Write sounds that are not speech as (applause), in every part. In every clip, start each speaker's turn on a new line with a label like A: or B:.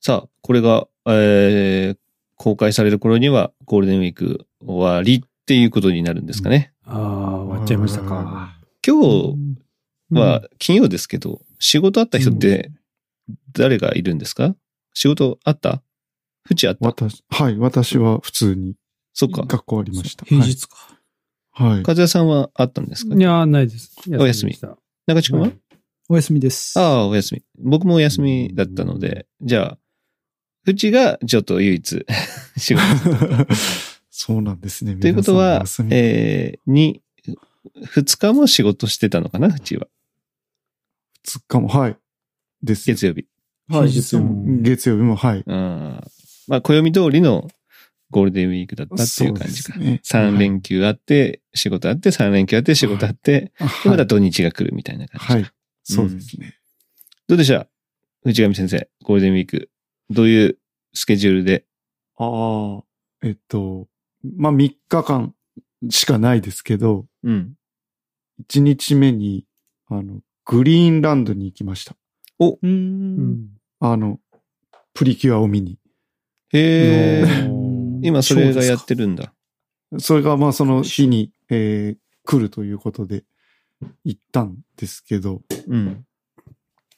A: さあ、これが、えー公開される頃にはゴールデンウィーク終わりっていうことになるんですかね。
B: ああ、終わっちゃいましたか。
A: 今日
B: う
A: は
B: ん
A: 金曜ですけど、仕事あった人って誰がいるんですか仕事あったフチあった
C: 私、はい、私は普通に
A: そっか。
C: 学校ありました。
B: 平日か。
C: はい。はい。
A: 和也さんはあったんですか
B: いやー、ないです。
A: お休み
B: でした
A: 中地君は、
B: はい
D: お休みです。
A: ああ、お休み。僕もお休みだったので、じゃあ、フチがちょっと唯一仕事。
C: (laughs) そうなんですね。
A: ということは
C: 皆さんお休、み
A: えー、に、2日も仕事してたのかな、フチは。
C: 二日も、はい。です。
A: 月曜日。
D: はい
C: 平日も
B: うん
C: 月曜日も、はい。
A: うん。まあ、暦通りのゴールデンウィークだったっていう感じか
C: そうです。ね
A: 3連休あって、仕事あって、3連休あって、仕事あって、で、
C: は
A: ま
C: い
A: た土日が来るみたいな感じか。
C: はい。そうですね。
A: どうでした内上先生、ゴールデンウィーク、どういうスケジュールで、
C: ああ、えっと、まあ、3日間しかないですけど、
A: うん。
C: 1日目に、あの、グリーンランドに行きました。
D: うー。
B: うんん
C: あの、プリキュアを見に。
A: へえ。
B: ー
A: 今それがやってるんだ。
C: それが、まあ、その日に、えー来るということで、行ったんですけど、
A: うん。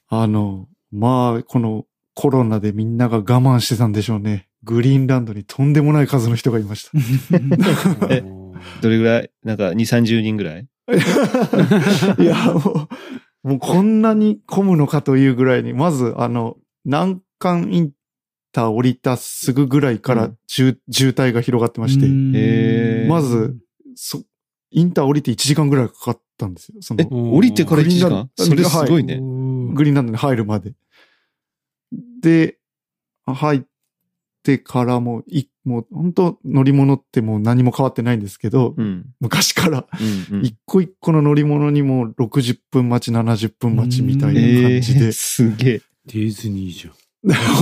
C: あの、まあ、このコロナでみんなが我慢してたんでしょうね。グリーンランドにとんでもない数の人がいました。
A: えどれぐらいなんか2、30人ぐらい (laughs)
C: いや、もう、もうこんなに混むのかというぐらいに、まず、あの、難関インター降りたすぐぐらいか
A: う
C: ら渋,、渋滞が広がってまして、
A: えー
C: まず、そ、インター降りて1時間ぐらいかかったんですよ。そ
A: え、
C: の、
B: うん
A: 降りてから1時
C: グリーンラ
A: 間
C: ン
A: それすごいね。
C: グリーンランドに入るまで。で、入ってからも、い、もう本当乗り物ってもう何も変わってないんですけど、
A: うん。
C: 昔から
A: うんうん
C: 一個一個の乗り物にも60分待ち、70分待ちみたい
A: え
C: な感じで
A: ー、、すげえ。
B: ディズニーじゃん。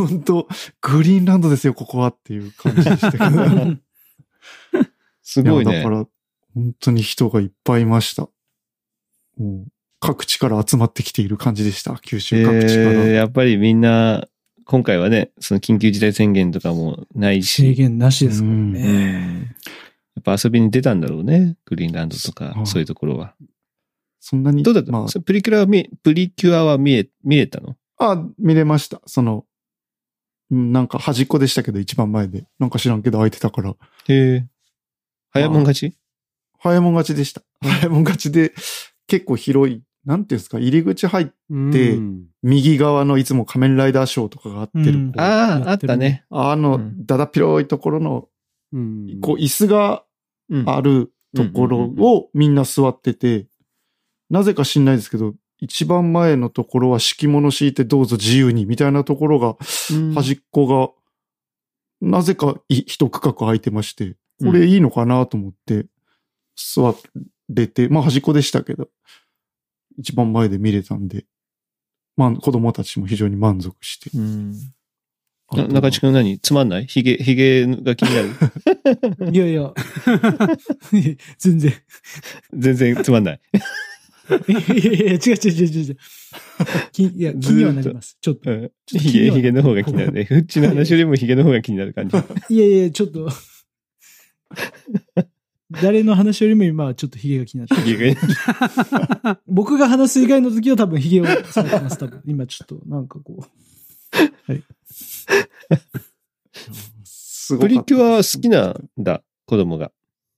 C: 本当グリーンランドですよ、ここはっていう感じでした
A: (laughs)
C: けど。
D: (laughs)
A: すごい
C: やだ
A: ね
C: か。ら、本当に人がいっぱいいました。もう各地から集まってきている感じでした、九州各地から。
A: えーやっぱりみんな、今回はね、その緊急事態宣言とかもない
D: 制
A: し、
D: 限なしですからね。
A: やっぱ遊びに出たんだろうね。グリーンランドとか
C: は、い
A: そういうところは。
C: そんなに。
A: どうだった、
C: ま
A: それプリキュアは見、プリキュアは見え、見れたの
C: あ、あ、見れました。その、うんなんか端っこでしたけど、一番前で。なんか知らんけど空いてたから。
A: へえ。早もん勝ち
C: 早いもん勝ちでした。早いもん勝ちで、結構広い、なんていうんですか、入り口入っで
B: うん
C: 右側のいつも仮面ライダーショーとかがあってる、
D: うん
C: こうあ
A: ああ、あ
D: や
A: っ
D: ってる
A: たね。
C: の
A: うん、
C: だだっ広いところの、
B: うん
C: こう、椅子が
A: うん。
C: あるところをみんな座ってて、なぜか知んないですけど、一番前のところは敷物敷いてどうぞ自由にみたいなところが、
A: うん
C: 端っこが、なぜかい一区画空いてまして、
A: うん
C: これいいのかなと思って、座れて、まあ端っこでしたけど、一番前で見れたんで、まあ子供たちも非常に満足して。
A: うんな中地君何つまんないひげ、ひげが気になる
B: (laughs)
D: いやいや、全然。
A: 全然つまんない。
D: いやいやいや、違う違う違う違う違う。気いや、気にはなります。ちょっと。
A: うん
D: ちょっと
A: ひ
D: 気
A: げ、
D: にはなる
A: ひげの方が気になるね。ふっちの話よりもひげの方が気になる感じ。
D: いやいや、ちょっ
A: (laughs)
D: と。誰の話よりも今はちょっとヒゲが気になってる
A: ひげが
D: 僕が話す以外の時は多分ヒゲをされてます、多分。今ちょっと、なんかこ
C: すご
A: プ
C: か
A: リ
C: っ
A: キ
C: た
A: ュアは好きなんだ、子供が。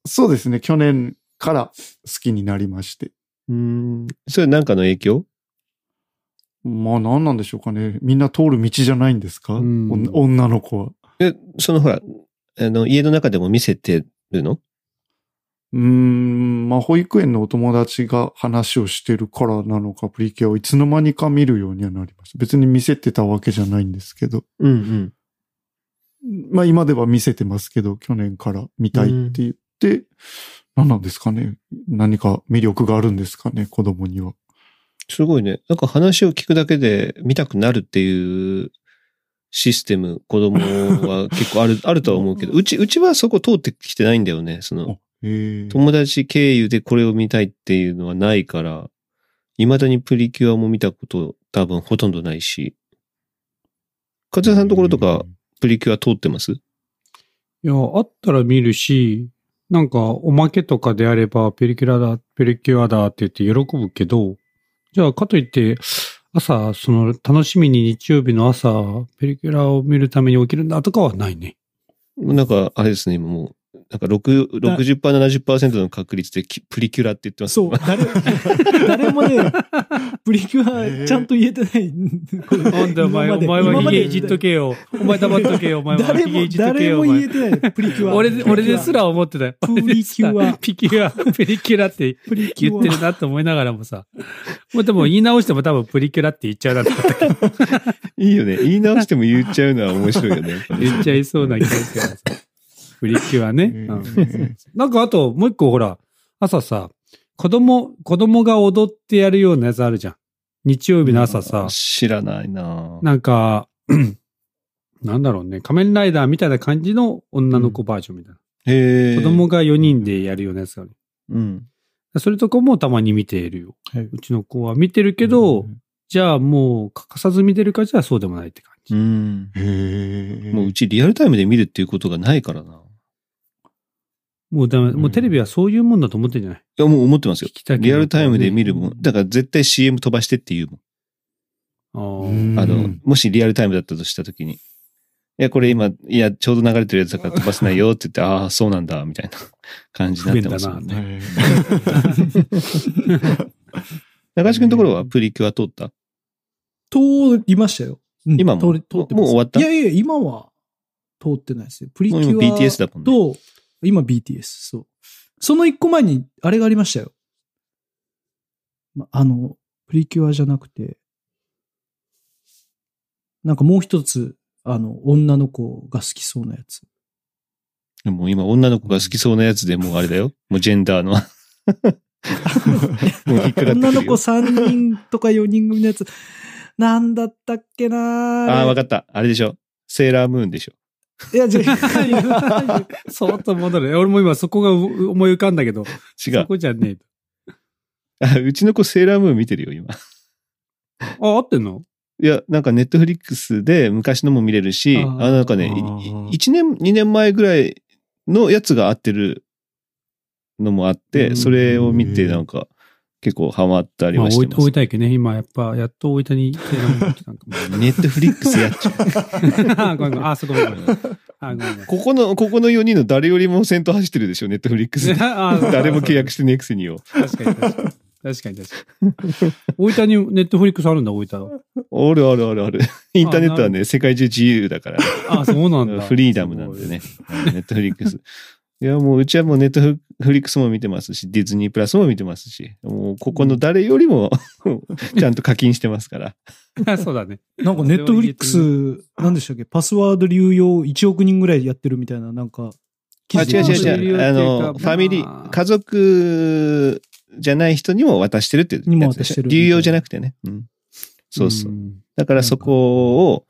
C: そうですね、去年から好きになりまして。
A: うん。それなんかの影響
C: まあ何なんでしょうかね。みんな通る道じゃないんですか、
B: うん
C: 女女の子は。
A: え、そのほら、あの、家の中でも見せてるの
C: うーん、まあ、保育園のお友達が話をしてるからなのか、プリキュアをいつの間にか見るようにはなりました。別に見せてたわけじゃないんですけど、
A: うんうん。
C: まあ、今では見せてますけど、去年から見たいって言って、何なんですかね何か魅力があるんですかね子供には。
A: すごいね。なんか話を聞くだけで見たくなるっていうシステム、子供 (laughs) は結構ある、あるとは思うけど、うち、うちはそこ通ってきてないんだよね。その、
C: ええ
A: 友達経由でこれを見たいっていうのはないから、未だにプリキュアも見たこと多分ほとんどないし、勝也さんのところとか
B: う、ん
A: プリキュア通ってます
B: いや、あったら見るし、なんか、おまけとかであれば、ペリキュラだ、ペリキュアだって言って喜ぶけど、じゃあ、かといって、朝、その、楽しみに日曜日の朝、ペリキュラを見るために起きるんだとかはないね。
A: なんか、あれですね、今もう、なんか6 60%、70%の確率できプリキュラって言ってます。
D: そう、誰、誰もね、プリキュアちゃんと言えてない。
B: なんだお前、お前はヒゲいじっとけよ。お前黙っとけよ。お前は
D: 誰
B: ヒゲ
D: も
B: い、じっとけ
D: 誰
B: よ。
D: も
B: お
D: 言
B: 前
D: えてない。プリキュア。
B: 俺で、俺ですら思ってたよ。
D: プリキュア
B: ピキュア、ペリキュラって
D: プリキ
B: 言
D: ュ
B: っ
D: ア。
B: てるなって思いながらもさ。もうでも言い直しても多分プリキュラって言っちゃうなって
A: いいよね。言い直しても言っちゃうのは面白いよね。やっぱり
B: 言っちゃいそうな気がするからさ。プリキュアね。うんなんかあと、もう一個ほら、朝さ、子供、子供が踊ってやるようなやつあるじゃん。日曜日の朝さ、
A: 知らないなぁ
B: なんか、なんだろうね、仮面ライダーみたいな感じの女の子バージョンみたいな。
A: へえ。
B: 子供が4人でやるようなやつがある。
A: うん。
B: それとかもたまに見ているよ。
D: はいう
B: ちの子は見てるけど、じゃあもう欠かさず見てるかじゃあそうでもないって感じ。
A: うん。
C: へえ。
A: もううちリアルタイムで見るっていうことがないからな。
B: もうダメ、もうテレビはそういうもんだと思ってんじゃない
A: いや、もう思ってますよ
B: 聞きた。けど
A: リアルタイムで見るもん。だから絶対 CM 飛ばしてって言うもん。
B: あー
A: (laughs)
C: うん
A: あの、
C: うん
A: もしリアルタイムだったとしたときに。いや、これ今、いや、ちょうど流れてるやつだから飛ばせないよって言って、ああ、そうなんだ、みたいな感じになってますもん
B: 不便だ
A: ね。
C: へ
A: 中島君のところはプリキュア通った
D: 通りましたよ。うん
A: 今も
D: 通り通ってます
A: もう終わった
D: いやいや、今は通ってないですよ。プリキ
A: も
D: ュ
A: う
D: ア
A: 今 BTS だもんね。
D: と、今 BTS、そう。その一個前に、あれがありましたよ。まあの、プリキュアじゃなくて、なんかもう一つ、あの、女の子が好きそうなやつ。
A: でも今、女の子が好きそうなやつでもうあれ
D: (laughs)
A: だよ。もうジェンダーの。もう引っかかってくるよ
D: 女の子3人とか4人組のやつ。なんだったっけな
A: ああ、わか
D: っ
A: った。あれでしょ。セーラームーンでしょ。
D: た。いや、じゃあ
B: そーっと戻る。俺も今そこがう思い浮かんだけど、
A: 違。
B: そうこじゃねえと。
A: あうちの子セーラームーン見てるよ、今。
B: あ、合ってんの
A: いや、なんかネットフリックスで昔のも見れるし、
D: あ
A: あ
D: ー
A: なんかね、いい
C: あー
A: 1年、2年前ぐらいのやつが合ってるのもあっ
B: う
A: て、
B: ん
A: それを見てなんか結構ハマったり
B: まあ、
A: はし
B: 大
A: て
B: 分
A: ま
B: 大
A: す。
B: 分駅ね。今、やっぱ、やっと大分に手紙が来た
A: (laughs)
B: んかも。 (laughs)
A: ネットフリックスやっちゃう。
B: あ、ごめんごめん。あ、そこごめんごめん。あ、ごめんごめん。
A: ここの、ここの4人の誰よりも先頭走ってるでしょ、ネットフリックス。
B: (laughs) あ
A: 誰も契約してねえくせによ。
B: 確かに確かに。確かに確かに。大分にネットフリックスあるんだ、大分。
A: あるあるあ
B: (laughs)
A: るある。インターネットはね、世界中自由だから。
B: あ、そうなんだ。
A: (laughs) フリーダムなんでね。ネットフリックス。いや、もううちはもうネットフリックスも見てますし、ディズニープラスも見てますし、もうここの誰よりも (laughs) ちゃんと課金してますから。
B: すごい。 (laughs) そうだね。
D: (laughs) なんかネットフリックス、なんでしたっけパスワード流用1億人ぐらいやってるみたいな、なんか、記
A: あ、
D: 事
A: 違う
D: が
A: 違う
B: そう
A: 違
B: いう
A: う。
B: 理
A: あ
B: 由っていうか
A: の、ファミリ
B: まあ
A: ー、家族じゃない人にも渡してるって
D: にも
A: やつで
D: 渡して
A: しょ。
D: る
A: 流用じゃなくてね。うん。そうそう。
B: ん
A: だからそこを、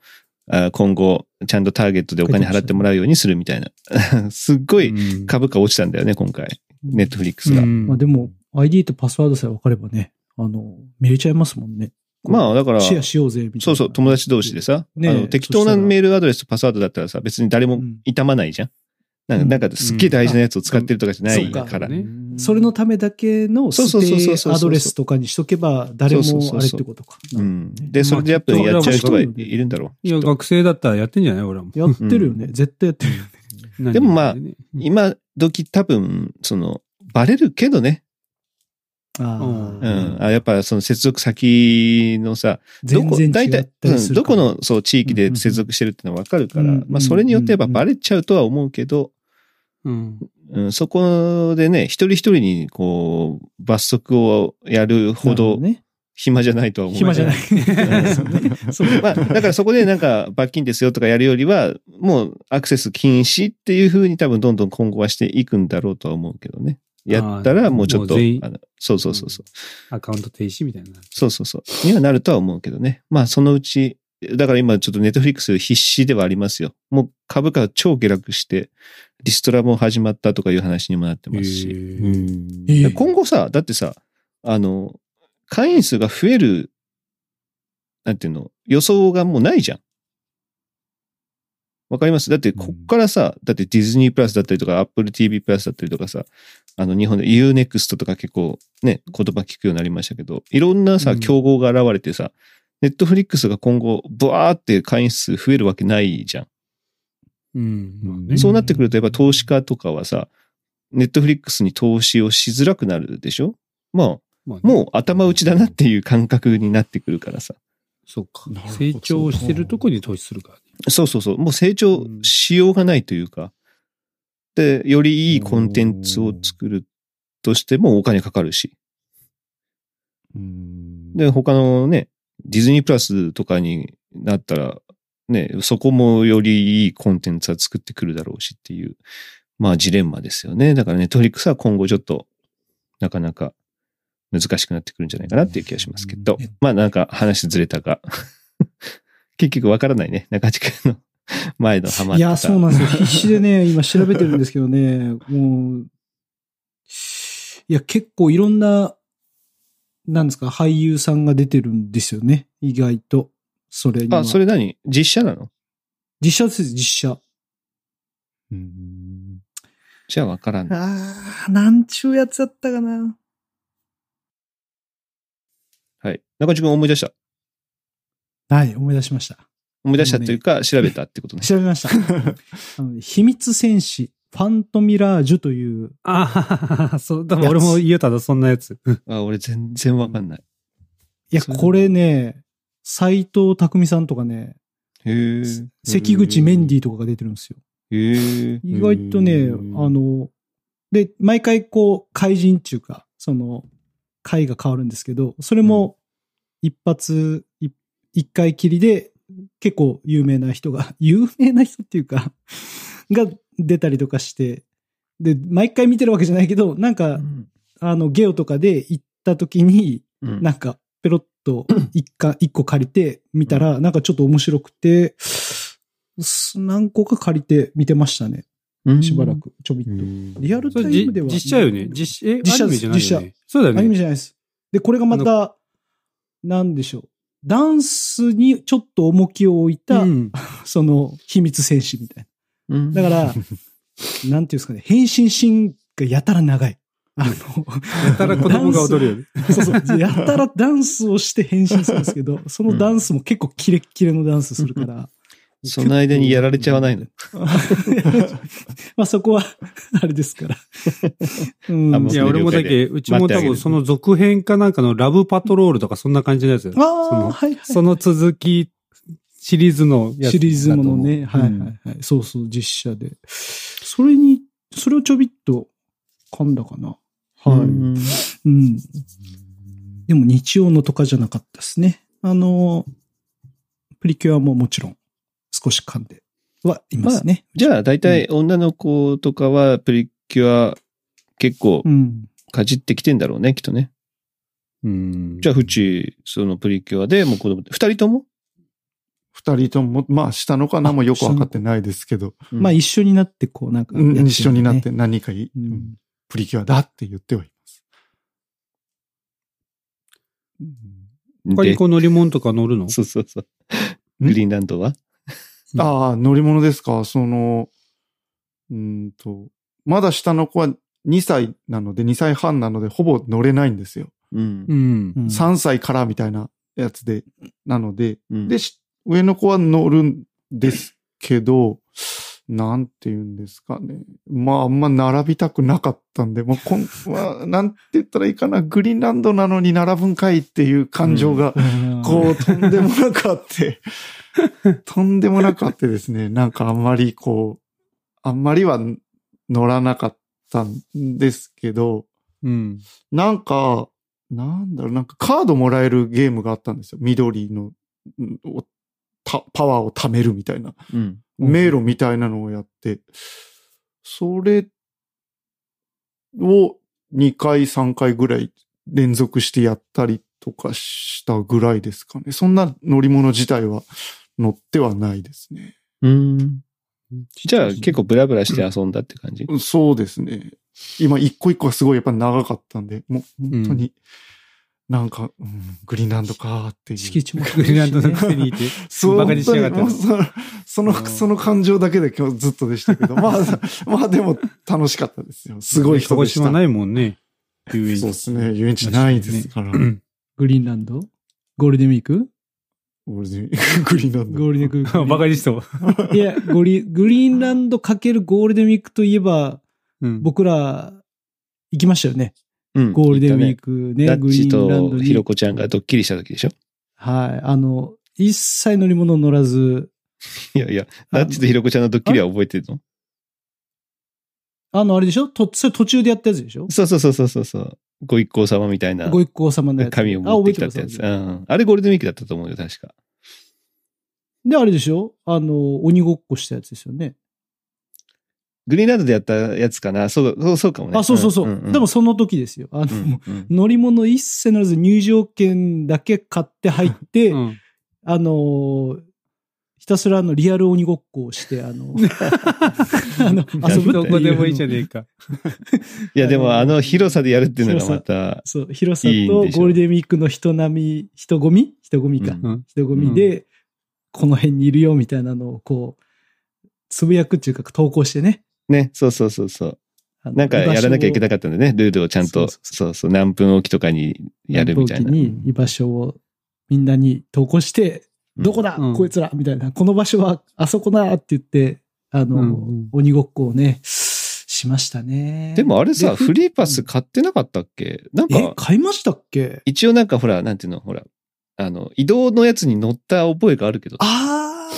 A: あ今後、ちゃんとターゲットでお金払ってもらうようにするみたいな。 (laughs) すっごい
B: うん
A: 株価落ちたんだよね、今回。ネットフリックス
B: う
A: が。
B: ん
D: まあでも、ID とパスワードさえ分かればね、あの、見れちゃいますもんね。
A: まあ、だから、
D: シェアしようぜ、みたいな。
A: そうそう、友達同士でさ、
D: ねえ
A: あの適当
D: そし
A: な
D: たら
A: メールアドレスとパスワードだったらさ、別に誰も痛まないじゃん。なんか、
D: うん
A: なんかすっげえ大事なやつを使ってるとかじゃな
D: う
A: い
D: ん
A: か
B: そ
A: ら
B: う。ね
D: (laughs) それのためだけの
A: そう
D: ス
A: そうそうそうそう
D: テアドレスとかにしとけば、誰も
A: そうそうそ
D: あ
A: う
D: れっ
A: そう
D: てことか。
A: うん。で、それでやっぱりやっちゃう人がいいるんだろう
B: いや、
A: きっと。
B: 学生だったらやってんじゃない俺らも。
D: やってるよね。絶対やってるよね。
A: でもまあ
B: 何
A: 今時多分、その、バレるけどね。
D: あ
A: う
D: あ、
A: ん。あやっぱその接続先のさ、ど
D: 全
A: こ、
D: 然違
A: 大
D: った
A: 体、
D: り
A: うん
D: する
A: ど
D: か
A: こ
D: ら。
A: のそう地域で接続してるってのはわかるか
D: うん
A: ら
D: うんうん、
A: まあそれによってやっぱバレちゃうとは思うけど、
B: うん。
A: うん、そこでね、一人一人にこう、罰則をやるほ
D: なる
A: ど
D: ね。
A: 暇じゃないとは思う。
D: 暇じゃない。そう
A: (laughs) まあ、だからそこでなんか罰金ですよとかやるよりは、もうアクセス禁止っていうふうに多分どんどん今後はしていくんだろうとは思うけどね。やったらもうちょっと、
B: もう全員
A: あのそうそうそうそう。
B: アカウント停止みたいな。
A: そうそうそう。にはなるとは思うけどね。まあそのうち、だから今ちょっとネットフリックス必死ではありますよ。もう株価超下落して、リストラも始まったとかいう話にもなってますし。
C: え
B: へえ
C: うん
D: ええ
A: 今後さ、だってさ、あの、会員数が増える、なんていうの、予想がもうないじゃん。わかりますだって、こっからさ、だってディズニープラスだったりとか、Apple TV プラスだったりとかさ、あの、日本で Unext とか結構ね、言葉聞くようになりましたけど、いろんな
D: う
A: さ、
D: ん
A: 競合が現れてさ、ネットフリックスが今後、ブワーって会員数増えるわけないじゃん。
B: うん。まあ
D: ん
B: ね。
A: そうなってくると、やっぱ投資家とかはさ、ネットフリックスに投資をしづらくなるでしょまあ、
B: まあね
A: もう頭打ちだなっていう感覚になってくるからさ。
B: そうか
C: なるほ。ど
B: 成長してるとこに投資するからね。
A: そうそうそう。もう成長しようがないというか。で、よりいいコンテンツを作るとしてもお金かかるし。
C: うん
A: で、他のね、ディズニープラスとかになったら、ね、そこもよりいいコンテンツは作ってくるだろうしっていう、まあジレンマですよね。だからね、トリックスは今後ちょっと、なかなか難しくなってくるんじゃないかなっていう気がしますけど
D: うん、
A: まあなんか (laughs) 話ずれたが、結局わからないね、中地君の前のハマっ
D: い
A: てた。
D: や、そうなんですよ。必死でね、今調べてるんですけどね、もう、いや、結構いろんな、なんですか、俳優さんが出てるんですよね。意外と。それには。
A: あ、それ何実写なの
D: 実写です、実写。
C: うん
A: じゃあわからん。
D: あー、なんちゅうやつだったかな。
A: はい。中地君思い出した。
D: はい、思い出しました。
A: 思い出したというか、調べたってことね。
D: 調べました。 (laughs) あの秘密戦士、ファントミラージュという、
B: ああ、そう、だから
D: やつ
B: 俺も言えただ、そんなやつ。
A: あ、俺全然わかんない。
D: いや、
A: そう
D: これね、斎藤匠さんとかね、
A: へえ。
D: 関口メンディーとかが出てるんですよ。
A: へえ。
D: 意外とね、
C: うん
D: あの、で、毎回こう、怪人っていうか、その、回が変わるんですけど、それも、一発、い一回きりで、結構有名な人が、 (laughs) 有名な人っていうか、が出たりとかして、で、毎回見てるわけじゃないけど、なんか、あの、ゲオとかで行った時に、
A: うん
D: なんか、ペロッ
B: (clears throat)
D: と一か、一個借りて見たら、なんかちょっと面白くて、す何個か借りて見てましたね。しばらく、ちょびっと。リアル
B: それ
D: タイ
B: じ
D: ムでは。
B: 実写よね。実写、え、
D: 実写
B: アニメじゃないよ
D: 実
B: ね。そうだよ
D: アニメ
B: ね。
D: じゃないです。で、これがまた、なんでしょう。ダンスにちょっと重きを置いた、
B: うん。
D: その、秘密戦士みたい
A: うん
D: な。だ
B: (laughs)
D: から、なんていうんですかね、変身シーンがやたら長い。あの、
B: やたら子供が踊るよね。
D: (laughs) そうそう。やたらダンスをして変身するんですけど、そのダンスも結構キレッキレのダンスするから。
A: その間にやられちゃわないの。
D: (laughs) まあそこは、あれで
A: (laughs)
D: すから。うん。
A: あもう
B: いや、俺もだけ、うちも多
A: 待ってあげ
B: 分
A: る
B: その続編かなんかのラブパトロールとかそんな感じのやつよ。
D: あ
B: そ
D: あ、
B: の
D: はいはい。
B: その続き、シリーズのやつだと思う。
D: シリーズものね。はいは
B: う
D: い
B: ん
D: はい。そうそう、実写で。それに、それをちょびっと噛んだかな。はい。うん。でも日曜のとかじゃなかったですね。あの、プリキュアももちろん少し噛んではいますね。
A: じゃあ、大体女の子とかはプリキュア結構
D: うん。
A: かじってきてんだろうね、きっとね。
B: うん。
A: じゃあ、フチ、そのプリキュアでもう子供、二人とも
C: 二人とも、まあ、したのかなもよくわかってないですけど、
A: うん
D: まあ一緒になってこうなんか、
C: うん一緒になって。何かいい、
D: う
C: うんんプリキュアだって言ってはいます。
B: 他に
A: で、
B: こう乗り物とか乗るの
A: そうそうそう。
C: ん
A: グリーンランドは
B: うん
C: ああ、乗り物ですかその、うーんと、まだ下の子は2歳なので、2歳半なので、ほぼ乗れないんですよ。
A: うん
B: う。ん。
D: うん
C: 3歳からみたいなやつで、なので、
A: うん
C: で、し上の子は乗るんですけど、なんて言うんですかね。まあ、あんま並びたくなかったんで、まあ、こん、 (laughs) まあ、なんて言ったらいいかな。グリーンランドなのに並ぶんかいっていう感情が、こう、とんでもなくあって、とんでもなくあってですね、なんかあんまりこう、あんまりは乗らなかったんですけど、
B: うん。
C: なんか、なんだろう、なんかカードもらえるゲームがあったんですよ。緑の、んをたパワーを貯めるみたいな。
A: うん。
C: 迷路みたいなのをやって、それを2回3回ぐらい連続してやったりとかしたぐらいですかね。そんな乗り物自体は乗ってはないですね。
A: うん。じゃあ、結構ブラブラして遊んだって感じ
C: そうですね。今一個一個はすごいやっぱ長かったんで、もう本当に、なんか、うんグリーンランドかーっていう。
D: 敷地も
B: グ
D: 広い
B: リーンランド
D: し
B: の
D: ね
B: くせにいて。
C: そう
B: バカにしやがって
C: 本当にもうそその、
B: うん
C: その感情だけで今日ずっとでしたけど、まあ、まあでも楽しかったですよ。すごい人
B: 鹿
C: で
B: 児 (laughs)
C: した。
B: 島ないもんね。遊園地
C: そうですね。遊園地ないですから。
B: う
C: ゴ
B: ん
D: グリーンランドゴールデンウィーク
C: ールデンウィークグリーンランド。
D: ゴールデンウィーク。
B: バカにしても。
D: いや、ゴリ、グリーンランドかけるゴールデンウィークといえば、
B: うん
D: 僕ら、行きましたよね。
A: うん
D: ゴールデンウィー
A: ク。
D: クね、
A: ダ
D: グ
A: ッチ
D: リーンランド
A: とひろ
D: に。
A: こちゃんがドッキリした時でしょ
D: はい。あの、一切乗り物乗らず、
A: いやいや、ダッチとひろこちゃんのドッキリは覚えてるの
D: あの、あれでしょと、それ途中でやったやつでしょ
A: そうそうそうそうそうそう。ご一行様みたいな
D: ご一行様のやつ。
A: 紙を持ってきたってや
D: あ覚え
A: つ。
D: て
A: う
D: ます
A: ん。あれゴールデンウィークだったと思うよ、確か。
D: で、あれでしょあの、鬼ごっこしたやつですよね。
A: グリーンランドでやったやつかな。そう、そうそうかもね。
D: あ、そうそうそう。
A: んんん
D: でもその時ですよ。あ
A: う
D: の、
A: んうん
D: 乗り物一切乗らず入場券だけ買って入って、
B: うん
D: あのーひたすらあのリアル鬼ごっこをして、あ
A: (laughs)
D: の、あの遊ぶ
B: ど
D: っていう
B: こでもいいじゃねえか。
A: いや、でもあの広さでやるっていうのがまた、
D: そう、広さと
A: いいんでしょ
D: ゴールデンウィークの人並み、人混み人混みか。
A: うん
B: うん
D: 人混みで、この辺にいるよみたいなのをこう、つぶやくっていうか投稿してね。
A: ね、そうそうそうそう。
D: あの
A: なんかやらなきゃいけな
D: か
A: かっ
D: っ
A: たんでね、ルールをちゃんと、
D: そう
A: そうそう、何分おきとかにやるみたいな。
D: に居場所をみんなに投稿して、
A: うん
D: どこだ、
B: うん
D: こいつらみたいな。この場所はあそこだって言って、あの、
B: うんうん
D: 鬼ごっこをね、しましたね。
A: でもあれさ、
D: で
A: フリーパス買ってなかったっけなん
D: え
A: か、、
D: 買いましたっけ
A: 一応なんかほら、なんていうの、ほら、あの、移動のやつに乗った覚えがあるけど。
D: あ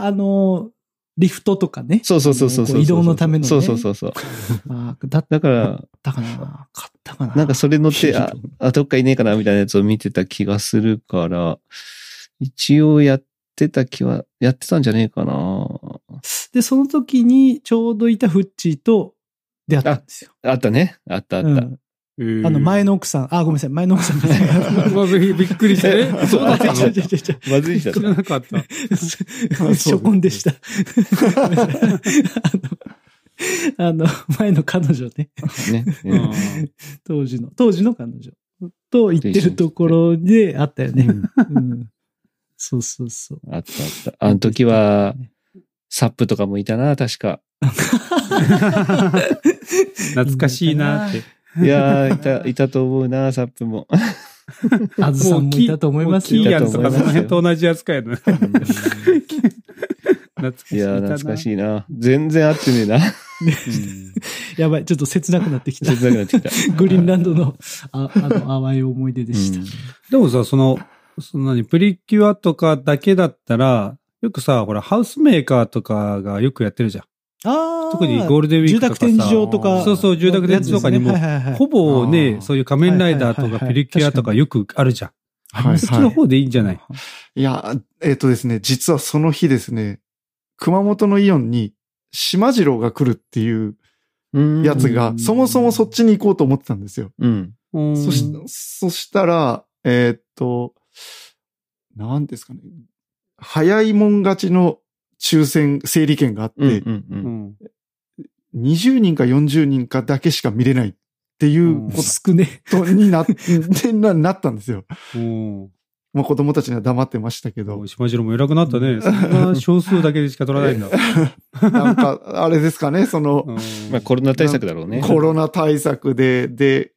D: あ、あの、リフトとかね。
A: そうそうそうそうそう
D: あ
A: そう。
D: のこう移動のためのね。
A: そうそうそうそう。
D: あーだっ
A: だから、
D: たかな買った (laughs) かな
A: なんかそれ乗って、あ
D: ヒーロ、
A: あどっかいねえかなみたいなやつを見てた気がするから、一応やってた気は、やってたんじゃねえかな。
D: で、その時にちょうどいたフッチーと出会ったんですよ。
A: あったね。あったあった。
D: うんあの、前の奥さん。あー、ごめんなさい。前の奥さん。
B: うわびびっくりした。
D: (laughs)
B: えそうだったの
D: ちょちょちょちょ
A: まずい人
B: 知
A: だ
B: ら
A: っ
B: なかった。
D: 初婚でした。あの、あの前の彼女ね。
A: た
D: (laughs)
A: ね。
B: う
A: うん
B: ん
D: 当時の、当時の彼女と行ってるところであったよね。うんそうそうそう。
A: あったあった。あの時は、サップとかもいたな、確
D: (laughs)
A: か。
B: (laughs) 懐かしいな
D: (laughs)
B: って。
A: いやー、いた、いたと思うな、サップも。
D: あずさんもいたと思います
B: も
D: よ。
B: うキーヤン
A: もう
B: とかその辺と同じ扱いだな。懐かし
A: い
B: いな。
A: やー、懐かしいな。全然合ってねえ
D: (laughs)
A: な。
B: うん
D: やばい、ちょっと切なくなってきた
A: 切。なくなってきた。
D: グリーンランドの、ああの、淡い思い出でした。
B: でもさ、その、その何、プリキュアとかだけだったら、よくさ、ほら、ハウスメーカーとかがよくやってるじゃん。
D: ああ。
B: 特にゴールデンウィーク
D: 住
B: と
D: 宅
B: かさ。
D: 展示場とか。
B: そうそう、住宅展示場とかにも
D: はい、はいはい
B: ほぼ
C: あ
B: ね、
C: ー
B: そういう仮面ライダー
D: はい
B: と
D: はいはい
B: か
D: はい
B: プリキュアとかよくあるじゃん。
C: はい、
B: そっちの方でいいんじゃない
C: いや、えっ、とですね、実はその日ですね、熊本のイオンに、島次郎が来るっていう
A: うん
C: やつが、そもそもそっちに行こうと思ってたんですよ。
A: うん。
C: そ
B: そ
C: しそしたら、えっ、と、何ですかね、早いもん勝ちの抽選、整理券があって、
A: うんうんうん。
C: 20人か40人かだけしか見れないっていうこ
D: 少ね。
C: とに
B: (laughs)
C: なっでななったんですよ。
B: うん。
C: まあ子供たちには黙ってましたけど
B: お、島城も偉くなったね。そんな少数だけでしか取ら
C: (laughs)
B: ないんだ。
C: なんか、あれですかね、その、
A: まあコロナ対策だろうね。
C: コロナ対策で、で、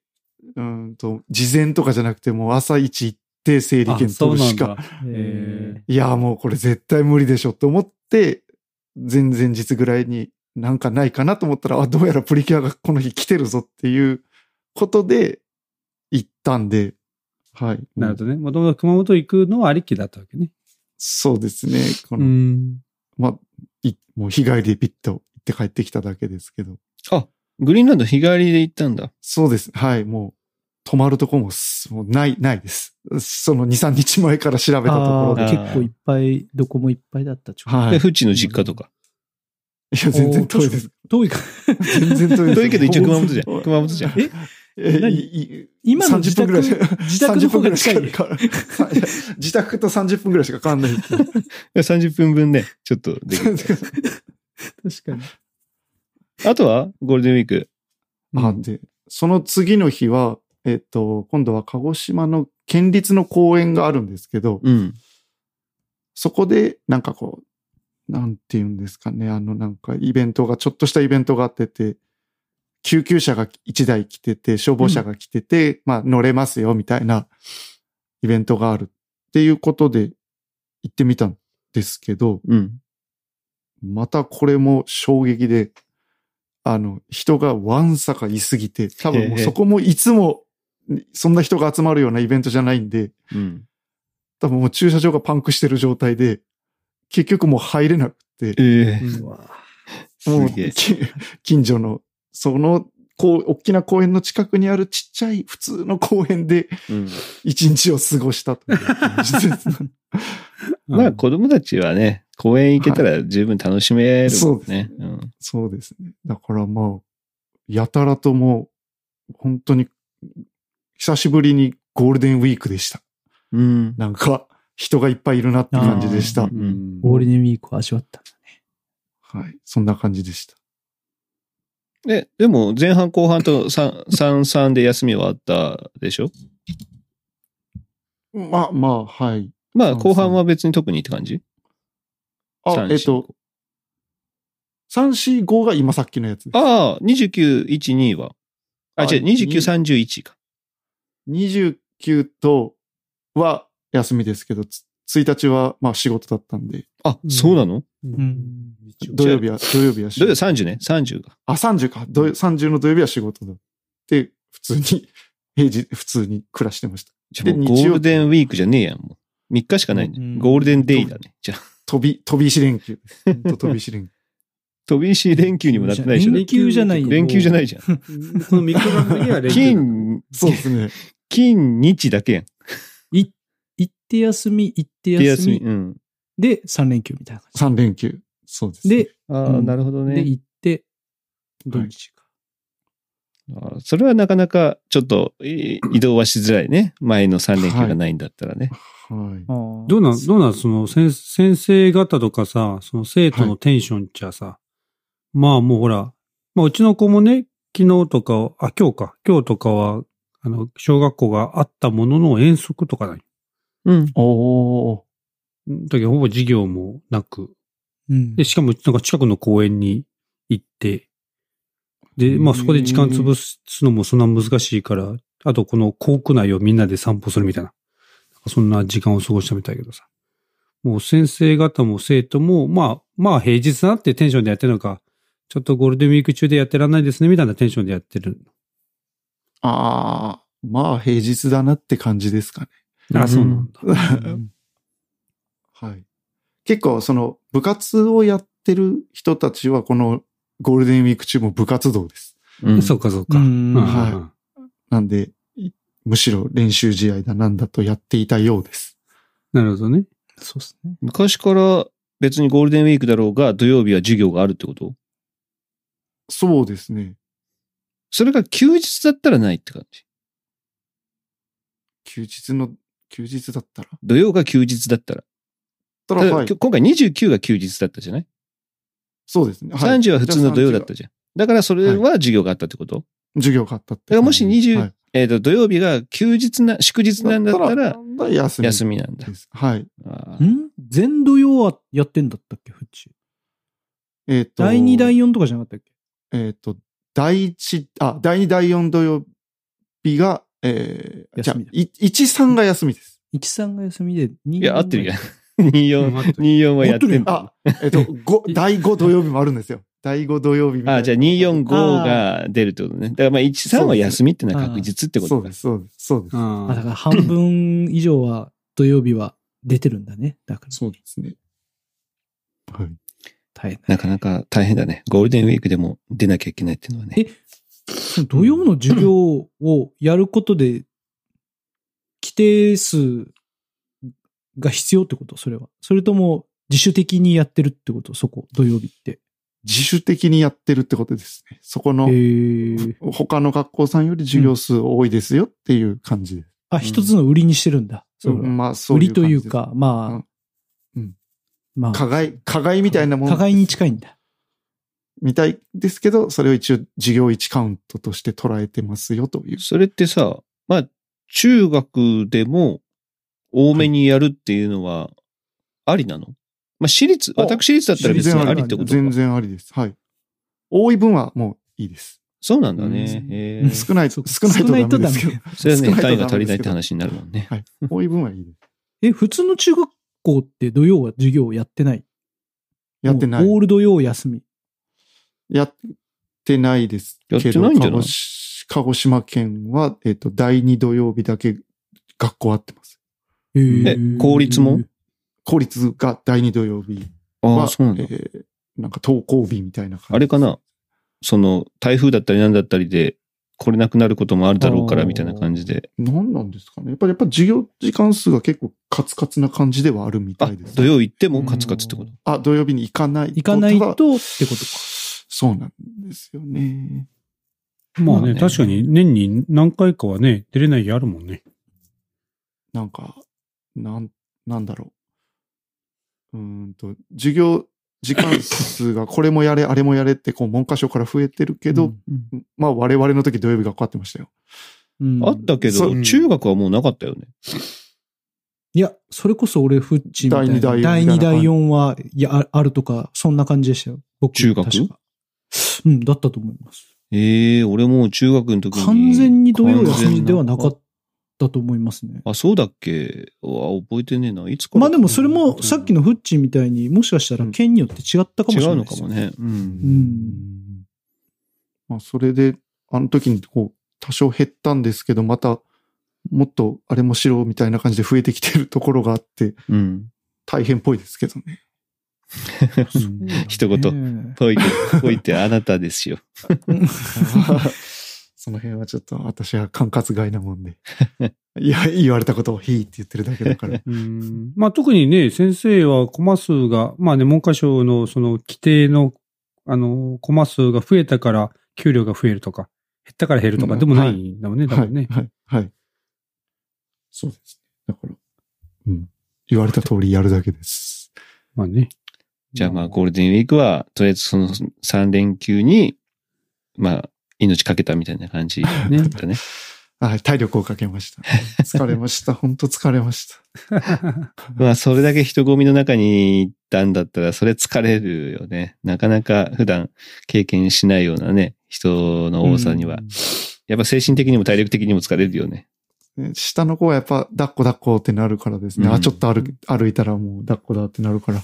C: うんと、事前とかじゃなくてもう朝一行って整理
B: あ
C: 券
B: そ
C: 取る
B: うな
C: し
B: ん
C: か
B: だ。。
D: え
C: いや、もうこれ絶対無理でしょと思って、前々日ぐらいになんかないかなと思ったら、あ、どうやらプリキュアがこの日来てるぞっていうことで行ったんで、はい。
B: なるほどね。もともと熊本行くのはありきだったわけね。
C: そうですね。この、
B: ん。
C: まあ、いもう日帰りでピッと行って帰ってきただけですけど。
A: グリーンランド日帰りで行ったんだ。
C: そうです。はい。もう、泊まるとこもす、もうない、ないです。その2、3日前から調べたところで。
A: あ
C: い
A: ー
D: 結構いっぱい、どこもいっぱいだったちょっと
C: はい。
A: で、
C: い
A: フッチの実家とか。
C: や、全然遠いです。
D: (laughs) 遠いか。
C: 全然遠いです。
A: 遠いけど一応熊本じゃん。熊本じゃん。
D: え
C: え
D: 何
C: い
D: 今の自
C: 30
D: 宅、
C: 分ぐらい
D: 自宅の方が近い。
C: 30分ぐらいしか変わら (laughs) 自宅と30分ぐらいしか変わんないです。
A: 30分分ね、ちょっとで
C: (laughs)
A: きる。
D: 確かに。
A: あとは、ゴールデンウィーク。
C: あで、その次の日は、えっと、今度は鹿児島の県立の公園があるんですけど、
A: うん。
C: そこで、なんかこう、なんて言うんですかね、あのなんかイベントが、ちょっとしたイベントがあってて、救急車が1台来てて、消防車が来てて、まあ乗れますよみたいなイベントがあるっていうことで行ってみたんですけど、
A: うん。
C: またこれも衝撃で、あの、人がわんさかいすぎて、多分もう
A: へえ
C: そこもいつも、そんな人が集まるようなイベントじゃないんで、
A: うん。
C: 多分もう駐車場がパンクしてる状態で、結局もう入れなくて、
A: ええ
D: うわ
C: もう
A: すげえ
C: き近所の、その、こう、大きな公園の近くにあるちっちゃい普通の公園で
A: うん。
C: 一日を過ごしたという感じです
A: (laughs) まあ子供たちはね、公園行けたら十分楽しめるもんね。うん
C: そうですね。だからまあ、やたらともう、本当に、久しぶりにゴールデンウィークでした。
A: うん。
C: なんか、人がいっぱいいるなって感じでした
A: あ。ー
B: うん
D: ゴールデンウィークを味わったんだね。
C: はい。そんな感じでした。
A: で、でも前半後半と三 (laughs) 三三で休みはあったでしょ
C: まあまあ、はい。
A: まあ
C: そうそ
A: 後
C: う
A: 半は別に特にって感じ
C: あ
A: 三、
C: えっと、3、4、5が今さっきのやつです。
A: ああ、29、1、2は。あ、
C: あ
A: 違う、29、31か。
C: 29とは休みですけど、つ1日はまあ仕事だったんで、
A: あ
D: う、ん
A: そうなの
D: うん。
C: 土曜日は、土曜日は仕
A: 土曜
C: 事。
A: 30ね、30が。
C: あ、30か。土曜30の土曜日は仕事だ。で、普通に、 (laughs) 平時、普通に暮らしてました。
A: じゃあもう
C: で
A: ゴ
C: 日曜
A: ールデンウィークじゃねえやん、もう。3日しかないね
D: うん
A: ゴールデンデイだね。じゃあ、
C: 飛び、飛び石連休です。ほんと飛び石連休。
A: 飛び石連休にもなってないでし
D: 連
A: ょ。
D: 休じゃないよ
A: 連休じゃないじゃん。
B: このミクランだけは連休。
A: 金、
C: (laughs) そうですね。
A: 金日だけやん。
D: い行って休み、行って
A: 手
D: 休
A: 休み。
D: み。
A: うん。
D: で、3連休みたいな感
C: 3連休。そうです、
D: じ。
C: ね。
D: で、
A: あ
D: う
A: あ、
D: ん
A: なるほど
D: で、
A: ね。
D: 行って、
C: は
D: 土
C: い
D: 日か。
A: ああそれはなかなか、ちょっと、い移動はしづらいね。前の3連休がないんだったらね。
C: はい。
B: どうなんん、どうなん、その先、先生方とかさ、その生徒のテンションっちゃさ、まあもうほら、まあうちの子もね、昨日とかは、あ、今日か、今日とかは、あの、小学校があったものの遠足とかない。
A: うん。
C: おー。
B: だけどほぼ授業もなく、
D: うん
B: で、しかも、なんか近くの公園に行って、で、まあそこで時間潰すのもそんな難しいから、あとこの校区内をみんなで散歩するみたいな、なんかそんな時間を過ごしたみたいだけどさ。もう先生方も生徒も、まあ、まあ平日だなってテンションでやってるのか、ちょっとゴールデンウィーク中でやってらんないですね、みたいなテンションでやってる。
C: ああ、まあ平日だなって感じです (laughs) かね。
B: あ、そうなんだ。
C: はい。結構その部活をやってる人たちはこのゴールデンウィーク中も部活動です。
A: うん
B: そうか、そうか。
D: うん
B: うん
C: はなんで、いむしろ練習試合だなんだとやっていたようです。
B: なるほどね。
D: そうですね。
A: 昔から別にゴールデンウィークだろうが、土曜日は授業があるってこと
C: そうですね。
A: それが休日だったらないって感じ。
C: 休日の、休日だったら。
A: 土曜が休日だったら。た
C: たら、
A: だ
C: はい
A: き。ょ今回29が休日だったじゃない、
C: そうですね。はい、
A: ?30 は普通の土曜だった
C: じ
A: じゃん。だからそれは授業があったってこと、
C: ゃあ。授業があったって。
A: だからもし20
C: はい
A: えっ、と、土曜日が休日な、祝日なんだったら、
C: だ休み。
A: 休みなんだ
C: で。す。はい。
A: あー
D: ん全土曜はやってんだったっけ、フッチ。
C: えっ、と。
D: 第2、第4とかじゃなかったっけ
C: えっ、と、第一、あ、第二、第四土曜日が、えー、じゃあ
D: 休みだ、
C: い一、三が休みです。
D: 一さんが休みで、2
A: いや、合ってるやん。 (laughs)
B: う
A: 24、
B: ん
A: 24はやってんだ。
C: あ、えっ、
A: (laughs)
C: と、五、第五土曜日もあるんですよ。第五土曜日みたいな
A: あ、じゃあ245が出るってことね。だからまあ13は休みってのは確実ってこ
C: そ
A: と
C: う
A: か
C: で。す、そうです、そうです。
B: うん
D: あ、だから半分以上は土曜日は出てるんだね。だから、
C: そうですね。はい。
D: 大変
A: なかなか大変だね。ゴールデンウィークでも出なきゃいけないっていうのはね。
D: えその土曜の授業をやることで、規定数が必要ってことそれは。それとも、自主的にやってるってことそこ、土曜日って。
C: 自主的にやってるってことですね。そこの、
D: へえ。
C: 他の学校さんより授業数多いですよっていう感じです。
D: あ、一つの売りにしてるんだ。それは
C: まあ、そう
D: 売
C: いう
D: りと
C: 感じ
D: い
C: です
D: うか、まあ、
C: うん
D: まあ、
C: 加害、加害みたいなもの。
D: 加害に近いんだ。
C: みたいですけど、それを一応授業1カウントとして捉えてますよという。
A: それってさ、まあ、中学でも多めにやるっていうのはありなの、まあ、私立、
C: お
A: 私立だったら別にありってこと
C: 全
A: か。
C: 然ありです。はい。多い分はもういいです。
A: そうなんだね
D: う。ん
A: え
D: うん
A: ー
C: 少ない、
D: (laughs) そ
C: 少
D: うか
C: ないとダメですけ
D: 少
C: ど
D: な。
A: それは
C: 少
A: ね、
C: ないと
A: 単位が足りないって
C: ダメですけど
A: 話になるもんね。
C: 多い分はいいです。
D: え、普通の中学校って土曜は授業やってない
C: やってない
D: もう。オール土曜休み。
C: やってないですけど。
A: やってないんじゃない
C: 鹿児し鹿児島県は、えっ、と、第2土曜日だけ学校あってます。
D: え
A: え公立も
C: 公立が第2土曜日
A: あ
C: は、
A: あ、そうなんだ
C: え。ーなんか登校日みたいな感じ。
A: あれかなその、台風だったりなんだったりで、来れなくなることもあるだろうから、みたいな感じで。
C: 何なんですかねやっぱり、やっぱ授業時間数が結構カツカツな感じではあるみた
A: あ
C: いです。、
A: 土曜行ってもカツカツってこと。
C: あ、土曜日に行かない。
D: 行かないと
C: ただ
D: ってことか。
C: そうなんですよね。
B: まあ
A: まあ
B: ね、
A: ね
B: 確かに年に何回かはね、出れない日あるもんね。
C: なんか、なん、なんだろう。うーんと、授業時間数がこれもやれ、あれもやれって、こう、文科省から増えてるけど、
D: うん
C: まあ、我々の時土曜日学校あってましたよ。
D: うん
A: あったけ
C: そ
A: ど、
B: う
A: 中学はもうなかったよね。
D: いや、それこそ俺、フッチみたいな。
C: 第二
D: 第
C: 第四
D: 2、
C: みたいな
D: 第
C: 感じ
D: 4は、いや、ああるとか、そんな感じでしたよ。僕
A: 中学
D: 確かうん、だったと思います。
A: ええ俺もう中学の時に。
D: 完全に土曜休みではなか
A: 完全
D: ったと思いますね。
A: な。あ、そうだっけあ、覚えてねえな。いつから
D: まあでもそれも、さっきのフッチみたいに、もしかしたら県によって違ったかも
A: 違
D: しれな
A: う
D: い
A: の
D: で
A: か
D: すよ
A: も。ね。うん
D: う。ん。
C: まあ、それで、あの時に、こう、多少減ったんですけど、また、もっと、あれもしろ、みたいな感じで増えてきてるところがあって、
A: うん。
C: 大変っぽいですけどね。
B: うん
A: 一言 (laughs) 解いて、解いてあなたですよ。
C: (laughs) その辺はちょっと、私は管轄外なもん (laughs) で。いや、言われたことを、ひいって言ってるだけだ (laughs) から。
B: うんまあ特にね、先生はコマ数が、まあね、文科省のその規定の、あの、コマ数が増えたから、給料が増えるとか、減ったから減るとかでもないんだもんね、多
C: はい、
B: 分ね。
C: はい、はい。そうですね。だから、うん。言われた通りやるだけです。
B: まあね。
A: じゃあまあゴールデンウィークは、とりあえずその3連休に、まあ、命かけたみたいな感じだ
B: ね。
A: ったね。
C: はい、体力をかけました。 (laughs) 疲れました。本当疲れました。
A: まあ、それだけ人混みの中に行ったんだったら、それ疲れるよね。なかなか普段経験しないようなね、人の多さには。やっぱ精神的にも体力的にも疲れるよね。
C: ね下の子はやっぱ、抱っこ抱っこってなるからですね。
A: う
C: あ、
A: ん
C: ちょっと歩き歩いたらもう抱っこだってなるから、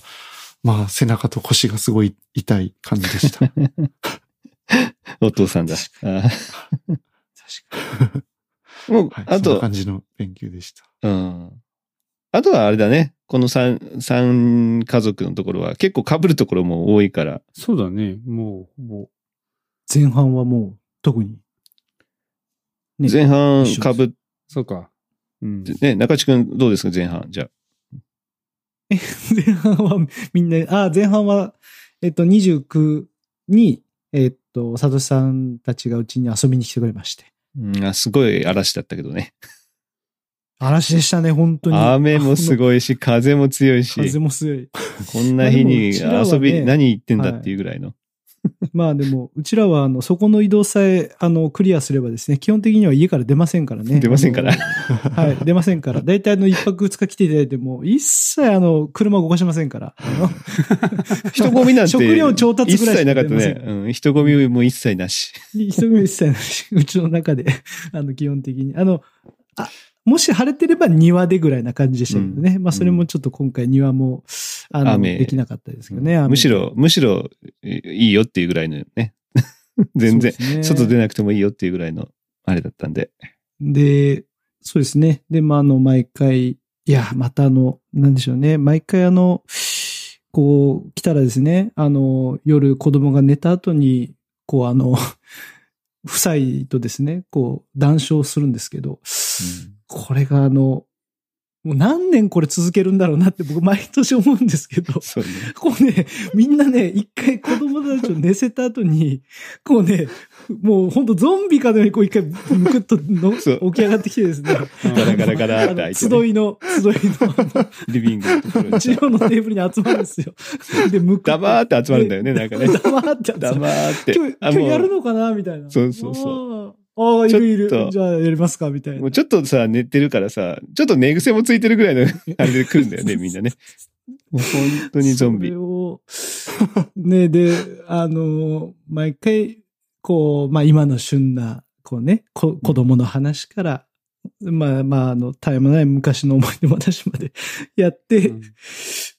C: まあ、背中と腰がすごい痛い感じで
B: (laughs)
C: した。
A: お父さんだ。ああもう、
C: はい、
A: あ
C: そんな
A: と、
C: 感じの勉強でした。
A: うん。あとはあれだね。この三、三家族のところは結構被るところも多いから、
B: そうだね。もう、ほぼ。
D: 前半はもう、特に。ね
A: 前半
D: 一緒
A: 被
D: で
A: っ
B: そうか。 (laughs) うん。
A: て、ね、中地くんどうですか前半。じゃあ。
D: (laughs) 前半はみんな、ああ、前半は、えっと、29に、えっと、サトシさんたちがうちに遊びに来てくれまして。
A: うん、あすごい嵐だったけどね。
D: 嵐でしたね、本当に。
A: 雨もすご
D: (laughs)
A: いし、風も強いし、
D: 風も強い。
A: こんな日に
D: まあでもうちらはね
A: 遊び、何言ってんだっていうぐらいの。
D: まあでも、うちらは、あの、そこの移動さえ、あの、クリアすればですね、基本的には家から出ませんからね。
A: 出ませんから
D: あの。はい、出ませんから。大体あの、一泊二日来ていただいても、一切あの、車動かしませんから。あの
A: 人混みなんて。
D: 食料調達ぐらい
A: 一
D: し
A: 切な
D: か
A: かっ
D: 出
A: た
D: ません
A: ね。うん、人混みも一切なし。
D: 人目一切ないし、うちの中で、 (laughs) あの、基本的に。あの、あ、もし晴れてれば庭でぐらいな感じでしたけどね。まあ、それもちょっと今回庭も、あの、
A: 雨
D: できなかったですけどね。雨
A: むしろ、むしろえいいよっていうぐらいのね。 (laughs) 全然、
D: そうですね
A: 外出なくてもいいよっていうぐらいの、あれだったんで。
D: で、そうですね。で、まあ、あの、毎回、いや、またあの、なんでしょうね。毎回あの、こう、来たらですね、あの、夜子供が寝た後に、こう、あの、 (laughs) 夫妻とですね、こう、談笑するんですけど、これがあの、もう何年これ続けるんだろうなって僕毎年思うんですけど、
A: そうね。
D: こうね、みんなね、一回子供たちを寝せた後に、こうね、もうほんとゾンビかのようにこう一回むくっとの起
A: そう
D: き上がってきてですね、
A: ガラガラガラって開いて、
D: 集
A: ね、
D: いの、集いの、
A: リビングのところ
D: (laughs)
A: に
D: 治
A: さ
D: 療のテーブルに集まるんですよ。で、むくと
A: 黙って集まるんだよね、なんかね。
D: 黙って集まる。
A: 黙って。
D: 今日、
A: あ
D: 今日やる
A: も
D: のかなみたいな。
A: そうそうそ
D: あーあー、いるいる
A: ちょっ。と
D: じゃあやりますかみたいう (laughs) な
A: もう。ちょっとさ、寝てるからさ、ちょっと寝癖もついてるぐらいのあれで来るんだよね、みんなね。もう本当にゾンビ
D: それ。を、ね、 (laughs) で、あの、毎回、こう、まあ今の旬な、こうね、こ子供の話から、まあまあ、あの、絶え間ない昔の思い出話まで (laughs) やって、
B: うん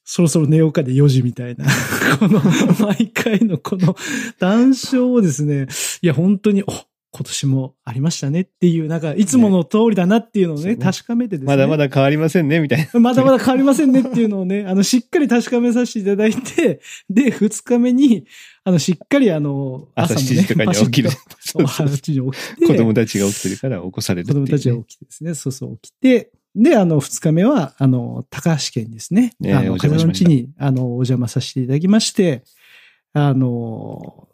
D: そろそろ寝ようかで4時みたいな、 (laughs) この、毎回のこの談笑をですね、いや、本当に、お今年もありましたねっていう、なんか、いつもの通りだなっていうのを
A: そうね
D: ね、確かめてですね。
A: まだまだ変わりませんね、みたいな。
D: (laughs) まだまだ変わりませんねっていうのをね、あ (laughs) の、しっかり確かめさせていただいて、 (laughs) で、二日目に、あの、しっかりあの、
A: 朝7
D: もね
A: 時とかに起
D: (laughs)
A: きる。
D: バシッと
A: (laughs) そうそう
D: 8時に起きて、
A: 子供たちが起きてるから起こされるって
D: 子
A: いうね
D: 供たちが起きてですね、そうそう起きて、で、あの、二日目は、あの、高橋県ですね。
A: ねえ
D: あ
A: お
D: の、
A: 邪魔
D: 風
A: しま
D: の
A: した
D: 地に、あの、お邪魔させていただきまして、あの、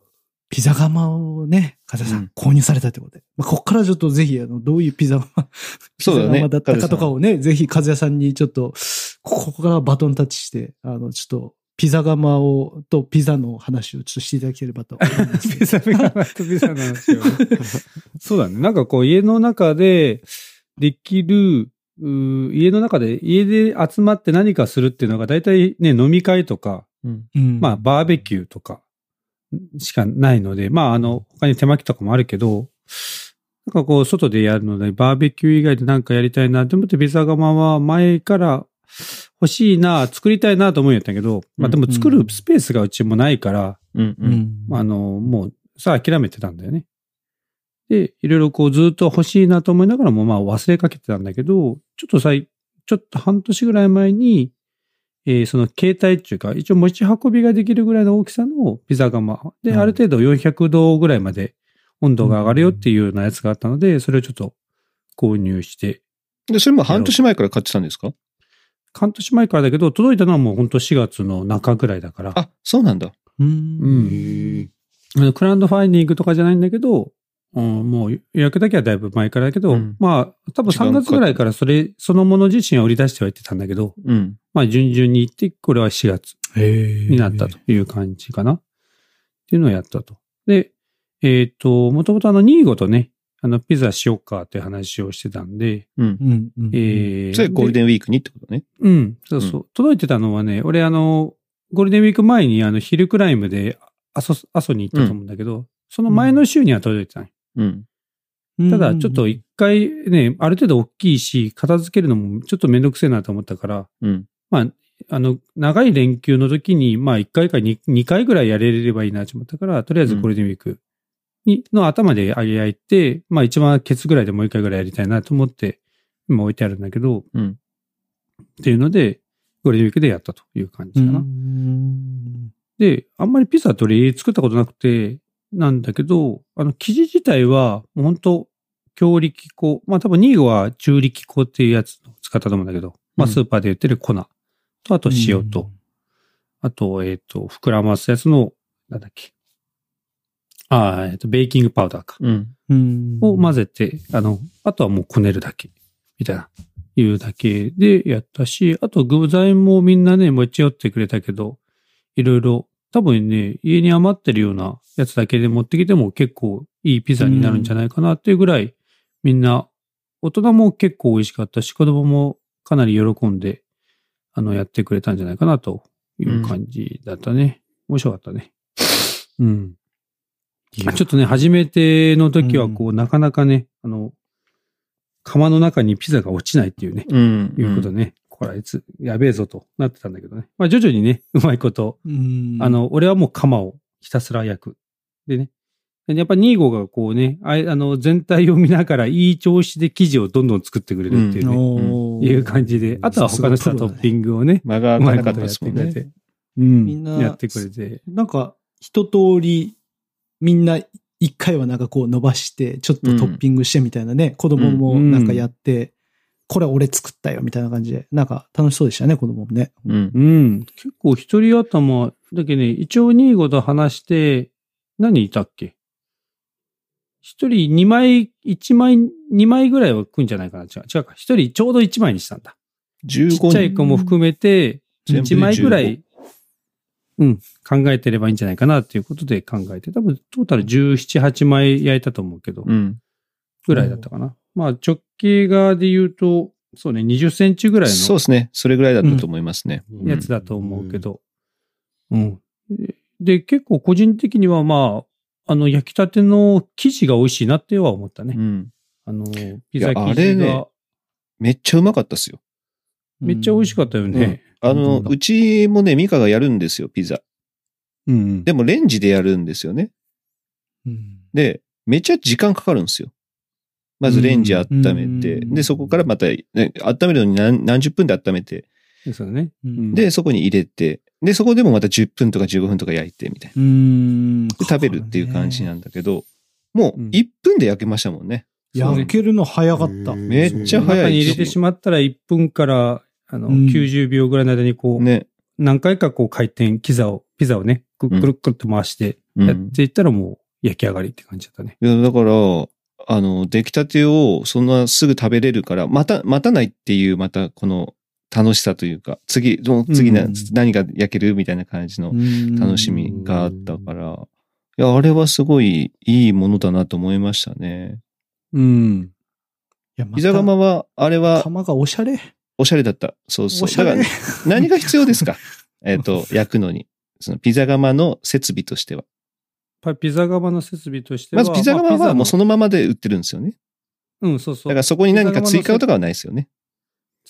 D: ピザ窯をね、風さん、
A: うん
D: 購入されたということで。まあ、ここからちょっとぜひ、あの、どういうピザ窯、ピ
A: そう
D: ザ
A: だね
D: 窯だったかとかをね、ぜひ、風さんにちょっと、ここからバトンタッチして、あの、ちょっと、ピザ窯を、とピザの話をちょっとしていただければと思います。
B: (laughs) ピザピザとピザの話をね (laughs) そうだね。なんかこう家の中でできる、うー家の中で家で集まって何かするっていうのが大体ね、飲み会とか、
D: うん
B: まあバーベキューとかしかないので、まああの他に手巻きとかもあるけど、なんかこう外でやるのでバーベキュー以外でなんかやりたいなって思ってピザ窯は前から欲しいな、作りたいなと思うんやったけど、まあでも作るスペースがうちもないから、
A: うん
D: う、
A: うんん。
B: あの、もう、さあ諦めてたんだよね。で、いろいろこうずっと欲しいなと思いながらも、まあ忘れかけてたんだけど、ちょっとさい、ちょっと半年ぐらい前に、えーその携帯っていうか、一応持ち運びができるぐらいの大きさのピザ窯で、
D: うん
B: ある程度400度ぐらいまで温度が上がるよっていうようなやつがあったので、それをちょっと購入して、
A: で、それも半年前から買ってたんですか
B: 半年前からだけど、届いたのはもう本当4月の中ぐらいだから。
A: あ、そうなんだ。
D: うん
C: へ
B: うん
C: ー
B: あのクラウドファインディングとかじゃないんだけど、うん、もう予約だけはだいぶ前からだけど、
A: うん
B: まあ、多分3月ぐらいからそれ、そのもの自身は売り出してはいってたんだけど、
A: うん。
B: まあ、順々に行って、これは4月に
D: に
B: なったという感じかな。っていうのをやったと。で、えっ、と、もともとあの、ニーゴとね、あの、ピザしようかっていう話をしてたんで、
A: うん
D: う。んうんうん
B: えー
A: それゴールデンウィークにってことね。
B: うん、そうそう。届いてたのはね、俺あの、ゴールデンウィーク前にあの、ヒルクライムで阿蘇、阿蘇に行ったと思うんだけど、その前の週には届いてたのよ
A: うん。
B: ただ、ちょっと一回ね、ある程度大きいし、片付けるのもちょっとめんどくせえなと思ったから、
A: うん。
B: まあ、あの、長い連休の時に、まあ一回かに二回ぐらいやれればいいなと思ったから、とりあえずゴールデンウィークに、の頭で上げ合いって、まあ一番ケツぐらいでもう一回ぐらいやりたいなと思って、今置いてあるんだけど、
A: うん
B: っていうので、ゴールデンウィークでやったという感じかな。
D: うん
B: で、あんまりピザとり作ったことなくて、なんだけど、あの、生地自体は、もうほんと、強力粉。まあ多分2位は中力粉っていうやつを使ったと思うんだけど、まあ
A: うん
B: スーパーで売ってる粉と、あと塩と、あと、えっ、と、膨らますやつの、なんだっけ。ああ、えっ、と、ベーキングパウダーか。
A: うん。
D: うん、
B: を混ぜて、あの、あとはもうこねるだけ、みたいな、いうだけでやったし、あと具材もみんなね、持ち寄ってくれたけど、いろいろ、多分ね、家に余ってるようなやつだけで持ってきても結構いいピザになるんじゃないかなっていうぐらい、みんな、大人も結構美味しかったし、子供もかなり喜んで、あの、やってくれたんじゃないかなという感じだったね。面白かったね。うん。
C: いや
B: ちょっとね、初めての時は、こう、なかなかね、あの、釜の中にピザが落ちないっていうね、
A: うん。
B: いうことね、これはいつ、やべえぞとなってたんだけどね。まあ、徐々にね、うまいこと、
D: うん、
B: あの、俺はもう釜をひたすら焼く。でね、やっぱ2号がこうね、ああの、全体を見ながらいい調子で生地をどんどん作ってくれるっていうね、
D: おー、
B: いう感じで、あとは他の人はトッピ
D: グ。
B: ングをね、
A: 間が
B: う
A: 空
B: ま
A: かな
B: い
A: かった
B: こ
A: で
B: とやっ
A: す
B: て
A: もん
B: くれ
A: ね。
B: て。うん、
D: みんな
B: やってくれて。
D: なんか、一通り、みんな一回はなんかこう伸ばして、ちょっとトッピングしてみたいなね、子供もなんかやって、これ俺作ったよみたいな感じで、なんか楽しそうでしたね、子供もね。
A: うん。
B: うん。結構一人頭、だけね、一応ニーゴと話して、何いたっけ一人二枚、一枚、二枚ぐらいは食うんじゃないかな。違う、違うか。一人ちょうど一枚にしたんだ。
A: 15
B: ちっちゃい子も含めて、
A: 全部で
B: 一枚ぐら
A: 15
B: い、うん、考えてればいいんじゃないかなっていうことで考えて、多分トータル17、8枚焼いたと思うけど、
A: うん。
B: ぐらいだったかな。まあ直径がで言うと、そうね、20センチぐらい
A: そう
B: の
A: ですね。それぐらいだったと思いますね。うん
B: やつだと思うけど。うん。で、結構個人的にはまあ、あの、焼きたての生地が美味しいなっては思ったね。
A: うん
B: あの、ピザ
A: あ
B: 生
A: れ
B: 地
A: ね
B: が
A: めっちゃうまかったですよ。
B: めっちゃ美味しかったよね。
A: あの、うちもね、ミカがやるんですよ、ピザ。
B: うん。
A: でもレンジでやるんですよね。
D: うん。
A: で、めっちゃ時間かかるんですよ。まずレンジ温めて、
D: うん
A: で、そこからまた、ね温めるのに何何十分で温めて、
B: ですよね。
D: うん
A: で、そこに入れて、で、そこでもまた10分とか15分とか焼いてみたいな。
D: うん。
A: で食べるっていう感じ
D: ん
A: なんだけど、もう
B: うん
A: 1分で焼けましたもんね。
D: 焼けるの早かった。
C: へー
A: めっちゃ早
B: 中
A: い
B: に
A: ですよ
B: 入れてしまったら1分から、あの、
D: うん
B: 90秒ぐらいの間にこう、
A: ね。
B: 何回かこう回転、ピザを、ピザをね、く
A: うん
B: くるくるっと回して、
A: うん
B: やっていったらもう焼き上がりって感じだったね。
A: いやだから、あの、出来たてをそんなすぐ食べれるから、また、待たないっていう、またこの楽しさというか、次、どう次な、
D: うん
A: 何が焼けるみたいな感じの楽
D: 楽
A: しみがあったから、いや、あれはすごいいいものだなと思いましたね。
B: うん。
A: ピザ窯は、あれは
D: 釜がおしゃれ。
A: おしゃれだった。そうそう。
D: おしゃ
A: だ
D: れ
A: か。ら何が必要ですかえっと、焼くのに。そのピザ窯の設備としては。
B: やっぱりピザ窯の設備としては。
A: まずピザ窯はもうそ
B: の、
A: のままで売ってるんですよね。
B: うん、そうそ
A: だか
B: う
A: ら。そこに何か追加とかはないですよね。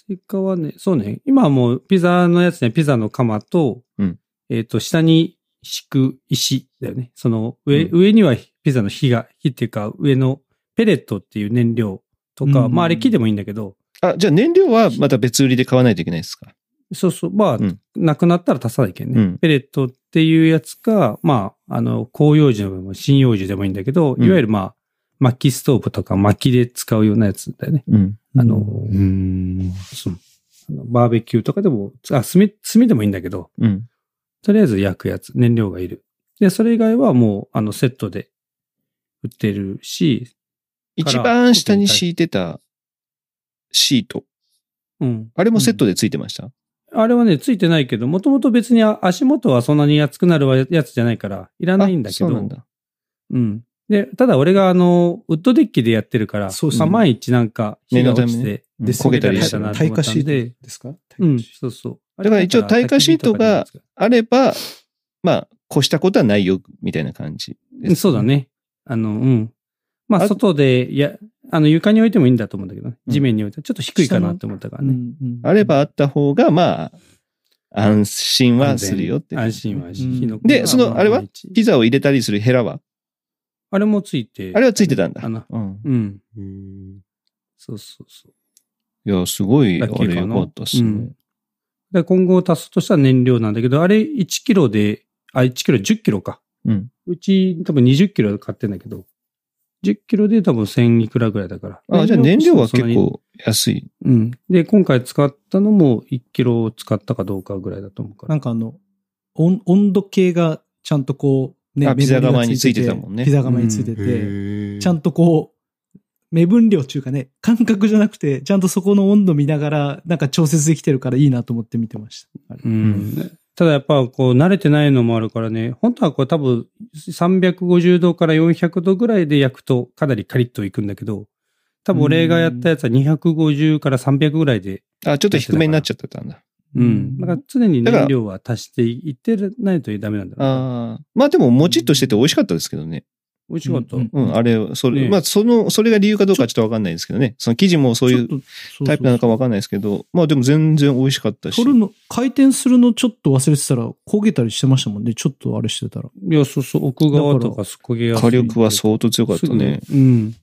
B: 追加はね、そうね、今はもうピザのやつね、ピザの窯と、
A: うん
B: えっ、と、下に敷く石だよね。その上、
A: うん
B: 上にはピザの火が、火っていうか上のペレットっていう燃料とか、
D: うん
B: まああれ木でもいいんだけど、
A: あ、じゃあ燃料はまた別売りで買わないといけないですか。
B: そうそう。まあ、
A: うん
B: なくなったら足さないけんね。
A: うん
B: ペレットっていうやつか、まあ、あの、紅葉樹でも、針葉樹でもいいんだけど、
A: うん
B: いわゆるまあ、薪ストーブとか薪で使うようなやつだよね。
A: うん。
B: あの、
C: うん。
B: そうあのバーベキューとかでも、あ、炭、炭でもいいんだけど、
A: うん。
B: とりあえず焼くやつ、燃料がいる。で、それ以外はもう、あの、セットで売ってるし、
A: 一番下に敷いてたシート。
B: うん。
A: あれもセットで付いてました、
B: あれはね、ついてないけど、もともと別にあ足元はそんなに熱くなるやつじゃないから、いら
A: あ
B: ないんだけど、
A: そうなんだ。
B: うん。で、ただ俺があの、ウッドデッキでやってるから、
D: そうそう
B: まあ毎日なんか、火が落ちて、
A: うん
D: で
A: 焦
D: すよね
A: げたりした
B: な
A: ら。
B: と
D: 耐
B: 思った
D: 火
B: ん
D: シ
B: で
D: ートですか
B: うん、そうそう。
A: だから一応耐火シートがあれば、まあ、越したことはないよ、みたいな感じ
B: うん、そうだね。あの、うん。まあ、
A: あ
B: 外で、いや、あの、床に置いてもいいんだと思うんだけどね、
A: うん
B: 地面に置いて、ちょっと低いかなって思ったからね。
A: あればあった方が、まあ、安心はするよって。
B: 安心は安心
D: うん
B: 火の粉
A: で
B: は
A: その
B: ま
A: あれは
B: 毎日
A: ピザを入れたりするヘラは
B: あれもついて。
A: あれはついてたんだ。
B: あの、
A: うん。
B: うん。
C: うん
B: そうそうそう。
A: いや、すごい、あ
B: だけかな
A: れよかったっす
B: う
A: ね
B: ん。で今後足すとしたら燃料なんだけど、あれ1キロで、あ、1キロ、10キロか。
A: うん。
B: うち多分20キロ買ってんだけど、10キロで多分1000いくらぐらいだから。
A: あ、じゃあ燃料は
B: そんな
A: 結
B: に。
A: 構安い。
B: うん。で、今回使ったのも1キロ使ったかどうかぐらいだと思うから。
D: なんかあの、温温度計がちゃんとこう、
A: あ
D: ね、
A: ピザ窯
D: 目盛りが
A: についてたもんね
D: ピザ窯について
C: へ
D: て、
C: ー
D: ちゃんとこう、目分量っていうかね、感覚じゃなくて、ちゃんとそこの温度見ながら、なんか調節できてるからいいなと思って見てました。あれ
B: うん。ただやっぱこう慣れてないのもあるからね、本当はこれ多分350度から400度ぐらいで焼くとかなりカリッといくんだけど、多分俺がやったやつは250から300ぐらいで、
A: あ、ちょっと低めになっちゃってたんだ。
B: うん。だから常に
A: だから
B: 燃料は足していってないとダメなんだろうな。
A: ああ。まあでも、もちっとしてて美味しかったですけどね。
B: 美味しかった。
D: うん
A: うん、あれ、それ、
B: ね
A: まあ、その、それが理由かどうかはちょっとわかんないですけどね。その生地もそういう
D: ちょっとそうそうそう
A: タイプなのかわかんないですけど、まあでも全然美味しかったし。
D: 取るの、回転するのちょっと忘れてたら、焦げたりしてましたもんね。ちょっとあれしてたら。
B: いや、そうそう、奥側とかすこげやすい
A: 火力は相当強かったね。
B: すぐうん。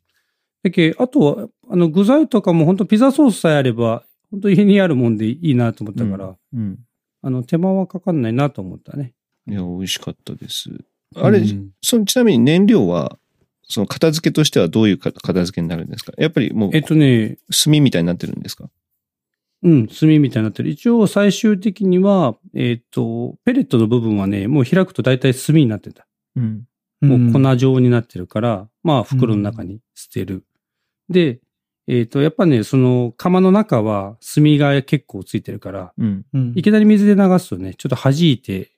B: だけあとは、あの、具材とかも本当ピザソースさえあれば、本当家にあるもんでいいなと思ったから、
A: うん。
B: あの、手間はかかんないなと思ったね。
A: いや、美味しかったです。あれ、
B: うん
A: そのちなみに燃料は、その片付けとしてはどういうか片付けになるんですかやっぱりもう
B: えっとね、
A: 炭みたいになってるんですか
B: うん、炭みたいになってる。一応最終的には、えっと、ペレットの部分はね、もう開くと大体炭になってた。
A: うん。
B: もう
D: な
B: 粉状になってるから、まあ袋の中に捨てる。で、えっ、と、やっぱね、その釜の中は炭が結構ついてるから、
A: うん。
D: うん
B: いきなり水で流すとね、ちょっと弾いて、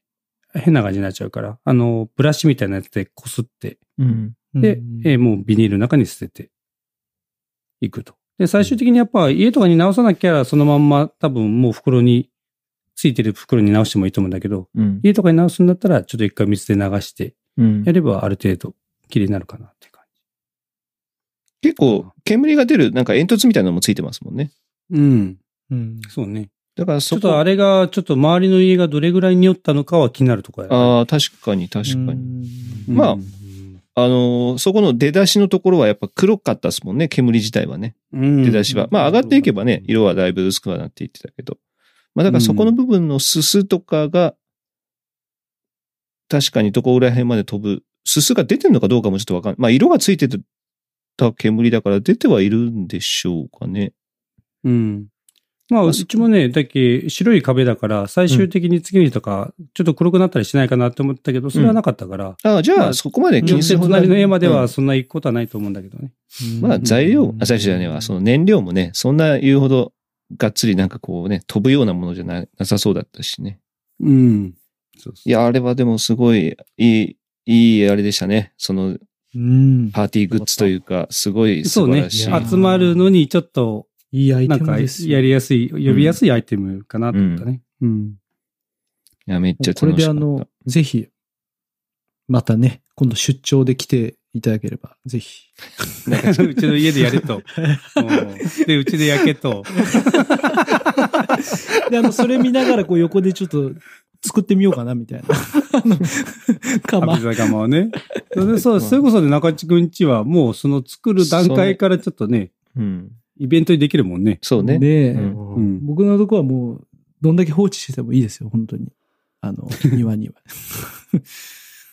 B: 変な感じになっちゃうから、あの、ブラシみたいなやつでこすって、
A: うん。
B: で、
D: うん
B: えーもうビニールの中に捨てていくと。で、最終的にやっぱ家とかに直さなきゃ、そのまんま多分もう袋に、ついてる袋に直してもいいと思うんだけど、
A: うん。
B: 家とかに直すんだったら、ちょっと一回水で流して、
A: うん
B: やればある程度、綺麗になるかなって感
A: 結構、煙が出る、なんか煙突みたいなのもついてますもんね。
B: じ。うん。
D: うん。
B: そうね。
A: だから
B: ちょ
A: そ
B: っ
A: こと
B: あれが、ちょっと周りの家がどれぐらい匂ったのかは気になるところやな
A: ああ、確かに確かに。
D: に。
A: まあ
B: うん
A: あのーそこの出だしのところはやっぱ黒かったですもんね、煙自体はね。出だしは。まあ上がっていけばね、色はだいぶ薄くはなっていってたけど。まあだからそこの部分のすすとかが、確かにどこら辺まで飛ぶ。すすが出てるのかどうかもちょっとわかんない。まあ色がついてた煙だから出てはいるんでしょうかね。
B: うん。まあ、
A: あ
B: う
A: そ
B: ちもね、だっけ白い壁だから、最終的に次の日とか、ちょっと黒くなったりしないかなって思ったけど、それはなかったから、
A: ああ、じ
B: ま
A: ゃ
B: あ
A: あそこまで気
B: 直
A: にす
B: 接
A: るほど
B: 隣の家まで
A: うん
B: はそんな行くことはないと思うんだけどね。
A: まあ材料、あ最初じゃねえわ、その燃料もね、そんな言うほどがっつりなんかこうね、飛ぶようなものじゃななさそうだったしね。
B: うん。そうそう
A: いや、あれはでもすごいいい、いいあれでしたね。その
D: うん。
A: パーティーグッズというか、すごい
B: そ
A: 素
B: う
A: 晴
B: ね。
A: らしい。
D: そうね
B: 集まるのにちょっと、
D: いいアイ
B: な
D: テ
B: んか
D: ム
B: や
D: ですよ。
B: りやすい、呼びやすいアイテムかなと思ったね。うん。
A: いや、めっちゃ
D: これ
A: 楽し
D: で
A: か
D: あ
A: った
D: の。、ぜひ、またね、今度出張で来ていただければ、ぜひ。
B: うちの家でや
A: (laughs)
B: れと。うんで、うちで焼けと。
D: で、あの、それ見ながら、こう、横でちょっと、作ってみようかな、みたいな。あの、
B: 阿
D: 釜。
B: 部坂間はね。それでそう、それこそね、中地くんちはもうその作る段階からちょっとね、
A: うん。
B: イベントにできるもんね。
A: そうね。
D: ねえ
A: う
C: うん
B: うんん。
D: 僕のとこはもう、どんだけ放置しててもいいですよ、本当に。あ (laughs) の、庭には。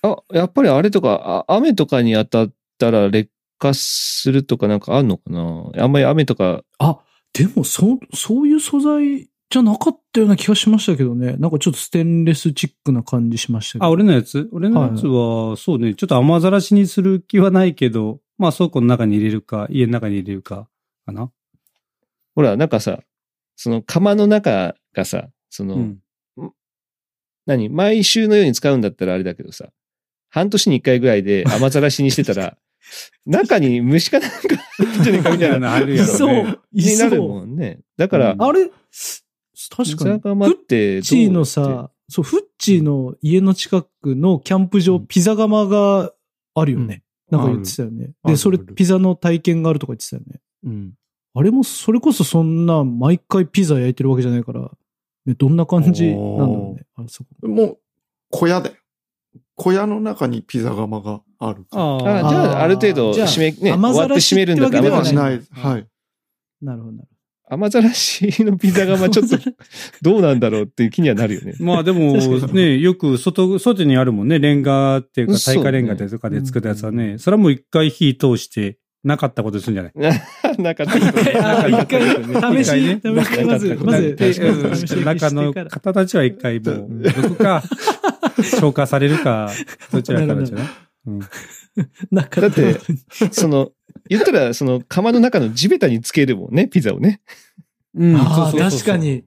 A: あ、やっぱりあれとか、あ雨とかに当たったら劣化するとかなんかあんのかなあんまり雨とか、
D: あ、でも、そ、そういう素材じゃなかったような気がしましたけどね。なんかちょっとステンレスチックな感じしましたけど。
B: あ、俺のやつ俺のやつは、そうね、ちょっと雨ざらしにする気はないけど、まあ倉庫の中に入れるか、家の中に入れるか、かな。
A: ほら、なんかさ、その釜の中がさ、その、
B: うん。
A: 何毎週のように使うんだったらあれだけどさ、半年に一回ぐらいで雨ざらしにして
D: (laughs)
A: たら、中に虫かなんか入ってんじゃねえかみたいな。
B: な入る
D: い
B: やろ
D: そ
B: ね
D: う、い
A: に
D: そ
A: な
D: う。
A: るもんね。だから、
B: うん
D: あれ確かに。
A: ピザ窯ってどう
D: フッチーのさ、そう、フッチーの家の近くのキャンプ場、
A: うん
D: ピザ窯があるよね。なんか言ってたよね。
C: あ
D: で、
C: る
D: それ
C: ある
D: ピザの体験があるとか言ってたよね。
C: うん。
D: あれも、それこそそんな、毎回ピザ焼いてるわけじゃないから、ね、どんな感じなんだろうね。あそこ。
C: もう、小屋だよ。小屋の中にピザ窯があるから。
B: あ
A: あ
B: あ
A: じゃあ、ある程度、
D: じゃあ
A: 締め、ね、
D: 雨
A: 終
D: ざ
A: わって
D: らし
A: 締めるんだったら
D: って
C: で
A: 雨
D: わ
A: ざ
C: は
D: け
A: ら
D: で
A: し
C: し、ない。
D: は
C: はい。
D: なるほど、なる
A: 雨ざらしのピザ窯、ちょっと、どうなんだろうっていう気にはなるよ
D: (laughs)
A: ね。
B: まあでも
D: 確か、に
B: ね、よく外、外にあるもんね、レンガっていうか、耐火レンガでとかで作ったやつは
D: そうね
B: ね、それはもう一回火通して、なかったことにするんじゃない
A: なかったけど。
D: あ一回
B: ね
D: 試しに試しにまずまず
B: で
D: 試しに
B: うん
D: 試しに
B: 中の方たちは一回もう、毒か、消化されるか、どちらからじゃない
D: ほど。なんか
A: だってその、言ったら、その、釜の中の地べたにつけるもんね、ピザをね。
B: うん
D: ああ、
B: そうそうそう
D: 確かに。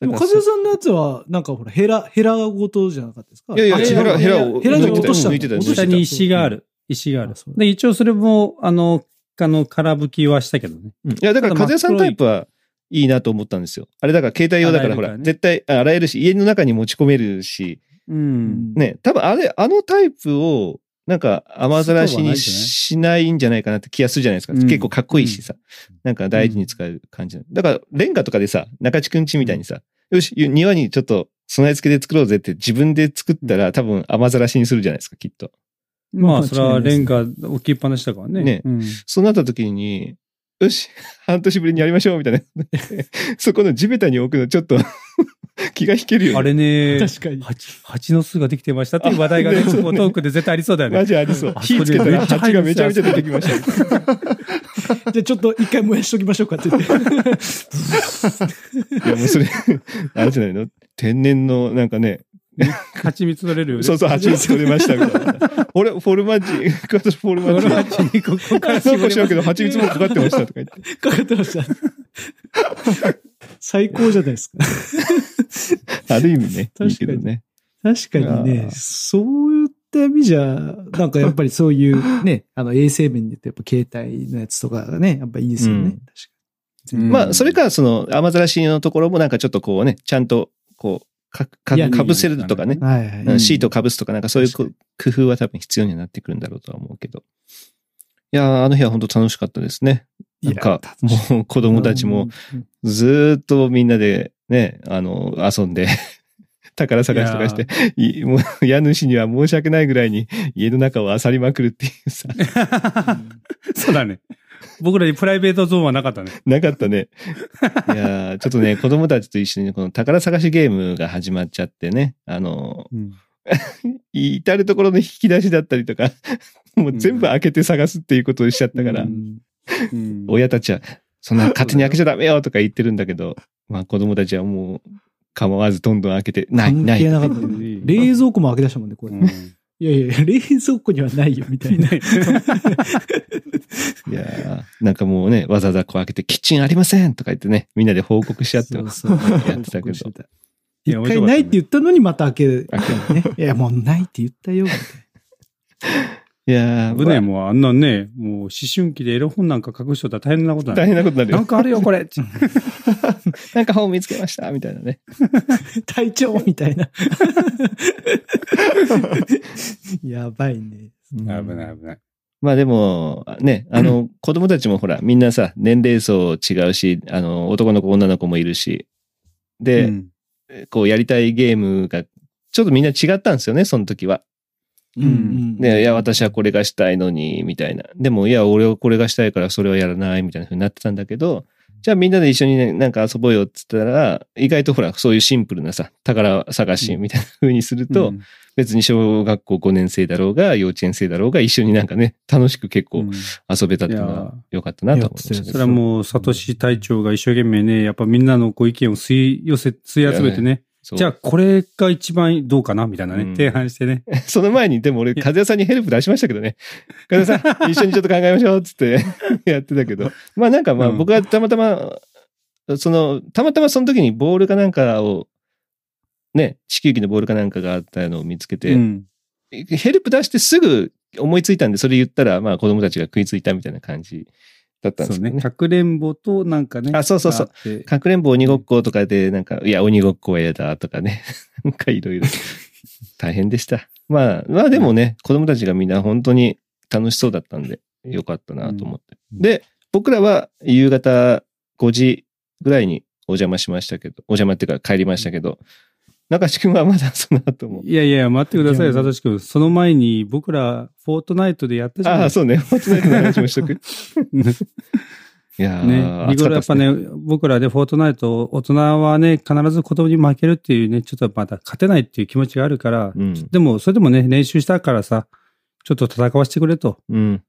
D: でも、
A: だ
D: 和
A: から
D: 代さんのやつは、なんかほら、ヘラ、ヘラごとじゃなかったですか
A: いやいや、
B: あ
A: ヘ
B: れ
A: ラ、ヘラを
D: ヘラ
B: で
A: 抜いてたよ
B: 落とした
A: 抜いてたよ
D: 落とし
B: 下
D: た
B: に石がある。石がある
D: あそう。だ
B: で、一応それも、あの、あの、空拭きはしたけどね。
A: いや、だから、
B: ただ
A: 風さんタイプはいいなと思ったんですよ。あれだから、携帯用だから、
B: 洗え
A: ほ
B: るからね
A: ら、絶対、あ洗えるし、家の中に持ち込めるし、
B: う。
D: うんん
A: ね、多分あれ、あのタイプを、なんか、雨ざらしにしないんじゃないかなって気がするじゃないですか。
B: うん
A: 結構かっこいいしさ、なんか大事に使う感じ。だから、レンガとかでさ、中地くんちみたいにさ、よし、庭にちょっと備え付けで作ろうぜって自分で作ったら、多分雨ざらしにするじゃないですか、きっと。
B: ま
D: ま
B: あ、
D: あ
B: それはレンガ置きっぱなしだからね。
A: ね
B: うん
A: そうなった時に、よし、半年ぶりにやりましょう、みたいな。そこの地べたに置くの、ちょっと、気が引けるよ、ね。
B: あれね、
D: 確かに。
B: 蜂、蜂の巣ができてましたっていう話題がね、
A: あね
B: こうトークで絶対ありそうだよね
A: マ。ジありそう。
B: あ
A: 火つけたら蜂がめちゃめちゃ出てきました。
D: じゃあちょっと一回燃やしときましょうかって言
A: (laughs)
D: って。
A: いや、もうそれ、あれじゃないの天然の、なんかね、
B: 蜂蜜取れるよね。
A: そうそう、蜂蜜取れましたみたいな。俺、フォルマッジ、クワトロフォルマ
B: 俺は
A: ッジ。
B: 蜂にここから
A: なん
B: 絞
A: か知ら
B: れ
A: んけど、蜂蜜もかかってましたとか言って。
D: かかってました。最高じゃないですか。
A: ある意味ね、
D: 確かに
A: いいけどね。
D: 確かにね
A: あ、ー
D: そう言っった意味じゃ、なんかやっぱりそういうね、 (laughs) あの衛生面で言うとやっぱ携帯のやつとかがね、やっぱいいですよね。
A: うん
D: 確か
E: うん
A: まあ、それからその雨ざらしのところもなんかちょっとこうね、ちゃんとこう、か、
E: いや
A: か、かぶせるとかね
E: い。
D: に。はいはい。
A: うん
E: ん
A: シートかぶすとかなんかそういうこう工夫は多分必要にはなってくるんだろうとは思うけど。いやー、あの日は本当楽しかったですね。なんか、もう子供たちもずーっとみんなでね、あの、遊んで、 (laughs) 宝探しとかして、いもう家主には申し訳ないぐらいに家の中を漁りまくるっていうさ、
B: そうだね。僕らにプライベートゾーンはなかったね。
A: なかったね。いやーちょっとね、子供たちと一緒にこの宝探しゲームが始まっちゃってね、あの、 (laughs) 至るところの引き出しだったりとか、もう全部開けて探すっていうことをしちゃったから、
C: うん
E: うん
A: 親たちは、そんな勝手に開けちゃダメよとか言ってるんだけど、まあ子供たちはもう構わずどんどん開けて、ない、
D: 関
A: な
D: 係
A: い。
D: なかった。冷蔵庫も開け出したもんね、これ。いやいや、冷蔵庫にはないよ、みたい
A: (laughs)
D: な。
A: いやーなんかもうね、わざわざこう開けて、キッチンありませんとか言ってね、みんなで報告し合ってます。
D: そうそう
A: やって
D: (laughs)
A: たけど
D: 報告してた
B: いや
D: 一回ないって言ったのにまた開ける。
A: 開け
D: ね。いや、もうないって言ったよ。みたい
A: いやー
B: 危ない、もうあんなね、もう思春期でエロ本なんか書く人だったら大変なことだ
A: 大
B: ね。
A: 変なことになる
B: なん
A: よ。
B: かあるよ、
A: (laughs)
B: これ。
A: なんか本見つけましたみたいなね。
D: な体調みたいな。 (laughs) やばいね。
A: 危
B: 危ない危ない。
A: まあでも、ね、あ
B: (clears throat)
A: の、子供たちもほら、みんなさ、年齢層違うし、あの、男の子、女の子もいるし、で、
B: うん
A: こう、やりたいゲームが、ちょっとみんな違ったんですよね、その時は。
D: うんん
A: で、いや、私はこれがしたいのに、みたいな。でも、いや、俺はこれがしたいから、それはやらない、みたいな風になってたんだけど、じゃあみんなで一緒にね、なんか遊ぼうよって言ったら、意外とほら、そういうシンプルなさ、宝探しみたいな風にすると、
B: うん
A: 別に小学校5年生だろうが、幼稚園生だろうが、一緒になんかね、楽しく結構
B: うん
A: 遊べたっていうの
B: いや
A: は良かったなと思いましたけど
B: それはもう、サトシ隊長が一生懸命ね、やっぱみんなのご意見を吸い寄せ、吸い集めてね、
A: そう
B: じゃあこれが一番どうかなみたいなね、
A: うん
B: 提案してね。
A: (laughs) その前に、でも俺、風谷さんにヘルプ出しましたけど
B: (laughs)
A: ね。風谷さん、一緒にちょっと考えましょうっつって (laughs) やってたけど。まあなんかまあ
B: うん
A: 僕はたまたま、その、たまたまその時にボールかなんかを、ね、地球儀のボールかなんかがあったのを見つけて、
B: うん
A: ヘルプ出してすぐ思いついたんで、それ言ったら、まあ子供たちが食いついたみたいな感じだったんで
B: そう
A: すけ
B: ね
A: ど。ね。
B: かくれんぼとなんかね。
A: あそうそうそう
B: う。
A: かくれんぼ鬼ごっことかで、なんか、いや、鬼ごっこは嫌だとかね。 (laughs) なんかいろいろ。大変でした。まあ、まあでもね、子供たちがみんな本当に楽しそうだったんで、よかったなと思って。で、僕らは夕方5時ぐらいにお邪魔しましたけど、お邪魔っていうか帰りましたけど、中地君はまだその後も。
B: いやいや、待ってくださいよ、
D: いや
B: サトシ君。その前に僕ら、フォートナイトでやったじゃない
A: ああ、
B: ですか。
A: そうね。フォートナイトの話もしと
B: (laughs)
A: く。いやー、
B: ね。日
A: 暑か
B: 頃や
A: た
B: っ
A: す
B: ぱね、僕らでフォートナイト、大人はね、必ず子供に負けるっていうね、ちょっとまだ勝てないっていう気持ちがあるから、
A: うん。
B: でも、それでもね、練習したからさ、ちょっと戦わせてくれと
A: うん。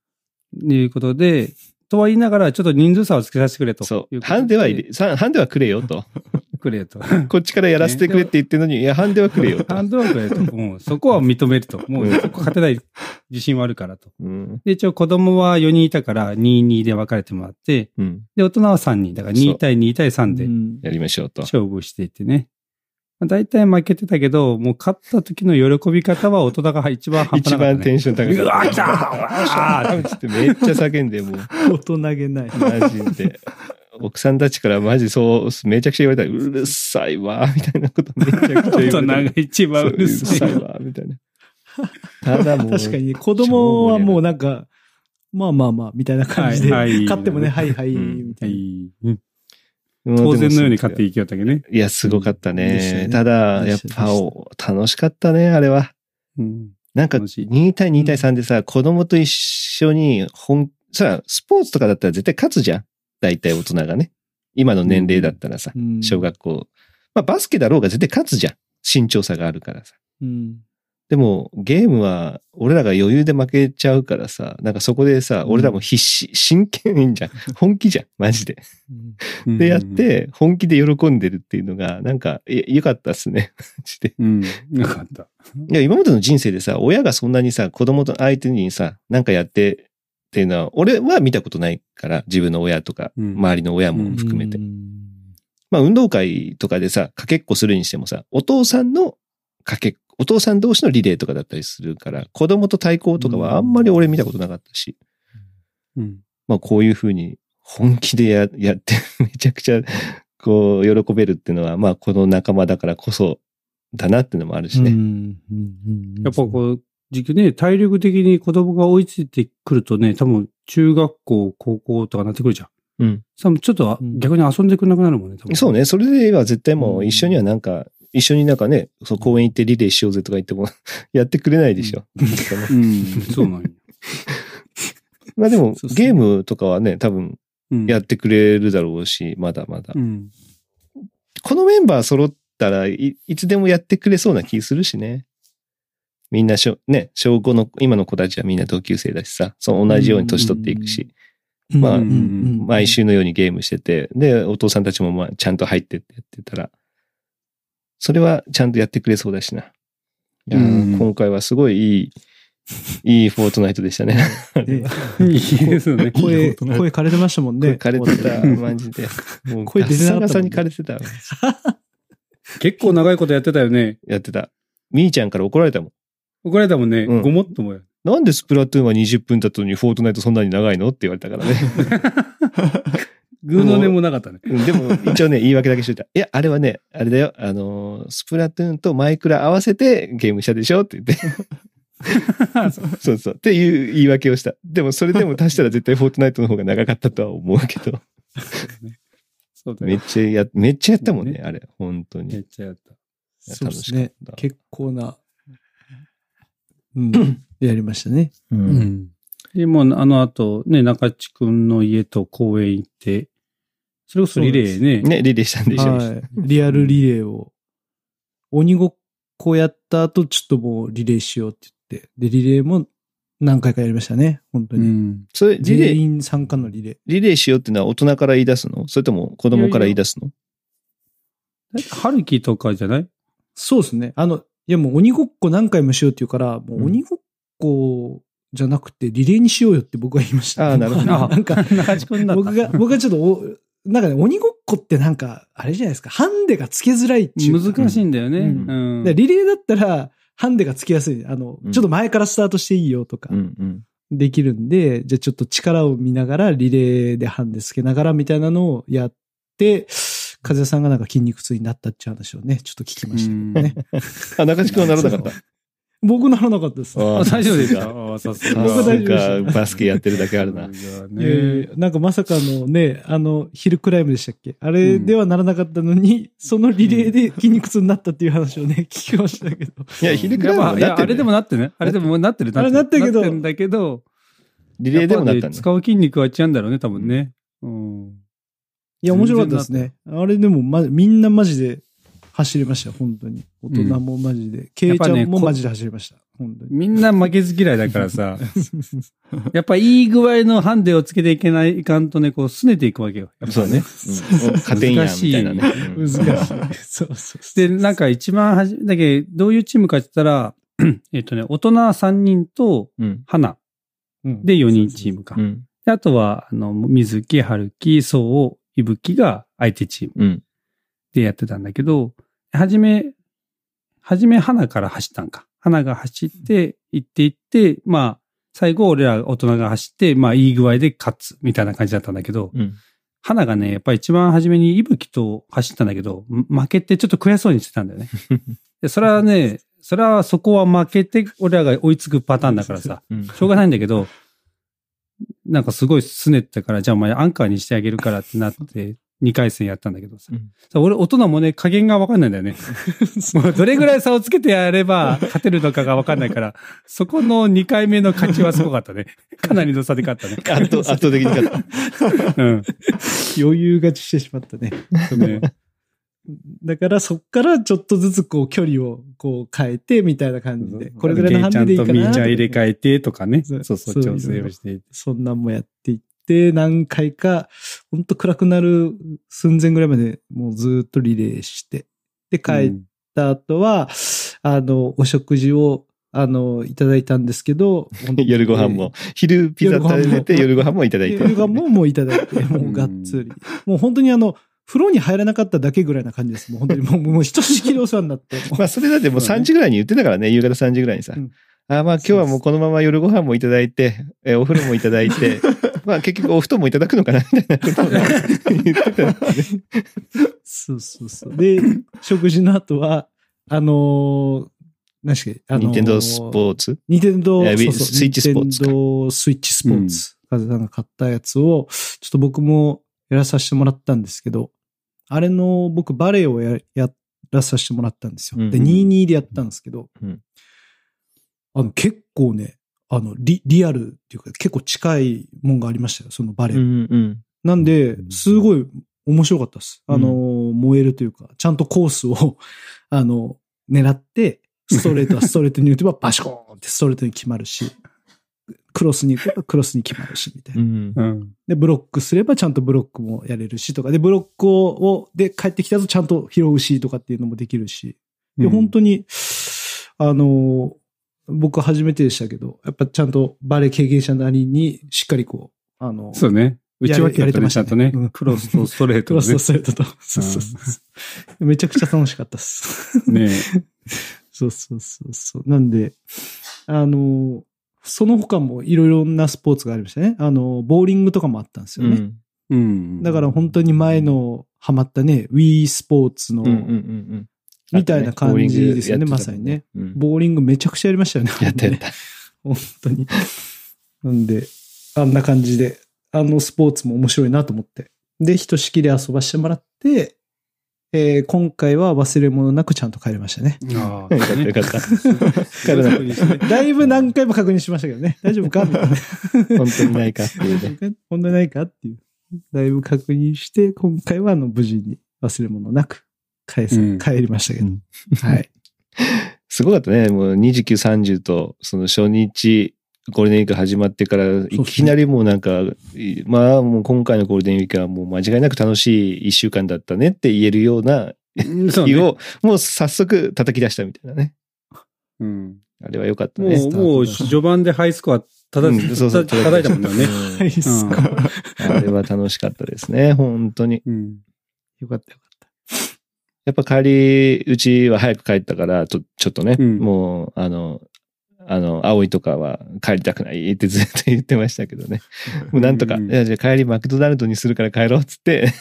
B: いうことで、とは言いながら、ちょっと人数差をつけさせてくれと。
A: そう。ハ
B: ハ
A: ン
B: ン
A: デは入れ、さハンデはくれよと。
B: くれと。
A: こっちからやらせてくれって言ってるのに、いや、ハンデはくれよと
B: ハ。ンドはくれと。もう、そこは認めると。もう、そこ勝てない自信はあるからと。
A: うん。
B: で、一応子供は4人いたから、2-2で分かれてもらって、
A: うん。
B: で、大人は3人。だから
A: そ
B: 2
A: う
B: 対2対3で
D: ん
A: やりましょうと。
B: 勝負していってね。まあ、大体負けてたけど、もう勝った時の喜び方は大人が一番半端
A: 一
B: なかっ
A: 番
B: た、
A: テ
B: ね。
A: ンション高
B: うわ
A: かっ
B: 来た
A: た。あーっつってめっちゃ叫んで、もう、
D: 大人げない。
A: マジで。奥さんたちからマジそう、めちゃくちゃ言われたら、うるさいわ、みたいなことめちゃくちゃ
B: 大
A: 言わ
B: 人が
A: れ
B: 一
A: た。
B: 番うるさい。
A: わ、みたいな。ただもう、
D: 確かに、子供はもうなんか、まあまあまあ、みたいな感じで、
B: はいはい
D: 買ってもね、はいはい、
A: うん
D: みたいな。
B: うん
A: うん
B: 当然のように勝って
A: い
B: いきよったけどね。
A: や、すごかった
D: でした
A: ね。
D: ね
A: ただ、や
D: で
A: っ
D: した
A: ぱ、お楽しかったね、あれは。
B: うん
A: なんか
B: 楽しい
A: 2対2対3でさ、子供と一緒に本、さ、スポーツとかだったら絶対勝つじゃん。大体大人がね。今の年齢だったらさ、
D: うん
A: 小学校。まあバスケだろうが絶対勝つじゃん。身長差があるからさ。
D: うん。
A: でもゲームは俺らが余裕で負けちゃうからさ、なんかそこでさ、
D: うん
A: 俺らも必死、真剣
D: (laughs)
A: じゃん。本気じゃん。マジで。
D: うん
A: でやっ、て、本気で喜んでるっていうのが、なんか、いよかったっすね。マジで。
B: うん、なかった。
A: いや、今までの人生でさ、親がそんなにさ、子供と相手にさ、なんかやってっていうのは、俺は見たことないから、自分の親とか、
B: うん
A: 周りの親も含めて。
D: うん
A: まあ、運動会とかでさ、かけっこするにしてもさ、お父さんのかけっこ、お父さん同士のリレーとかだったりするから、子供と対抗とかはあんまり俺見たことなかったし、
B: うん。
A: まあこういうふうに本気でや (laughs) やってめちゃくちゃこう喜べるっていうのは、まあこの仲間だからこそだなっていうのもあるしね。
B: やっぱこう、時期ね、体力的に子供が追いついてくるとね、多分中学校、高校とかなってくるじゃん。
A: うん。
B: 多分ちょっとあ
D: うん
B: 逆に遊んでくれなくなるもんね、多分。
A: そう。ね。それでは絶対もう一緒にはなんか、一緒になんかね、そう公園行ってリレーしようぜとか言っても (laughs) やってくれないでしょ。きっとね
B: うん、そうなんよ。
A: まあで
B: (laughs)
A: も
D: そうそう
A: ゲームとかはね、多分
B: う
A: (laughs)
B: ん。
A: やってくれるだろうし、まだまだ
B: う。ん。
A: このメンバー揃ったらい、いつでもやってくれそうな気するしね。みんなしょ、ね、小5の、今の子たちはみんな同級生だしさ、その同じように年取っていくし、まあ
D: うんうん
A: 毎週のようにゲームしてて、で、お父さんたちもまあちゃんと入ってってやってたら、それはちゃんとやってくれそうだしな。いやー
B: うん
A: 今回はすごいいい、いいフォートナイトでしたね。
D: え
B: いいですよね。
D: え
A: (laughs)
D: 声、
C: いいことない
D: 声枯れてましたもん
A: 声
D: ね。
A: (laughs) 枯れてた、マジで。もう
D: 声
A: ガッ
D: 出てな
A: サ
D: か
A: ガ
D: った
A: サ
D: もん
A: に
D: ね
A: 枯れてた。
B: 結構長いことやってたよね。
A: やってた。みーちゃんから怒られたもん。
B: 怒られたもんね。
A: うん
B: ごもっともや。
A: なんでスプラトゥーンは20分だったのにフォートナイトそんなに長いのって言われたからね。
B: ぐうの音もなかったね。
A: うんでも一応ね、言い訳だけしといた。いや、あれはね、あれだよ、あのー、スプラトゥーンとマイクラ合わせてゲームしたでしょって言って。そうそう。っていう言い訳をした。でもそれでも足したら絶対フォートナイトの方が長かったとは思うけど。
B: そうだ
A: め
B: ね
A: っ。ちゃや、めっちゃやったもんね、
B: ね
A: あれ。本当
B: めっ
A: に。
B: ちゃやった。
D: そうです
A: 楽
D: ね
A: しかった。
D: 結構な、うん、やりましたね。
C: うん
B: で、もうあの後、ね、中地くんの家と公園行って、それこそリレーね。
A: ね、リレーしたんでしょ。
D: はい。リアルリレーを。鬼ごっこやった後、ちょっともうリレーしようって言って。で、リレーも何回かやりましたね。本当
B: う
D: に。
B: ん。
A: それ、リレ
D: 全
A: ー、
D: 員参加のリレー。
A: リレーしようってのは大人から言い出すのそれとも子供から言い出すの
B: 春樹とかじゃない
D: そうですね。あの、いやもう鬼ごっこ何回もしようって言うから、もう鬼ごっこじゃなくてリレーにしようよって僕は言いました。
A: あーなるほど
D: あの (laughs) (laughs) な
B: (laughs)
D: んか、
B: 中地くんだった。
D: 僕が、僕がちょっとお、なんかね、鬼ごっこってなんか、あれじゃないですか、ハンデがつけづらいっていうか。
B: 難しいんだよね。う
D: うん
B: ん。
D: でリレーだったら、ハンデがつきやすい。あの、
A: うん
D: ちょっと前からスタートしていいよとか、
A: んうん。
D: できるんで、じゃあちょっと力を見ながら、リレーでハンデつけながらみたいなのをやって、風さんがなんか筋肉痛になったっていう話をね、ちょっと聞きましたけどね。
A: あ、中地君はならなかった。
D: 僕ならなかったです。
A: あ
B: あ大丈夫です
A: さ
D: (laughs)
B: かあさす
A: が
B: が。
D: 僕は大丈夫でした
A: さすがバスケやってるだけあるな。
D: いやいやい
B: ね
D: やなんかまさかのね、あの、ヒルクライムでしたっけあれではならなかったのに、そのリレーで筋肉痛になったっていう話をね、 (laughs) 聞きましたけど。
A: いや、ヒルクライム
B: ま
A: は
B: あい
A: なっ
B: や、
A: て
B: あ
A: る
B: れ
A: ね
B: でもなってね。あれでもなってる。
D: あれなってるけど
B: んだけど。
A: リレーでもなったんだ。
B: 使う筋肉は違うんだろうね、多分ね。うん。
D: いや、面白かったですね。あれでも、ま、みんなマジで走りました、本当に。大人もマジで。ケ、イ、ちゃんもマジで走りました、本当に。
B: みんな負けず嫌いだからさ。
D: (laughs)
B: やっぱいい具合のハンデをつけていけない、いかんとね、こう、拗ねていくわけよ。やっぱ
A: そうね。うん加点やんみたいなね。う
D: 難
A: ん
D: しい。 (laughs) そうそうそう。
B: で、なんか一番はじ、だけど、どういうチームかって言ったら、えっとね、大人3人と、
A: うん。
B: 花
D: うん
B: で4人チームか
A: う。ん。
B: であとは、あの、水木、春樹、そう、いぶきが相手チーム
A: うん。
B: でやってたんだけど、はじめ、はじめ花から走ったんか。花が走って、行って行って、まあ、最後俺ら大人が走って、まあいい具合で勝つ、みたいな感じだったんだけど、
A: うん。
B: 花がね、やっぱり一番初めにいぶきと走ったんだけど、ん負けてちょっと悔しそうにしてたんだ
A: (laughs)
B: よね。で、それはね、それはそこは負けて俺らが追いつくパターンだか
A: (laughs)
B: らさ、
A: うん
B: しょうがないんだけど、なんかすごい拗ねてたから、じゃあお前アンカーにしてあげるからってなって、2回戦やったんだけどさ。
A: うん
B: さ俺、大人もね、加減がわかんないんだよね。もうどれぐらい差をつけてやれば勝てるのかがわかんないから、そこの2回目の勝ちはすごかったね。かなりの差で勝ったね。
A: 圧倒圧倒的に勝った。
B: うん。
D: 余裕勝ちしてしまったね。
B: そうね
D: だからそっからちょっとずつこう距離をこう変えてみたいな感じで。これぐらいのハンデでいいかな。
B: ケイちゃんとみーちゃん入れ替えてとかね。
D: そう
B: そうそう、
D: そう
B: 調整をしていて。
D: そんなんもやっていって、何回か、ほんと暗くなる寸前ぐらいまでもうずーっとリレーして。で、帰っ
B: うん
D: た後は、あの、お食事を、あの、いただいたんですけ (laughs) ど、本当に
A: 夜ご飯も。。昼ピザ食べて、夜
D: 夜
A: ご飯もいただいて。 (laughs)
D: 夜ご飯ももういただいて、もうがっつり。もう本当にあの、風呂に入らなかっただけぐらいな感じです。もう本当に、もう、もう、ひとしきりお世話にな
A: (laughs)
D: って。
A: まあ、それだってもう
D: そうだね
A: 3時ぐらいに言ってたからね、夕方3時ぐらいにさ。
D: うん
A: あーまあ、今日はもうこのまま夜ご飯もいただいて、えーお風呂もいただい
D: (laughs)
A: て、まあ、結局お布団もいただくのかな、みたいなことをね言ってたんだよね。
D: そうそうそう。で、食事の後は、あのー、何しけ、あのー、
A: 任天堂スポーツ
D: ニンテンド
A: いや
D: ー、そうそう
A: スイッチスポーツか
D: ニンテンドースイッチスポーツ。カズさんが買ったやつを、ちょっと僕もやらさせてもらったんですけど、あれの、僕バレエをややらさせてもらったんですよ。
A: うん
D: で、22でやったんですけど、
A: うん
D: あの、結構ね、あの、リ、リアルっていうか、結構近いもんがありましたよ、そのバレエ。
A: うん
D: なんで、すごい面白かったです。
A: うん
D: あの、燃えるというか、ちゃんとコースを、 (laughs) あの、狙って、ストレートはストレートに打てばバシコーンってストレートに決まるし、クロスに行けばクロスに決まるし、みたいな。
A: ん。
B: うん。
D: で、ブロックすればちゃんとブロックもやれるしとか、で、ブロックを、をで、帰ってきたとちゃんと拾うしとかっていうのもできるし、で、
A: うん
D: 本当に、あの、僕初めてでしたけど、やっぱちゃんとバレー経験者なりに、しっかりこう、あの、
B: そうね。
D: や
B: 内
D: れ
B: 訳
D: や
B: やっ
D: れ
B: た
D: て
B: ね、
D: まし
B: ち
D: た
B: ゃ
D: ね
B: んとね
D: うん。
B: クロスとストレー
D: ク
B: ト
D: ロ
B: を
D: ス
B: ね
D: と。ストレートと。そうそうそう。めちゃくちゃ楽しかったっす。
B: ね
D: そうそうそうそう。なんで、あの、その他もいろいろなスポーツがありましたね。あの、ボーリングとかもあったんですよね。
B: えうん。
D: だから本当に前のハマったね、Wii スポーツの、
A: うんうんうんうん。
D: みたいな感じですよね
A: あと
D: まさにね。
A: ボーリング
D: ボーリングめちゃくちゃやりましたよね。
A: やってたもんねうんやったやっ
D: 本当に。なんで、あんな感じで、あのスポーツも面白いなと思って。で、ひとしきり遊ばしてもらって、えー今回は忘れ物なくちゃんと帰りましたね。
B: ああ、
A: た。よかったよかっ
B: 体の中にね
D: だいぶ何回も確認しましたけどね。大丈夫かみたいな
A: た。本当にないかっていうね。
D: 問題ないかっていう。だいぶ確認して、今回はあの無事に忘れ物なく帰さ、
B: うん
D: 帰りましたけど。
A: うん
D: はい。
A: すごかったね。もう29、30と、その初日、ゴールデンウィーク始まってから、
D: すね
A: いきなりもうなんか、いまあもう今回のゴールデンウィークはもう間違いなく楽しい一週間だったねって言えるような
B: うんそう
A: 日
B: ね。
A: を、もう早速叩き出したみたいなね。
B: うん
A: あれは良かった
B: も
A: ね。
B: う、もう、序盤でハイスコア叩
A: うん
B: い
A: そうそう
B: た叩いたもんだよね。
A: うん
D: はい、そう
A: あれは楽しかったですね。本当に。
B: うん。
D: よかったよかっ
A: やっぱ帰り、うちは早く帰ったから、とちょっとね、
B: うん
A: もう、あの、あの、葵とかは帰りたくないってずっと言ってましたけどね。もうなんとか、
B: うんうん
A: いやじゃあ帰りマクドナルドにするから帰ろうっつって、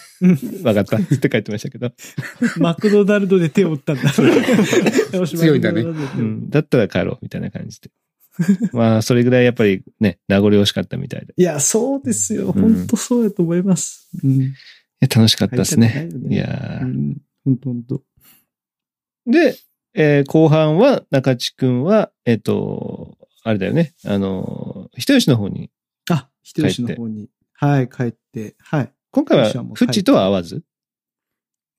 A: わかったっつって帰ってましたけど、
D: た。マクドナルドで手を打ったんだ。 (laughs)
B: 強いんだね
A: う
D: マクドナルドで手を打った
A: ん、だったら帰ろうみたいな感じで。 (laughs) まあ、それぐらいやっぱりね、名残惜しかったみたいで。い
D: いや、そうですよ。
A: うん
D: 本当そうやと思います。うん。
A: や楽しかったですね。い
D: 帰りたく
A: や
D: う
A: ー
D: ん。本当本当。
A: で、えー後半は中地くんは、えっ、と、あれだよね、あの、人吉の方に、
D: あ、人吉の方に。はい、帰って。はい。
A: 今回は
D: 人吉はもう帰
A: フ
D: って
A: ッチとは会わず、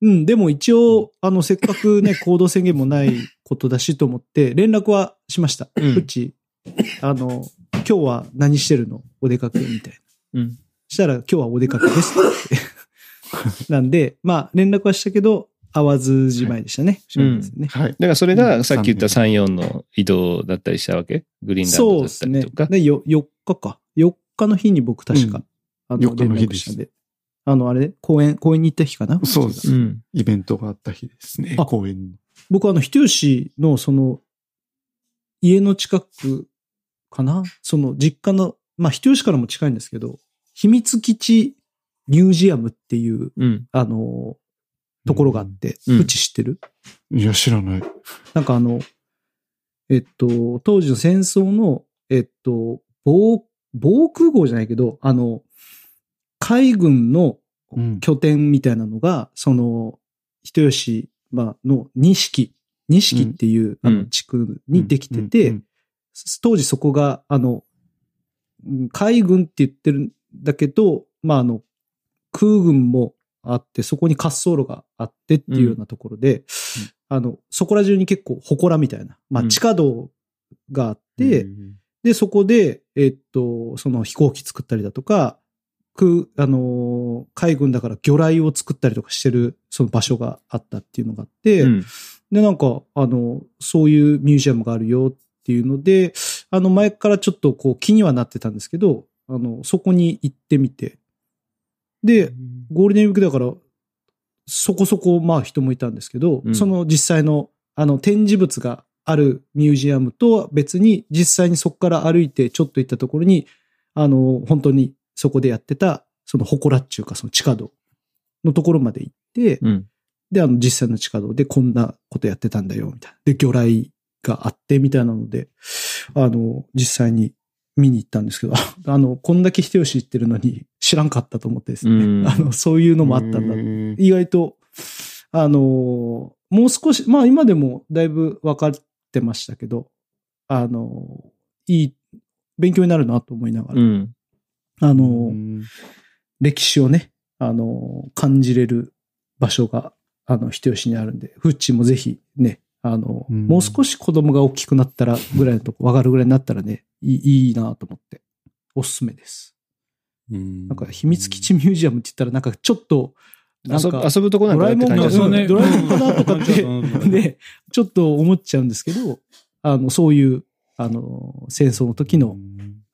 D: うん、でも一応、あの、せっかくね、行動宣言もないことだしと思って、連絡はしました。
A: うん
D: うち、あの、今日は何してるのお出かけみたいな。
A: うん
D: したら、今日はお出かけです
A: (laughs)
D: って。なんで、まあ、連絡はしたけど、会わずじまいでしたね。
A: うん
D: そうですね
C: (laughs) はい。
A: だからそれ
C: う
A: が
C: ん
A: さっき言った3、4の移動だったりしたわけグリーンラン
D: そ
A: ドだっ
D: うで
A: た
D: す
A: り
D: ね
A: とか。。
D: で、よ、4日か。4日の日に僕確か、あ
C: 4日の日
D: 連絡したんで。あの、あれ、公園、公園に行った日かな
C: そうです
A: う
C: ね
A: ん。
C: イベントがあった日ですね。
D: あ
C: 公園
D: 僕あの、人吉のその、家の近くかなその実家の、まあ、人吉からも近いんですけど、秘密基地ミュージアムっていう、
A: うん。
D: あの、ところがあって、
A: う
D: うんち知ってる
C: の。いや、知らない。
D: なんかあの、えっと、当時の戦争の、えっと、防、防空壕じゃないけど、あの、海軍の
C: うん
D: 拠点みたいなのが、その、人吉、まあ、の錦、錦っていう、
A: うん
D: あの地区にできてて、
C: うんうん
D: 当時そこが、あの、うん海軍って言ってるんだけど、まあ、あの、空軍もあって、そこに滑走路があってっていうようなところで、あの、そこら中に結構祠みたいな、まあ、
A: うん
D: 地下道があって、
C: うん
D: で、そこで、えっと、その飛行機作ったりだとか、空、あのー海軍だから魚雷を作ったりとかしてる、その場所があったっていうのがあって、
A: うん
D: で、なんか、あの、そういうミュージアムがあるよっていうので、あの、前からちょっとこう気にはなってたんですけど、あの、そこに行ってみて、で、ゴールデンウィークだから、そこそこ、まあ人もいたんですけど、
A: うん
D: その実際の、あの、展示物があるミュージアムとは別に、実際にそこから歩いてちょっと行ったところに、あの、本当にそこでやってた、その祠っていうか、その地下道のところまで行って、
A: うん。
D: で、あの、実際の地下道でこんなことやってたんだよ、みたいな。で、魚雷があって、みたいなので、あの、実際に見に行ったんですけど、 (laughs) ああの、こんだけ人吉行ってるのに知らんかったと思ってです
A: う
D: ね。
A: ん
D: あの、そういうのもあったんだ。
C: だ。
D: 意外と、あの、もう少し、まあ今でもだいぶ分かってましたけど、あの、いい、勉強になるなと思いながら、
A: うん。
D: あの、
C: うん
D: 歴史をね、あの、感じれる場所が、あの、人吉にあるんで、フッチーもぜひね、あの、
C: うん
D: もう少し子供が大きくなったらぐらいのとこ、わかるぐらいになったらね、いいいいなと思って、おすすめです。
A: な
D: なんか、秘密基地ミュージアムって言ったら、なんかちょっと、なん
A: 遊ぶ
D: か、
A: 遊ぶとこなん
D: ド
A: か
D: ラ
A: な
D: え
A: って感
D: もん
A: じがす
D: が、そう
A: る。
D: ね、ドラえもんかなとかって、
B: ね。
D: (laughs) ね、ちょっと思っちゃうんですけど、あの、そういう、あの、戦争の時の、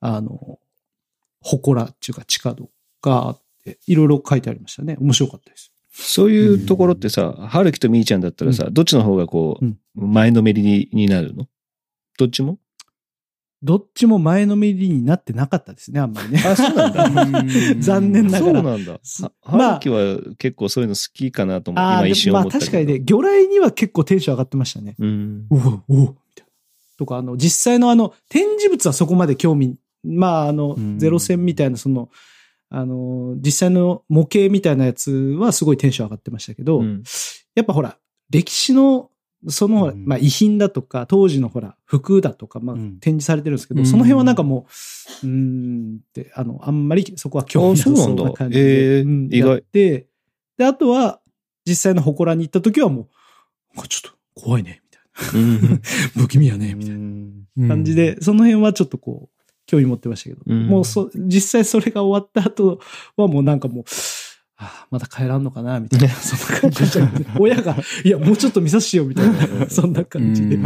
D: あの、祠っていうか地下道があって、いろいろ書いてありましたね。面白かったです。
A: そういうところってさ、春樹とみーちゃんだったらさ、どっちの方がこう、
D: うん
A: 前のめりにになるのどっちも
D: どっちも前のめりになってなかったですね、あんまりね。
A: あ、 (laughs) そうなんだ。
D: 残念ながら
A: (laughs) そうなんだ。
D: す
A: は
D: ま
A: 春
D: あ
A: 樹は結構そういうの好きかなと思って、
D: ああ、
A: 今
D: で
A: 一瞬
D: もま
A: 思
D: あ
A: った
D: 確
A: けど。
D: かにね、魚雷には結構テンション上がってましたね。
A: うん。
D: うおうおうみたいな。とか、あの、実際のあの、展示物はそこまで興味、まあ、あの
C: うん、
D: ゼロ戦みたいな、その、あの、実際の模型みたいなやつはすごいテンション上がってましたけど、
A: うん
D: やっぱほら、歴史の、その、
C: うん
D: まあ、遺品だとか、当時のほら、服だとか、まあ、
C: うん
D: 展示されてるんですけど、
A: うん
D: その辺はなんかもう、うーんって、あの、あんまりそこは興味なさ
A: あそ
D: そうう
A: なんだ
D: な感じで、
A: えー
D: うん
A: 意外
D: やってで、あとは、実際の祠に行った時はもう、なんかちょっと怖いね、みたい
A: うん
D: な。不気味やね、みたいな。感じで、その辺はちょっとこう、興味持ってましたけど、
A: うん
D: もうそ、実際それが終わった後はもうなんかもう、ああまた帰らんのかな、みたいな、そんな感じでしたけど、親が、いや、もうちょっと見させてよ、みたいな、そんな感じで。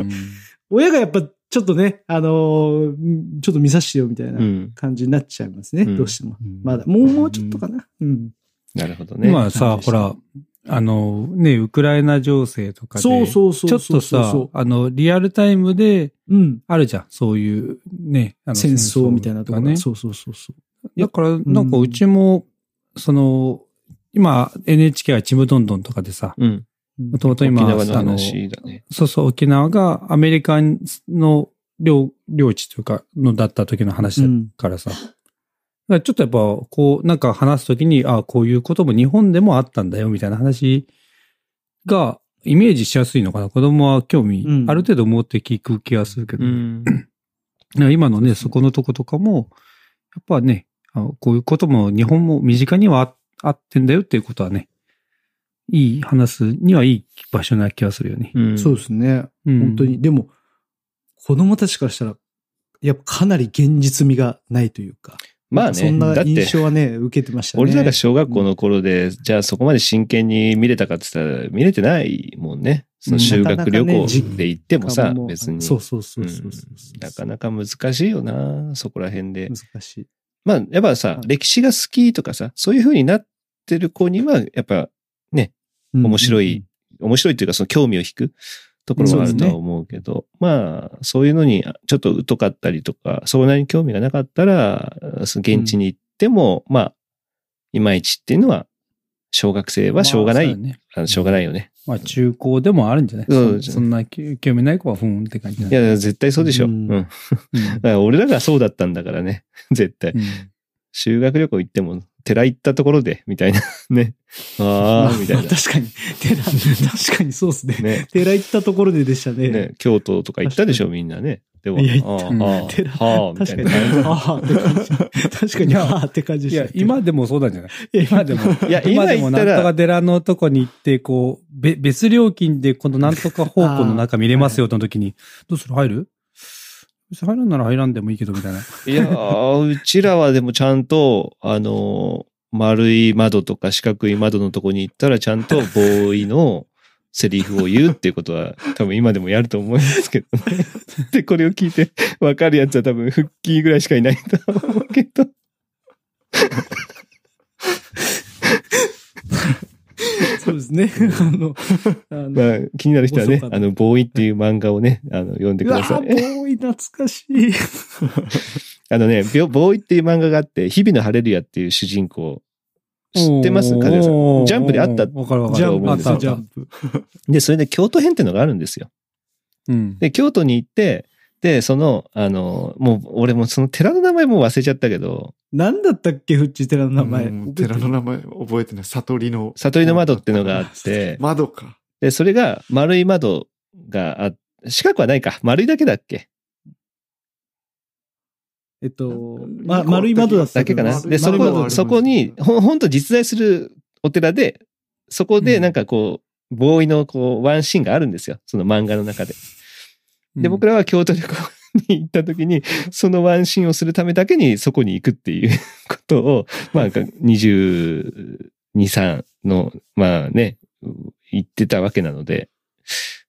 D: 親がやっぱ、ちょっとね、あのーうんちょっと見させてよ、みたいな
A: (laughs) うん
D: 感じになっちゃいますね、
A: うん
D: どうしても。
C: うん
D: まだ、もう、もうちょっとかな。うん。
A: なるほどね。
B: 今さ、ほら、あの、ね、ウクライナ情勢とかで、
D: そうそうそう
B: ちょ
D: そう
B: っと
D: そう
B: さ
D: そう、
B: あの、リアルタイムで、
D: うん。
B: あるじゃん、そういう、ね、あの
D: 戦争みたいなところ
B: ね。
D: そうそうそうそう。
B: だから、なんかうちも、その、今、NHK はちむどんどんとかでさ、
A: うん。
D: うん
B: もともと
A: 沖
B: 今、
A: 縄の
B: あの、
A: 話だね。
B: そうそう、沖縄がアメリカの領領地というか、のだった時の話だからさ。だからちょっとやっぱ、こう、なんか話す時に、ああ、こういうことも日本でもあったんだよ、みたいな話が、イメージしやすいのかな。子供は興味、
D: うん
B: ある程度持って聞く気がするけど、
A: うん。
B: だから今のね、そこのとことかも、やっぱね、あのこういうことも日本も身近にはああってんだよっていうことはね、いい話すにはいい場所な気がするよね。
A: うん
D: そうですね。
B: うん
D: 本当に。。でも、子供たちからしたら、やっぱかなり現実味がないというか。
A: まあ
D: そ
A: ね
D: ん、な
A: だって、
D: 印象はね、受けてましたね。
A: 俺らが小学校の頃で、じゃあそこまで真剣に見れたかって言ったら、見れてないもんね。その修学旅行で行ってもさ、別に。
D: そうそうそうそうそう
A: うんなかなか難しいよな、そこら辺で。
D: 難しい。
A: まあ、やっぱさ
D: は、い
A: 歴史が好きとかさ、そういう風になってる子には、やっぱ面白い、面白いっていうか、その興味を引くところはあるとは思うけど、まあ、そういうのにちょっと疎かったりとか、そんなに興味がなかったら、その現地に行っても、まあ、いまいちっていうのは、小学生はしょうがない、
B: まあ
A: あ
B: そうだね
A: のしょうがないよね。
B: まあ中高でもあるんじゃない
A: そう
B: そそんなき興味ない子はふーんって感じなん
A: い
B: だ
A: や、絶対そうでしょ。う。
D: うんん
A: だから俺らがそうだったんだからね、 (laughs) 絶対。
B: うん
A: 修学旅行行っても、寺行ったところで、みたいな。 (laughs) ね。あ
D: ま
A: あ、みたいな。
D: 確かに、寺、確かにそうですね。
A: ね。
D: (laughs) 寺行ったところででしたね。
A: ね、京都とか行ったでしょ、みんなね。でも、
D: いや行
A: ああ
B: うん
A: ああ
D: 寺
A: はあ、みた
D: (laughs) 確
A: い
D: か
A: な
D: に。。ああ、って感じ。確かに、ああ、って感じ
B: い
D: でし
B: や
D: た、。
B: 今でもそうなんじゃない
D: いや、
B: 今でも。
A: いや、 (laughs) 今
B: 今で
A: 行
B: も
A: っ
B: な
A: た、
B: んとから寺のとこに行って、こう、べ別料金でこのなんとか方向の中見れますよとの時に、どうする入る別に入らんなら入らんでもいいけどみたいな。
A: いやー、うちらはでもちゃんと、あのー、丸い窓とか四角い窓のとこに行ったら、ちゃんとボーイのセリフを言うっていうことは、多分今でもやると思いますけどね。で、これを聞いて分かるやつは多分、復帰ぐらいしかいないと思うけど。
D: そうですですね。あの、あの
A: まあ、気になる人は
D: 面白
A: ね
D: かっ、た
A: あの、ボーイっていう漫画をね、あの、読んで
D: う
A: く
D: わ
A: ださ
D: ー
A: い。
D: ボーイ懐かしい。
A: あのね、びょボーイっていう漫画があって、日々のハレルヤっていう主人公、知ってます金田さん。
B: ん
A: ジャンプであった
B: わかるわかる。
D: ジャンプ
A: あ
D: あ
A: っ
D: ったた、
A: あった
D: ジャンプ。
A: で、それで京都編っていうのがあるんですよ。
B: うん。
A: で、京都に行って、で、その、あの、もう、俺もその寺の名前もう忘れちゃったけど、
D: なんだったっけ、フッチ寺の名前。
C: うん寺の名前覚えてない。悟りの。
A: 悟りの窓っていうのがあって、
C: 窓か。
A: で、それが丸い窓があ四角はないか。丸いだけだっけ
D: えっと、
C: うん
D: ま、丸い窓だった
A: だ
D: け
A: け
D: ど
A: かな。
C: 丸い
A: で、そ
C: 丸い窓
A: こ、
C: はあります
A: そこに、ほん、ほんと実在するお寺で、そこでなんかこう、ボーイのこう、ワンシーンがあるんですよ。その漫画の中で。で、僕
B: ら、
A: らは京都旅行に行った時に、そのワンシーンをするためだけにそこに行くっていう (laughs) ことを、まあ、22、3の、まあね、言ってたわけなので、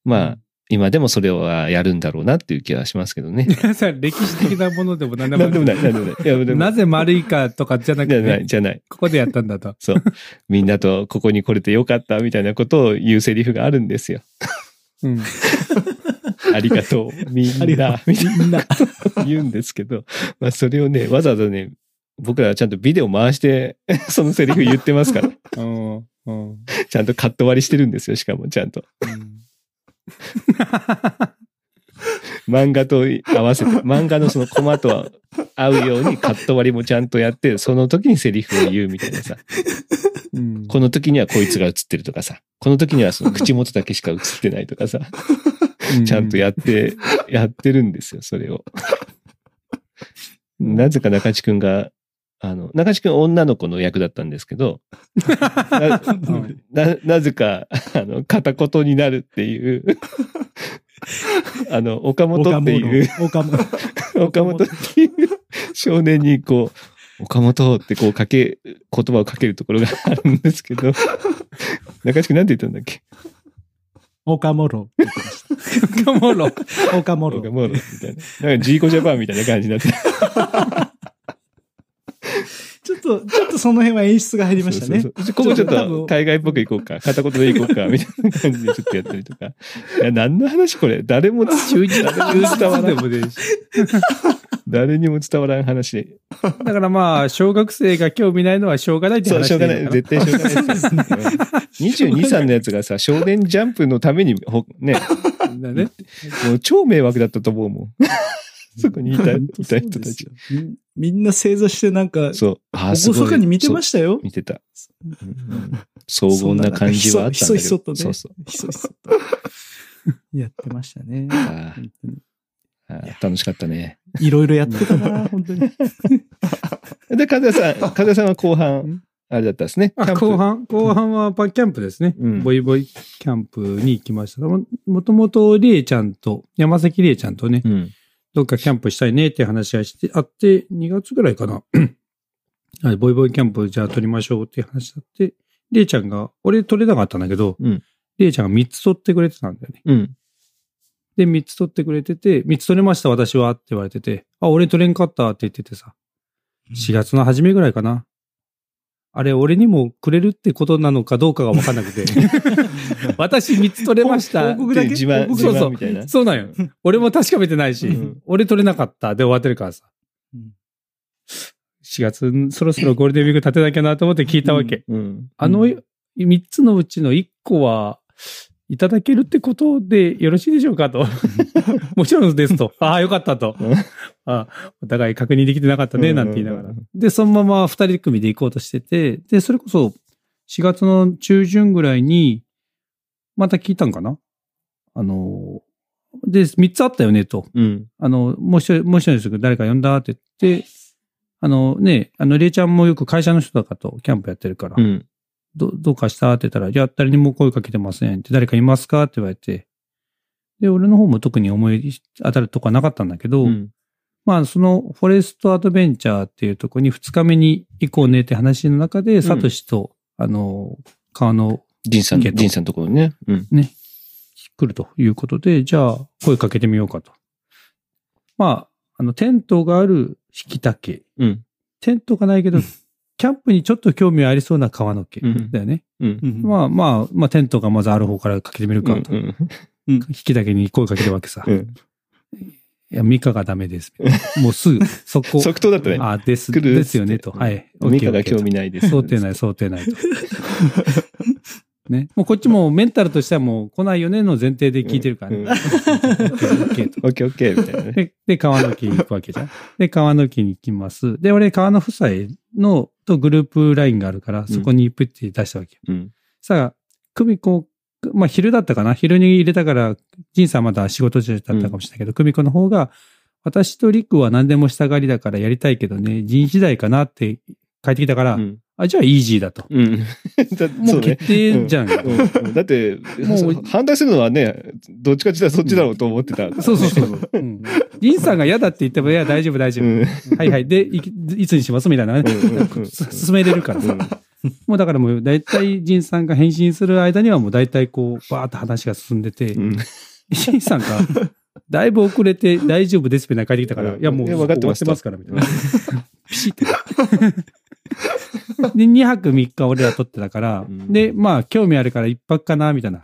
A: まあ、今でもそれはやるんだろうなっていう気はしますけどね。
B: それ (laughs) 歴史的なものでも何で
A: (laughs) な
B: も
A: んでもない、なんでもない。いやでも
B: なぜ丸いかとかじゃなく
A: じゃ
B: て、
A: ない、じゃない。
B: ここでやったんだと。
A: そう。みんなとここに来れてよかったみたいなことを言うセリフがあるんですよ。 (laughs)
B: うん。
A: ありがとう。み
D: あ
A: ん
D: り
A: な
D: が。
A: み
D: と
A: たいな
D: う。みんな。
A: (laughs) 言うんですけど、まあそれをね、わざわざね、僕らはちゃんとビデオ回して、 (laughs) そのセリフ言ってますから、
B: うん。うん。
A: ちゃんとカット割りしてるんですよ、しかもちゃんと。漫画と合わせて、漫画のそのコマとは合うようにカット割りもちゃんとやって、その時にセリフを言うみたいなさ、
B: うん
A: この時にはこいつが映ってるとかさ、この時にはその口元だけしか映ってないとかさ、ちゃんとや (laughs) って、やってるんですよ、それ (laughs) を。なぜか中地くんが、あの、中地くん女の子の役だったんですけ (laughs) ど、なななぜか、あの、片言になるって (laughs) いう、あの、岡本っていう、
D: 岡本。
A: 岡
D: 岡
A: 本
D: 本
A: っていう少年にこう、岡本ってこうかけ、言葉をかけるところがあるんですけ (laughs) ど、中地くんなんて言ったんだっけ
D: 岡本。
B: おもろ。
D: 岡
A: なんか
D: 本。
A: もうみたいな。なんかジーコジャパンみたいな感じになって。
D: ちょっと、ちょっとその辺は演出が入りましたね
A: そう。そうそうここちょっ
D: 多分
A: と海外っぽく行こうか、片言で行こうか、みたいな感じでちょっとやったりとか。 (laughs) いや、何の話これ誰も、
B: 中日伝 (laughs) わでもねえし。
A: 誰にも伝わらん話で。
B: だからまあ、小学生が興味ないのはしょうがないって
A: そう、
B: 話
A: しょうがない。絶対しょうがないですよ。うん22歳のやつがさ、少年ジャンプのために、ほね、
B: 対。だね。
A: もう超迷惑だったと思うもん。そこにいた、いた人たち。
D: みみんな正座してなんか、
A: そう。あ
D: おごそかに見てま
A: し
D: したよ。
A: 見てた。うん荘厳な感じはあったんだけど。
D: そんななんかひそひそひそとね
A: そうそう。
D: ひそひそとやってましたね。
A: あ
D: 本当に
A: ーあー楽しかったね。
D: いろいろやってたな、本当に。
A: で、風谷
B: (laughs)
A: さん、風谷さんは後半、あれだったんですね。キャ
B: あ
A: ンプ
B: 後半、後半はパッキャンプですね。
A: うん
B: ボイボイキャンプに行きました。ももともと、りえちゃんと、山崎りえちゃんとね、
A: うん。
B: どっかキャンプしたいねって話はして、あって、2月ぐらいかな。 (clears throat) はいボイボイキャンプじゃあ撮りましょうって話だって、りえちゃんが、俺撮れなかったんだけど、
A: うん
B: りえちゃんが3つ撮ってくれてたんだよね。
A: うん。
B: で、3つ撮ってくれてて、3つ撮れました私はって言われてて、あ、俺撮れんかったって言っててさ、4月の初めぐらいかな。あれ、俺にもくれるってことなのかどうかがわかんなくて。私3つ撮れました。
D: 報告だけ
A: 自慢、
B: 報
A: 自
B: 告そう
A: 慢
B: そう
A: み。たいな。
B: そうなんよ。俺も確かめてないし、
A: うん
B: 俺取れなかったで終わってるからさ。
D: うん
B: 4月、そろそろゴールデンウィーク立てなきゃなと思って聞いたわけ。
A: うん。
B: あの3つのうちの1個は、いただけるってことでよろしいでしょう
A: (laughs)
B: かと。もちろんですと。ああ、よかったと
A: うん。
B: (laughs) あお互い確認できてなかったね、なんて言いなが
A: うん
B: ら
A: うんうん。
B: で、そのまま2人組で行こうとしてて、で、それこそ4月の中旬ぐらいに、また聞いたんかなあの、で、3つあったよね、と。
A: うん。
B: あの、もう一人、もう一人の人が誰か呼んだって言って、あのね、あの、れいちゃんもよく会社の人だかとキャンプやってるから、
A: うん。
B: ど、どうかしたって言ったら、いや、誰にも声かけてませんって、誰かいますかって言われて、で、俺の方も特に思い当たるとこはなかったんだけど、
A: うん
B: まあ、その、フォレストアドベンチャーっていうとこに2日目に行こうねって話の中で、サトシと、あの、川の
A: ジンさん、
B: けど
A: ジンさんのところにね。うん。
B: 来るということで、じゃあ、声かけてみようかと。まあ、あの、テントがある引き竹。
A: うん。
B: テントがないけど、キャンプにちょっと興味ありそうな川の家
A: うん
B: だよね。
A: うん。
D: うん
B: まあまあ、まあテントがまずある方からかけてみるかと。引きだけに声かけるわけさ。
A: う
B: い
A: ん。
B: や、ミカがダメです。みたいなもうすぐ、そこ。
A: 即答だったね。
B: あ、です、
A: 来る
B: ですよね、と。
A: つって
B: はい。
A: ミカが
B: OK OK と
A: 興味ないです。
B: 想定内、想定内と。ね。もうこっちもメンタルとしてはもう来ないよねの前提で聞いてるから
A: うん
B: ね。
A: うん
B: OK と
A: オッケーオッケーみたいなね。
B: (laughs) で、で、川の木に行くわけじゃん。で、川の木に行きます。で、俺、川の夫妻の、とグループラインがあるから、そこにプッて出したわけよ。
A: うん。
B: さあ、久美子、まあ、昼だったかな。昼に入れたから、仁さんまだ仕事中だったかもしれないけど、久美子の方が、私と陸は何でもしたがりだからやりたいけどね、人次第かなって書いてきたから、
A: うん。
B: あ、じゃあイージーだと。
A: うん。 (laughs) だ
B: も
A: そううね。
B: 決定じゃん。
A: うんだって、
B: もう
A: 反対するのはね、どっちかって言ったらそっちだろうと思ってた。
B: そうそうそう。うんリンさんが嫌だって言っても、いや、大丈夫、大丈
A: うん。うん
B: 夫。はいはい。で、いきいつにしますみたいなね。
A: うん
B: す進めれるから
A: う
B: さ
A: ん。
B: もうだからもう、大体、ジンさんが返信する間には、もう大体こう、バーっと話が進んでて
A: う、ん
B: ジンさんが、だいぶ遅れて、大丈夫ですみたいな帰ってきたから、
A: うん
B: いや、もう、
A: いや分かってます
B: 終わってますから、みたいな。ピシッて。で、2泊3日俺ら撮ってたから、
A: うん
B: で、まあ、興味あるから1泊かな、みたいな。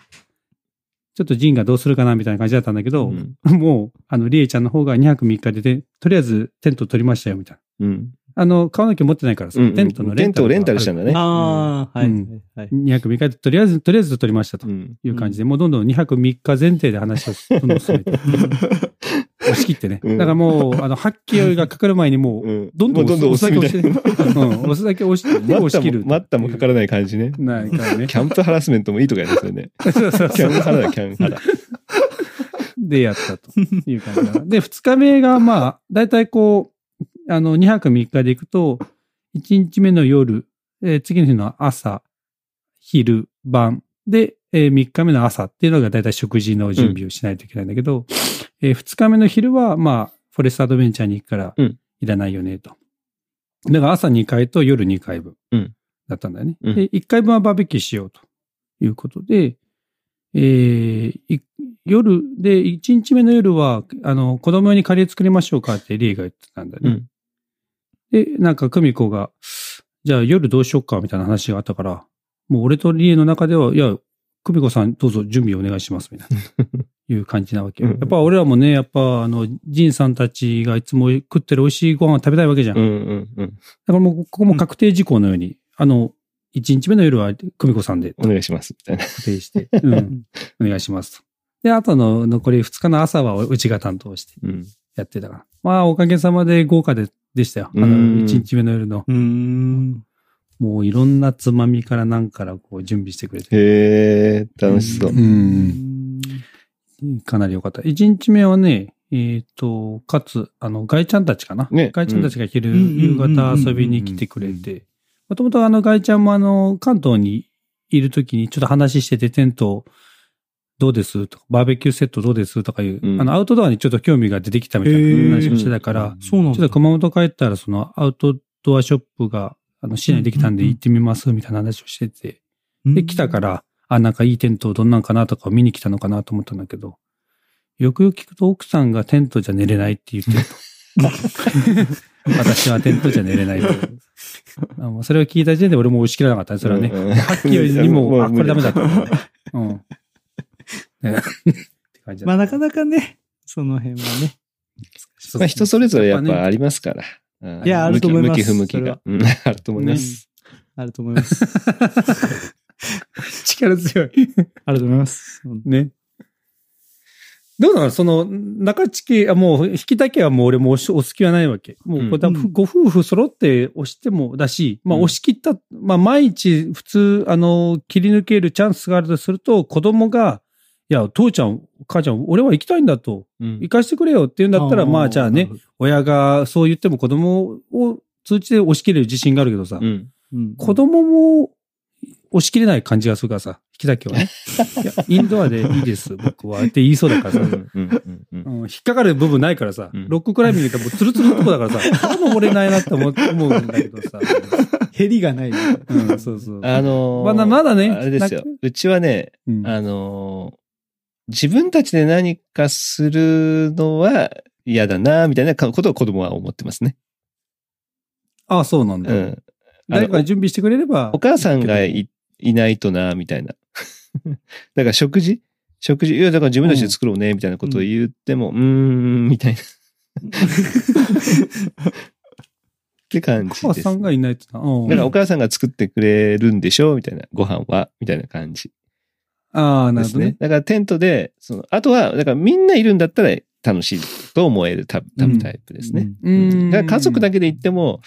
B: ちょっとジンがどうするかな、みたいな感じだったんだけど、
A: うん
B: もう、あの、リエちゃんの方が2泊3日でで、とりあえずテント取りましたよ、みたいな。
A: うん。
B: あの、買わなきゃ持ってないからさ、
A: うん
B: テントのレ
A: テ
B: ン
A: ント
B: タル。
A: をレンタルしたん
B: だ。
A: だね。
D: ああ、は
B: う
D: い、
B: ん
D: はい。
B: 2泊3日で、とりあえず、とりあえず取りましたと
A: う。ん。
B: いう感じで、もうどんどん2泊3日前提で話をどんどん進めて、押し切ってね。
A: うん
B: だからもう、あの、発揮がかかる前にもう、
A: うん
B: どんどん
A: もうどんどん押すみたいな。
B: 押すうん、押すだけ押して、押
A: 待
B: し
A: った
B: 切る
A: も、。待ったもかからない感じね。
B: ないからね
A: キ。ャンプハラスメントもいいとかやですよね。
B: そう (laughs) そう
A: キャ
B: そう
A: ン。ハ (laughs) ラだ、キャンハラ。
B: でやったという感じだな。で、2日目が、まあ、だいたいこう、あの、2泊3日で行くと、1日目の夜、えー次の日の朝、昼、晩、で、え3日目の朝っていうのがだいたい食事の準備をしないといけないんだけど、え2日目の昼は、まあ、フォレストアドベンチャーに行くから
A: うん、
B: いらないよね、と。だから朝2回と夜2回分
A: うん
B: だったんだよね。
A: うん
B: で、1回分はバーベキューしようということで、えーい夜で、1日目の夜は、あの、子供用にカレー作りましょうかってリーが言ってたんだよね。で、なんか、久美子が、じゃあ夜どうしようかみたいな話があったから、もう俺とリエの中では、いや、久美子さんどうぞ準備お願いします、みたいな、
A: (laughs)
B: いう感じなわけよ。やっぱ俺らもね、やっぱ、あの、ジンさんたちがいつも食ってる美味しいご飯を食べたいわけじゃん。
A: うんう
B: だ
A: んうん。
B: からもう、ここも確定事項のように、あの、1日目の夜は久美子さんで
A: お願いします、みたいな。
B: 固定して、うん、お願いしますと。で、あとの残り2日の朝はうちが担当して
A: うん。
B: やってたから。まあ、おかげさまで豪華で、でしたよ。あの、
A: うん
B: 1日目の夜の、
D: うーん。
B: もういろんなつまみからなんからこう準備してくれて、
A: へえ、楽しそうう。
B: んかなり良かった。1日目はね、えっ、と、かつ、あの、ガイちゃんたちかな。
A: ね
B: ガイちゃんたちが昼、
D: うん
B: 夕方遊びに来てくれて、もともとあの、ガイちゃんもあの、関東にいるときにちょっと話してて、テント、どうですとか、バーベキューセットどうですとかいう、
A: うん
B: あの、アウトドアにちょっと興味が出てきたみたいな話をしてたから、
D: そうなん
B: ちょっと熊本帰ったら、そのアウトドアショップが、あの、市内できたんで
D: うんうんうん
B: 行ってみます、みたいな話をしてて。
D: と
B: で、来たか。ら、あ、なんかいいテントどんなんかなとか見に来たのかなと思ったんだけど、よくよく聞くと奥さんがテントじゃ寝れないって言ってると。私はテントじゃ寝れないと。あもうそれを聞いた時点で俺も押し切らなかったね、それはね。
A: うん。
B: はっきりにも、あ、これダメだと。
A: うん
B: うん。ねって感じだ
D: まあ、なかなかね、その辺はね。
B: そう
A: まあ人それぞれやっ
B: ね
A: ぱありますから。うん
D: いやあると思います
A: 向き不向き
D: それ
A: が
D: は。
A: うんあると思います。
D: あると思います。
B: (laughs) 力強い。
D: あると思います。うん
B: ね。どうなのその、中地家、あもう、引きだけはもう俺も押し押す気はないわけ。もうこれ多分、
D: うん
B: ご夫婦揃って押してもだし、まあ
A: うん
B: 押し切った、まあ毎日普通、あの、切り抜けるチャンスがあるとすると、子供が、いや、父ちゃん、母ちゃん、俺は行きたいんだと、
A: うん
B: 行かしてくれよっていうんだったら、
D: あー
B: まあじゃあ
D: な
B: ね
D: るほ、
B: 親がそう言っても子供を通知で押し切れる自信があるけどさ、
A: うん
D: うん
B: 子供も押し切れない感じがするからさ、引きだけはね。いや、インドアでいいです、僕は。って言いそうだから
A: う
B: さ。
A: んうんうん
B: うん、引っかかる部分ないからさ、
A: うん
B: ロッククライミングってもうツルツルのとこだからさ、あんま折れないなって思う思うんだけどさ。
D: 減りがない。
B: うん、そうそう。
A: あのー
B: まだまだね
A: あれですよ
B: なんか。
A: うちはね、
B: うん
A: あのー自分たちで何かするのは嫌だな、みたいなことを子供は思ってますね。
B: あ、そうなんだ。
A: うん。あ
B: 誰
A: の
B: かが準備してくれれば。
A: お母さんが行っいないとな、みたいな。だから食事食事いや、だから自分たちで作ろうね、みたいなことを言っても、うーん、みたいな。って感じ
B: 母
A: です。
B: さんがいないとな。うん
A: だからお母さんが作ってくれるんでしょみたいな。ご飯はみたいな感じ
B: ああ、
A: で
B: なるほ
A: す
B: どね
A: ね。。だからテントで、その、あとは、だからみんないるんだったら楽しいと思えるタタ
D: うん
A: タイプですね。
B: う
A: だから家族だ
B: け。
A: けで行っても、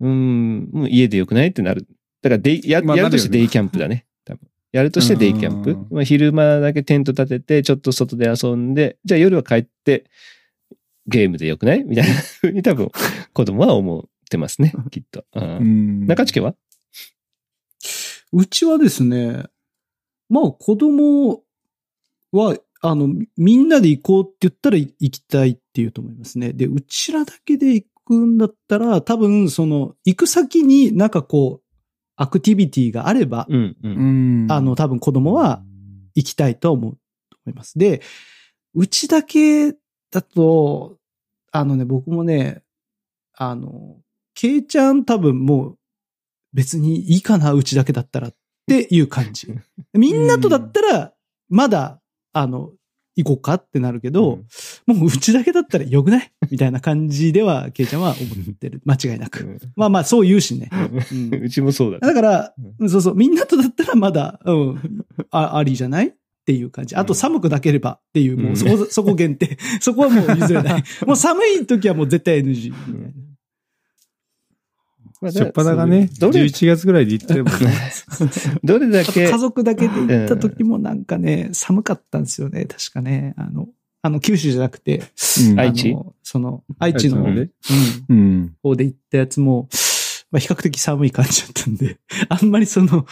A: うーん、もう家でよくないってなる。だからデイや、
B: まあ
A: やるとして
B: なるよ
A: デ
B: ね
A: イキャンプだね。多分やるとしてデイキャン
B: う
A: プ
B: ん。
A: まあ、昼間だけテント立てて、ちょっと外で遊んで、じゃあ夜は帰って、ゲームでよくないみたいなふうに多分子供は思ってますね、きっと。うん
B: うん
A: 中地家は
D: うちはですね、まあ子供は、あの、みんなで行こうって言ったらい行きたいっていうと思いますね。で、うちらだけで行くんだったら、多分その、行く先になんかこう、アクティビティがあれば、
A: うん、うん。
B: うん。
D: あの、多分子供は行きたいとは思うと思います。で、うちだけだと、あのね、僕もね、あの、ケイちゃん多分もう別にいいかな、うちだけだったらっていう感じ。みんなとだったら、まだ、あの、行こうかってなるけど、もううちだけだったらよくないみたいな感じでは、ケイちゃんは思ってる。間違いなく。まあまあ、そう言うしね。うん
A: うちもそうだ。
D: だから、そうそう、みんなとだったらまだ、うん、あありじゃないっていう感じ。あ
A: う
D: と
A: ん
D: 寒くなければっていう、も
A: うん
D: うそこ、そこ限定。 (laughs) そこはもう譲れ (laughs) ない。もう寒い時はもう絶対 NG みたいな。
A: まあだ
B: 初っ端がね、
A: どれ、
B: 11月ぐらいで行ってればね。
D: (laughs)
A: どれだ
D: あと
A: け
D: 家、族だけで行った時もなんかね、寒かったんですよね。確かね。あの、あの、九州じゃなくて、
B: うん
A: 愛知
D: あのその、愛知の、
B: は
D: う
B: いそ
D: ん
B: れで
A: うん。
D: 方で行ったやつも、まあ、比較的寒い感じだったんで、あんまりその、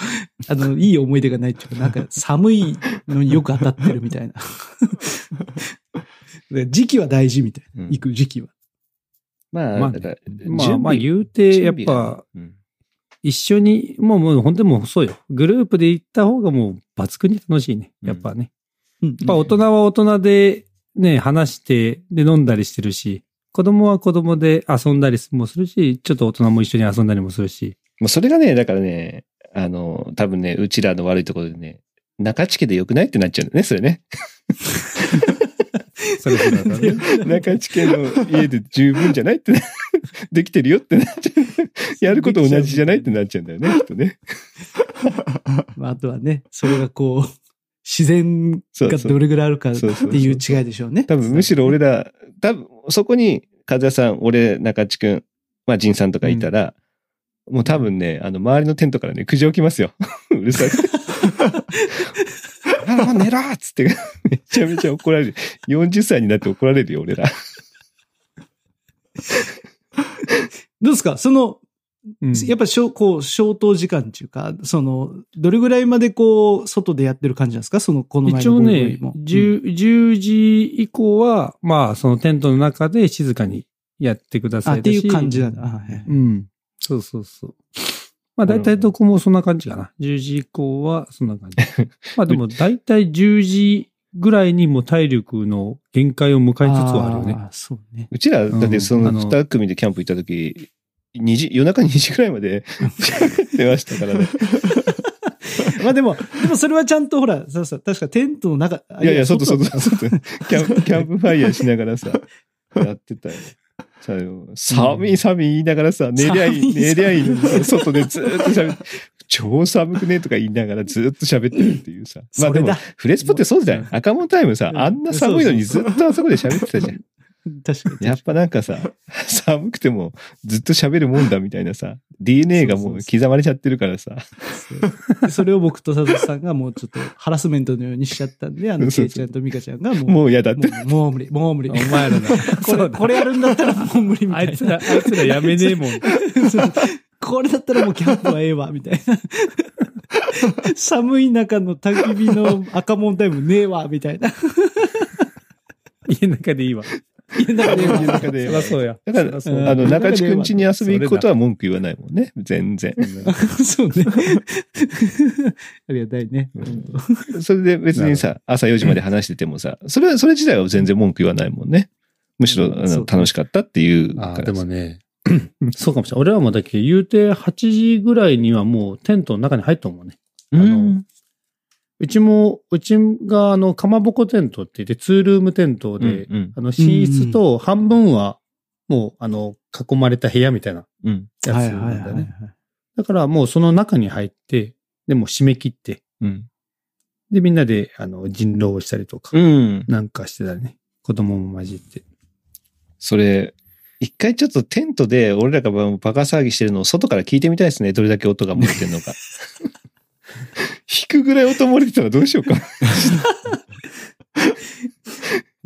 D: あの、いい思い出がないっていうか、なんか寒いのによく当たってるみたいな。
A: (laughs)
D: で時期は大事みたいな。行く時期は。
A: ま
B: ま
A: あ、
B: あ
A: だから、
B: まあ、まあ言うて、やっぱ、
A: うん
B: 一緒に、もう、もう、本当にもう、そうよ。グループで行った方がもう、抜群に楽しいね。やっぱね。
D: うん
B: やっぱ大人は大人で、ね、話して、で、飲んだりしてるし、子供は子供で遊んだりもするし、ちょっと大人も一緒に遊んだりもするし。
A: まあそれがね、だからね、あの、多分ね、うちらの悪いところでね、中地家でよくないってなっちゃうんだよね、それ (laughs) ね。
B: それぞれだ
D: (laughs)
B: からね
A: 中地家の家で十分じゃないって、できてるよってなっちゃう。やること同じじゃないってなっちゃうんだよね、きっとね。
D: まあ、あとはね、それがこう、自然
A: そう
D: が
A: そ
D: ど
A: う。
D: れぐらいあるかって
A: そうそうそう
D: いう違いでしょうね。
A: 多分、むしろ俺ら、多分、そこに、和也さん、俺、中地君、まあ、仁さんとかいたら、もう多分ね、あの、周りのテントからね、苦情来ますよ。 (laughs) うるさい。あら、寝ろっつって、めちゃめちゃ怒られる。40歳になって怒られるよ、俺ら。
D: どうですかその、
B: うん
D: やっぱしょ、こう、消灯時間っていうか、その、どれぐらいまでこう、外でやってる感じなんですかその、この前
B: 一
D: の
B: 応
D: ゴイゴイ
B: ね、
D: も
B: 10 10時以降は、まあ、そのテントの中で静かにやってくだ
D: うん
B: さ
D: あ
B: い
D: って
B: だし
D: いう感じなんだ。あはいはい
B: うん。そうそうそう。まあ大体どこもそんな感じかな。10時以降はそんな (laughs) 感じ。まあでも大体10時ぐらいにもう体力の限界を迎えつつはあるよね。
D: ーそうね。
A: うちら、だってその
B: うんあの
A: 2組でキャンプ行った時、2時、夜中2時くらいまで喋ってました (laughs) からね。
D: まあでも、でもそれはちゃんとほら、そうそう、確かテントの中、
A: いやいや、外、外、
D: だった
A: 外、キャンプキャンプファイヤーしながらさ、やってたよ。さよ寒い寒い言いながらさ、寝りゃい
D: 寒
A: い、
D: い寒い
A: 寝りゃいいのにさ、外でずーっと喋って、超寒くねとか言いながらずーっと喋ってるっていうさ。まあ
D: そ
A: で
D: れ
A: も
D: だ。、
A: フレスポってそうじゃん。赤門タイムさ
D: う、ん
A: あんな寒いのにずっとあそこで喋ってたじゃん。
D: 確かに。
A: やっぱなんかさ、 (laughs) 寒くてもずっと喋るもんだみたいなさ、DNA がもう刻まれちゃってるからさ。 (laughs)
D: そうそれを僕と佐藤さんがもうちょっとハラスメントのようにしちゃったんで、あの、
A: そうそう
D: ケイちゃんとミカちゃんがもう、も
A: もう嫌だっ
D: う
A: て。
D: もう無理、もう無理。
B: お前らだ。
D: こ
B: (laughs) そ
D: れ、
B: うだ
D: これやるんだったらもう無理みた
B: あ
D: いな。
B: い (laughs) つら、あいつらやめねえもん。
D: そう (laughs) これだったらもうキャンプはええわ、みたいな。寒い中の焚き火の赤門タイムねえわ、みたいな。
B: (laughs) 家の中でいいわ。
A: (laughs)
D: 家の中でええわ
A: 家の中で
B: そりゃそうや。
A: だから、
B: そりゃそう
A: あの、中地くん家に遊び行くことは文句言わないもんね。全然。
D: そうね。ありがたいね。
A: それで別にさ、朝4時まで話しててもさ、それは、それ自体は全然文句言わないもんね。むしろ、あ
D: そ
A: の
D: う
A: 楽しかったっていうから
B: あーでもね、そうかもしれない。俺らもだけど、言うて8時ぐらいにはもうテントの中に入ったもんね。あ
F: う
B: の
F: ん、
B: うちも、うちが、あの、かまぼこテントって言って、ツールームテントで、
G: うん
B: あの、寝室と半分は、もう、あの、囲まれた部屋みたいな
G: うん
B: やつ
D: はい
B: なん
D: は
B: だ
D: い
B: ね。
D: はいはい。
B: だからもうその中に入って、でもう締め切って、
G: うん
B: で、みんなで、あの、人狼をしたりと
G: う
B: か、
G: ん
B: なんかしてたね。子供も混じって。
A: それ、一回ちょっとテントで俺らがバカ騒ぎしてるのを外から聞いてみたいですね。どれだけ音が漏れてるのか。 (laughs) 引くぐらい音漏れてたらどうしよう (laughs) か。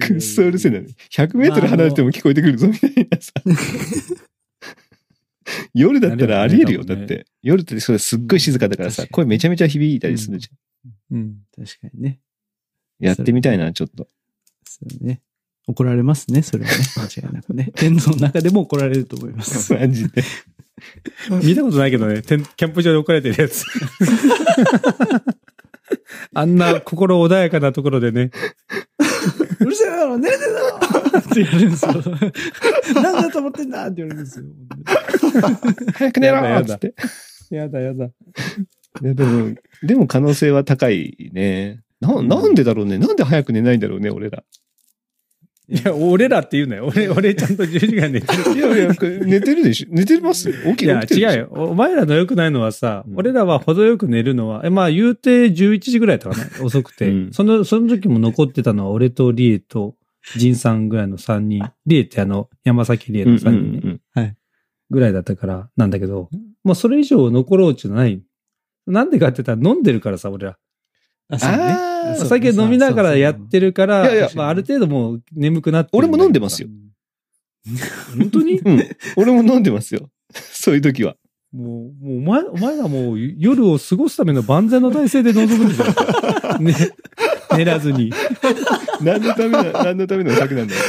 A: くっそうるせえな。100メートル離れても聞こえてくるぞみたいな (laughs) さ。夜だったらありえるよ。
G: なるよ
A: だ
G: ね
A: って。夜ってそれすっごい静かだからさ、
G: 確かに
A: 声めちゃめちゃ響いたりするじゃん。
B: うん。
G: 確かにね。
A: やってみたいな、ちょっと。
G: そうね。
D: 怒られますね、それはね。間違いなくね。天皇の中でも怒られると思います。
A: マジ (laughs) で。
B: (laughs) 見たことないけどね、テンキャンプ場で置かれてるや (laughs) つ。あんな心穏やかなところでね。
D: うるせえだろ、寝れてんだろ (laughs) って言われるんですよ。なんだと思ってんだって言われるんですよ。
A: 早く寝ろ
B: やだや
A: っ
B: だ
A: つって。
B: やだやだ。
A: ね、でも、でも可能性は高いね。な、なんでだろうね。なんで早く寝ないんだろうね、俺ら。
B: いや、俺らって言うなよ。俺、 (laughs) 俺ちゃんと10時間寝て
A: い
B: る。
A: やいや、これ寝てるでしょ。寝てます起き
B: いや、
A: 起きてるでしょ
B: 違う。よ。お前らの良くないのはさ、
A: うん
B: 俺らは程よく寝るのは、え、まあ、言うて11時ぐらい
A: (laughs)
B: だからね、遅くて。
A: うん
B: その、その時も残ってたのは、俺とリエと、ジンさんぐらいの3人。リエってあの、山崎リエの3人ね。ぐらいだったから、なんだけど、もうそれ以上残ろうちゅうのない。なんでかって言ったら飲んでるからさ、俺ら。
D: あそうね
A: あ
D: あ
A: あ
D: そ
A: ー、
D: う
B: お酒飲みながらやってるから、
A: そうそういやいや
B: まあ、ある程度もう眠くなってる
A: 俺も飲んでますよ。
B: 本当に
A: うん。俺も飲んでますよ。そういう時は。
B: もう、もうお前、お前らもう夜を過ごすための万全の体制で臨むんじ
D: (laughs)
B: ゃん。ね、寝らずに。
A: 何のための、何のためのお酒なんだよ。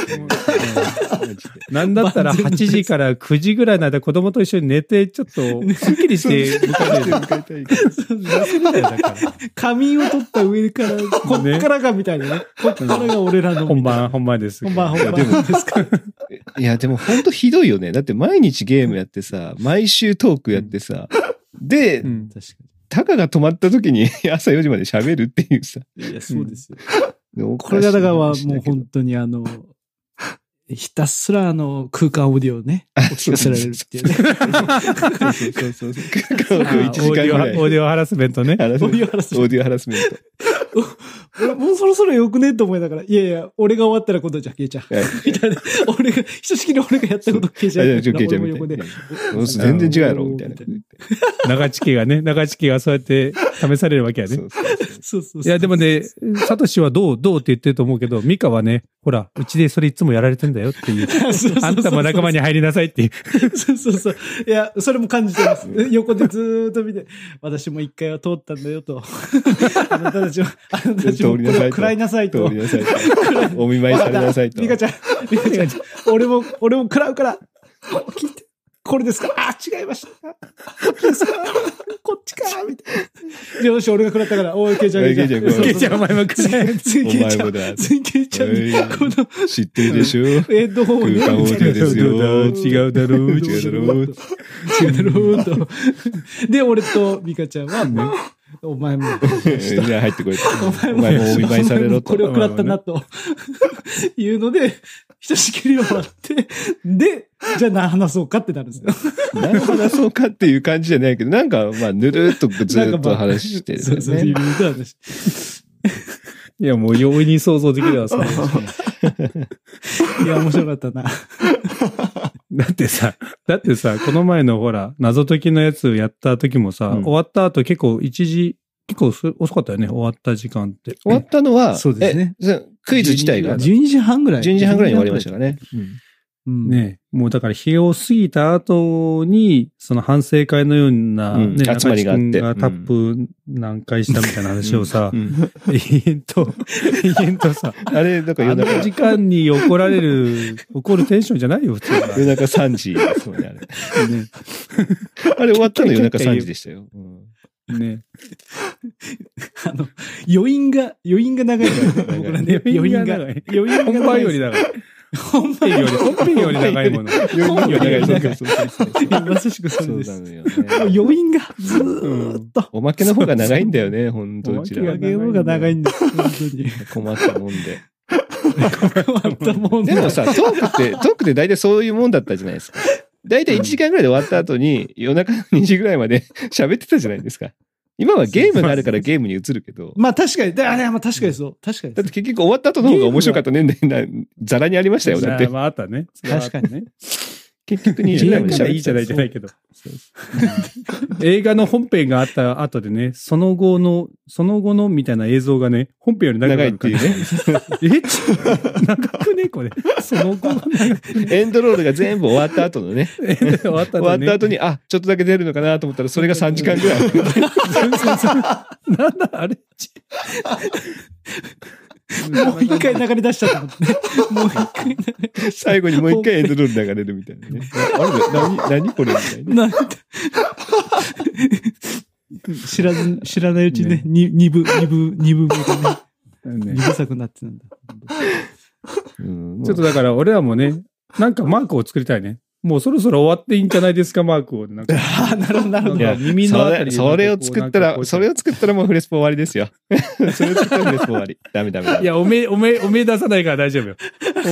B: なんだったら8時から9時ぐらいの間子供と一緒に寝て、ちょっと、すっきりして迎えてる。
A: 迎えたいけど
B: 休みだよだから
D: 仮眠を取った
A: (laughs)
D: 上から、こっからがみたいなね。こっからが俺らの。
B: 本番、本番です。
D: 本番、本番ですか。
A: いや、でもほんとひどいよね。だって毎日ゲームやってさ、毎週トークやってさ、で
B: う、ん。
G: 確か
A: タカが止まった時に (laughs) 朝4時まで喋るっていうさ。
G: に。いや、そうですよ。
D: これがだからもう
A: ほん
D: 本当にあの、ひたすらあの、空間オーディオをね、
A: と
D: 聞かせられるっていう
A: (laughs)
D: ね。
A: そうそうそうそう。空
B: あ
A: 間を1
B: ー
A: 時
B: オー
A: 間
B: ディ
A: ぐ
B: オハ
A: らい。
B: オーディオハラスメントね。
D: (laughs)
A: ハラス
D: オ
A: メ
D: ー
A: ント
D: ディオ話
A: オーディオハラスメント。
D: 俺もうそろそろよくねと思いながら、いやいや、俺が終わったら今度じゃ消えちゃ
A: (laughs)
D: う。みたいな。俺が、ひとしきり俺がやったこと消えちゃう。
A: あじゃあ消えちゃう
D: 俺も横で
A: みたい (laughs) 全然違うやろ、みたいな。
B: 長地家がね、長地家がそうやって試されるわけやね
A: そ。うそうそう
D: そうそうそう
B: いや、でもね、サトシはどう、どうって言ってると思うけど、ミカはね、ほら、うちでそれいつもやられてんだよって (laughs) いう。
D: (laughs) そうそうそうそう
B: あんたも仲間に入りなさいっていう。
D: そうそうそう。いや、それも感じてます。横でずーっと見て、私も一回は通ったんだよと。あなたたちも、あなたたちも
A: 通りなさいと
D: 食らいなさいと
A: 通。りなさい
D: (laughs)
A: と。お見舞いされなさいと。
D: ミカちゃん、ミカちゃん、俺も、俺も食らうから、聞いて。これですかあ、違いました。こっちですかこっちかみたいな。よし、俺が食らったから、おい、ケイちゃん、
A: おいケイちゃん
B: ケイちゃん、お前もくらい。
D: 次、ケイち
A: お
D: ゃ
A: 前も
D: ん
A: だ、
D: 次、ケイちゃんに、
A: おい
D: この
A: 知ってるでしょ
D: ヘッドホンをね
A: 空間オーディオですよ。
B: 違うだろう
A: 違うだろう。
D: 違うだろうと。で、俺とミカちゃんは、お前も、
A: じゃあ入ってこいと。お前もお見舞いされろと。
D: これを食らったなと、いうので、ひとしきり終わって、で、じゃあ何話そうかってなるんです (laughs) よ。
A: 何の話そうかっていう感じじゃないけど、なんか、まあ、ぬるっとず
D: な
A: っ
D: んかま
A: と
D: あ
A: 話してる
D: そ
A: よ
D: うそう、
A: ね
D: い。ろいろ話して
B: いや、もう容易に想像できるわ、それ
D: いや、面白かったな。
B: (laughs) だってさ、だってさ、この前のほら、謎解きのやつやった時もさ、
A: うん
B: 終わった後結構一時、結構す遅かったよね、終わった時間って。
A: 終わったのは、
D: そうですね
A: え。クイズ自体が、12
D: 12時半ぐらい。
A: 時半ぐらいに終わりましたからね。
D: うん。
B: ねもうだから日を過ぎた後に、その反省会のような、
A: うん
B: ね、
A: 集まりがあって
B: 中地君タップ何回したみたいな話をさ、
A: うん
B: 永
A: (laughs)
B: 遠と、永遠とさ、
A: あれ、だ
B: あ
A: から夜
B: の
A: 中
B: 時、間に怒られる、怒るテンションじゃないよ、普通は。
A: 夜中3時ですもんね、あれ。
D: (laughs)
A: あれ終わったの夜中3時でしたよ。うん
B: ね。
D: あの、余韻が、余韻が長いから、僕らね。余韻が。
B: 長い。余韻が長い本番より長い。
D: ほんま
B: 本編
D: に
B: より、本編より長いもの。
A: 本より長い
B: 本
A: で
B: よ
A: す。そうそうそう
D: まさしく (laughs) そ
A: そ
D: れで
A: う
D: す。
A: なのよ
D: もう
A: ね。
D: (laughs) 余韻がずーっと。
A: おまけの方が長いんだよね、本当
D: お
A: う
D: ま
A: ち
D: け
A: ら
D: が。長いんです。本 (laughs)
A: 困ったもんで。
D: 当に。困ったもん
A: でもさ、トークって、トークって大体そういうもんだったじゃないですか。大体1時間ぐらいで終わった後に、夜中の2時ぐらいまで喋ってたじゃないですか。今はゲームがあるからゲームに移るけど、
D: まあ確かに、だからまあ確かにそう。確かにそ
A: だっ
D: う
A: て。結局終わった後の方が面白かったねみたいな、ざらにありましたよ。だって
B: まあ、あったね。
H: 確かにね。
A: 結局2時
B: 映
A: ぐらい
B: 画
A: まで
B: がい
A: 喋
B: い
A: っ
B: じゃ
A: て
B: な
A: た
B: いじゃないけど。 (laughs) 映画の本編があった後でね、その後の、その後のみたいな映像がね、本編より長く
A: 長
B: ない
A: っ
B: るか
A: て
B: ら
A: い。うね。
B: え (laughs) ちょ長くねこれ。その後が長くね。
A: エンドロールが全部終わった後のね。
B: 終わった
A: 終
B: 後
A: わ
B: ね
A: った (laughs) 後に、あ、ちょっとだけ出るのかなと思ったら、それが3時間ぐ
B: (laughs)
A: らい。
B: 全然それなんだ、あれ
D: もう一回流れ出しちゃったもんね。もう一回流れ
A: 最後にもう一回エンドロール流れるみたいなね。 (laughs) あれ何、何これみたいな。
D: なんて (laughs) 知らず、知らないうちにね、に二部、二部、二部目でね、二部作になってたんだ。
A: うん
B: ちょっとだから俺らもね、なんかマークを作りたいね。もうそろそろ終わっていいんじゃないですか、マークを。なんか
D: ああ、なるほど、なるほ
A: い
D: ど。
A: や
B: 耳の
A: そ
B: あた
A: れ
B: りで
A: それを作った
B: なんからこ、う
A: それを作ったらもうフレスポ終わり
B: (laughs)
A: ですよ。それを作ったらフレスポ終わり。ダメダメダメ。
B: いや、おめえ、おめえ、おめえ出さないから大丈夫よ。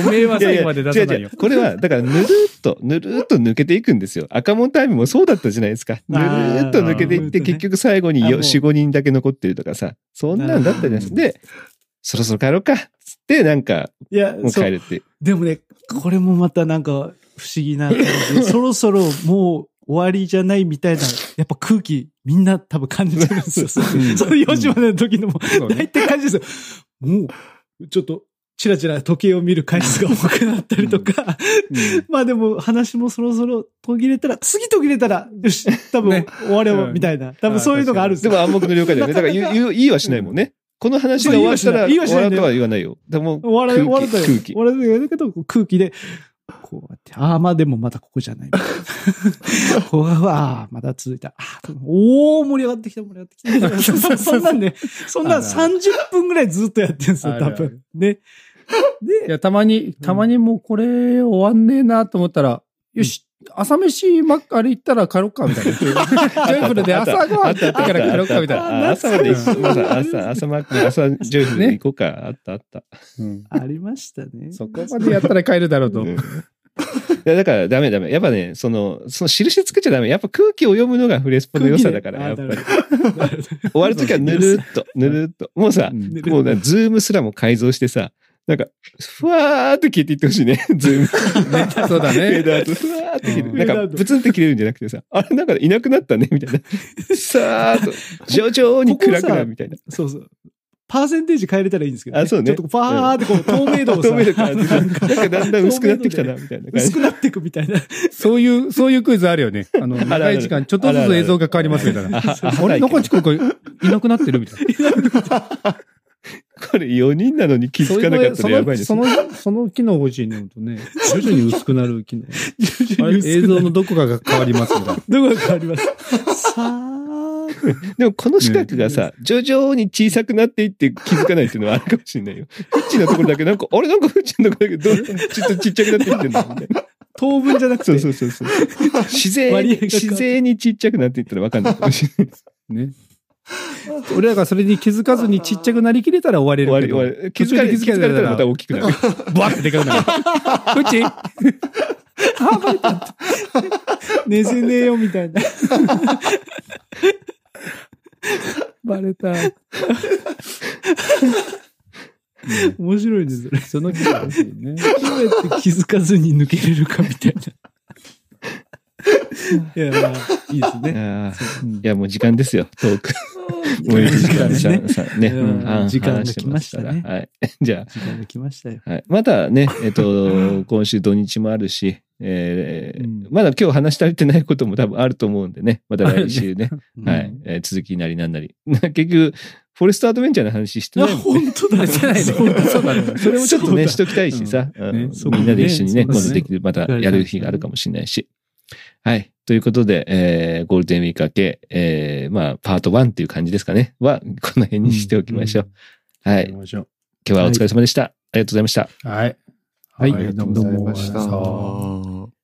B: おめえはい
A: やい
B: 最
A: や
B: 後まで出さない
A: 違う違
B: よ。
A: うこれは、だから、ぬるーっと、ぬるーっと抜けていくんですよ。赤門タイムもそうだったじゃないですか。ぬるーっと抜けていって、
D: あー
A: 結局最後に
D: あもう
A: 4、5人だけ残ってるとかさ、そんなんだったじゃないですか。で、そろそろ帰ろうか。つって、なんか、
D: いや、
A: もう
D: そ
A: 帰
D: う。
A: るって。
D: でもね、これもまたなんか不思議な感 (laughs) じで、そろそろもう終わりじゃないみたいな、やっぱ空気、みんな多分感じてるんです (laughs) よ。その4時までの時のも、
B: そうね
D: 大体感じですよ。もう、ちょっと、チラチラ時計を見る回数が多くなったりとか、まあでも話もそろそろ途切れたら、次途切れたら、よし、多分
B: ね
D: 終われよ、みたいな。多分そういうのがあるんです
A: で
D: よ。
A: も暗黙の了解だよね。だから言う、言う、言いはしないもんね。この話が終わったら、
D: そ
A: 終
D: う言いはしな
A: わ
D: い
A: らとは言わないよ。でも、
D: 終わら終わ
A: 空
D: ら
A: 気
D: ない
A: 空気
D: 終わらないだけど、空気で、こうやって、ああ、まあでもまだここじゃない。こうああ、まだ続いた。ああおお盛り上がってきた、盛り上がってきた。そんなんね、そんなん30分ぐらいずっとやってるんですよ、
B: ある
D: 多
B: ある
D: 分。ね。
B: いや、たまに、たまにもうこれ終わんねえなと思ったら、よし、朝飯、マックあれ行ったら帰ろっか、みたいな。ジョイフルで朝ごはん食ってから帰ろっか、みたいな。
A: あ朝まで一緒、まだ朝、朝マック、朝ジョイフルに行こうか。あったあった。
B: うん
D: ありましたね。
B: そこまでやったら帰るだろうと
A: うん。いやだからダメダメ。やっぱね、その、その印つけちゃダメ。やっぱ空気を読むのがフレスポの良さだから、やっぱり。終わるときはぬるっと、ぬるっと。もうさ、
B: うん
A: もうな、ズームすらも改造してさ、なんか、ふわーっと消えていってほしいね。ズーム。フ
B: ねそうだ
A: ェー (laughs)
B: ね。
A: ドアウト、ふわーっと消え
B: う
A: て。
B: ん
A: なんか、ブツンって切れるんじゃなくてさ、あれ、なんかいなくなったね、みたいな。さーっと、徐々に暗くなるみたいな。
D: そうそう。パーセンテージ変えれたらいいんですけど、
A: あそうね
D: ちょっとこうパーってこう、透明度をさ、
A: 透明度変わってさ、なんかだんだん薄くなってきたな、みたいな感じ
D: 薄。くなっていくみたいな。
B: そういう、そういうクイズあるよね。あの、長い時間、ちょっとずつ映像が変わりますみたいな。
A: あ
B: あれ、中地君これ、いなくなってるみたいな。
A: これ4人なのに気づかなかった
E: そ
A: らやばいで
E: の、
A: す
E: そ
A: ね。
E: の、その機能欲しいね、ほんとね。徐々に薄くなる機能。
B: あれ映像のどこかが変わりますみたいな。
D: どこが変わりますさあ、
A: でもこの四角がさ、徐々に小さくなっていって気づかないっていうのはあるかもしれないよ。フッチのところだけなんか、あれなんかフッチのところだけどんどんちょっとちっちゃくなっていってんだみたいな。
D: 当分じゃなく
A: そう
D: て
A: そうそうそう。自然
D: 割合
A: に、
D: が変わる
A: 自然にちっちゃくなっていったらわかんないかもしれない。
B: ね。俺らがそれに気づかずにちっちゃくなりきれたら終 (laughs) われ
A: 終わり
B: るけど。
A: 終わり。気づかれ気
B: 途中で
A: づかれたらまた大きくなる。
B: バーってでか
A: (laughs)
B: くなる。うち
D: 寝せねえよみたいな。
B: バレた。
D: 面白いですね。
B: その気が欲しいね。
D: どうやって気づかずに抜けれるかみ
A: (laughs)
D: たいな。いや、まあ、いいですね。
A: あーいや、もう時間ですよ、トーク。もういい時間ですね。ささね
D: うん
A: うん
D: 時間が
A: 話してすから
D: 来ました
A: はい。 (laughs) じゃあ、
D: 時間が来ましたよ。
A: はい、まだね、えっと、今週土日もあるし、えー
B: うん
A: まだ今日話し足りてないことも多分あると思うんでね、また来週ね、はいえー続きなりなんなり。 (laughs) 結局、フォレストアドベンチャーの話して
D: うん。
A: な
D: あ、
A: いもん
D: 本当だ。
B: してないねそうだね
A: それもちょっとね、
D: そ
A: しときたいしさ、うん
B: ねそう
A: みんなで一緒にね、
B: そう
A: 今
B: だね
A: 度できる、またやる日があるかもしれないし。はい。ということで、えーゴールデンウィーク明け、えーまあ、パート1っていう感じですかね、は、この辺にしておきましょう。はい。
B: 行き
A: 今
B: ましょ
A: 日はお疲れ様でした。ありがとうございました。
B: う。はい。
I: はい
J: ありがとうございました。
B: どうもありがとうございました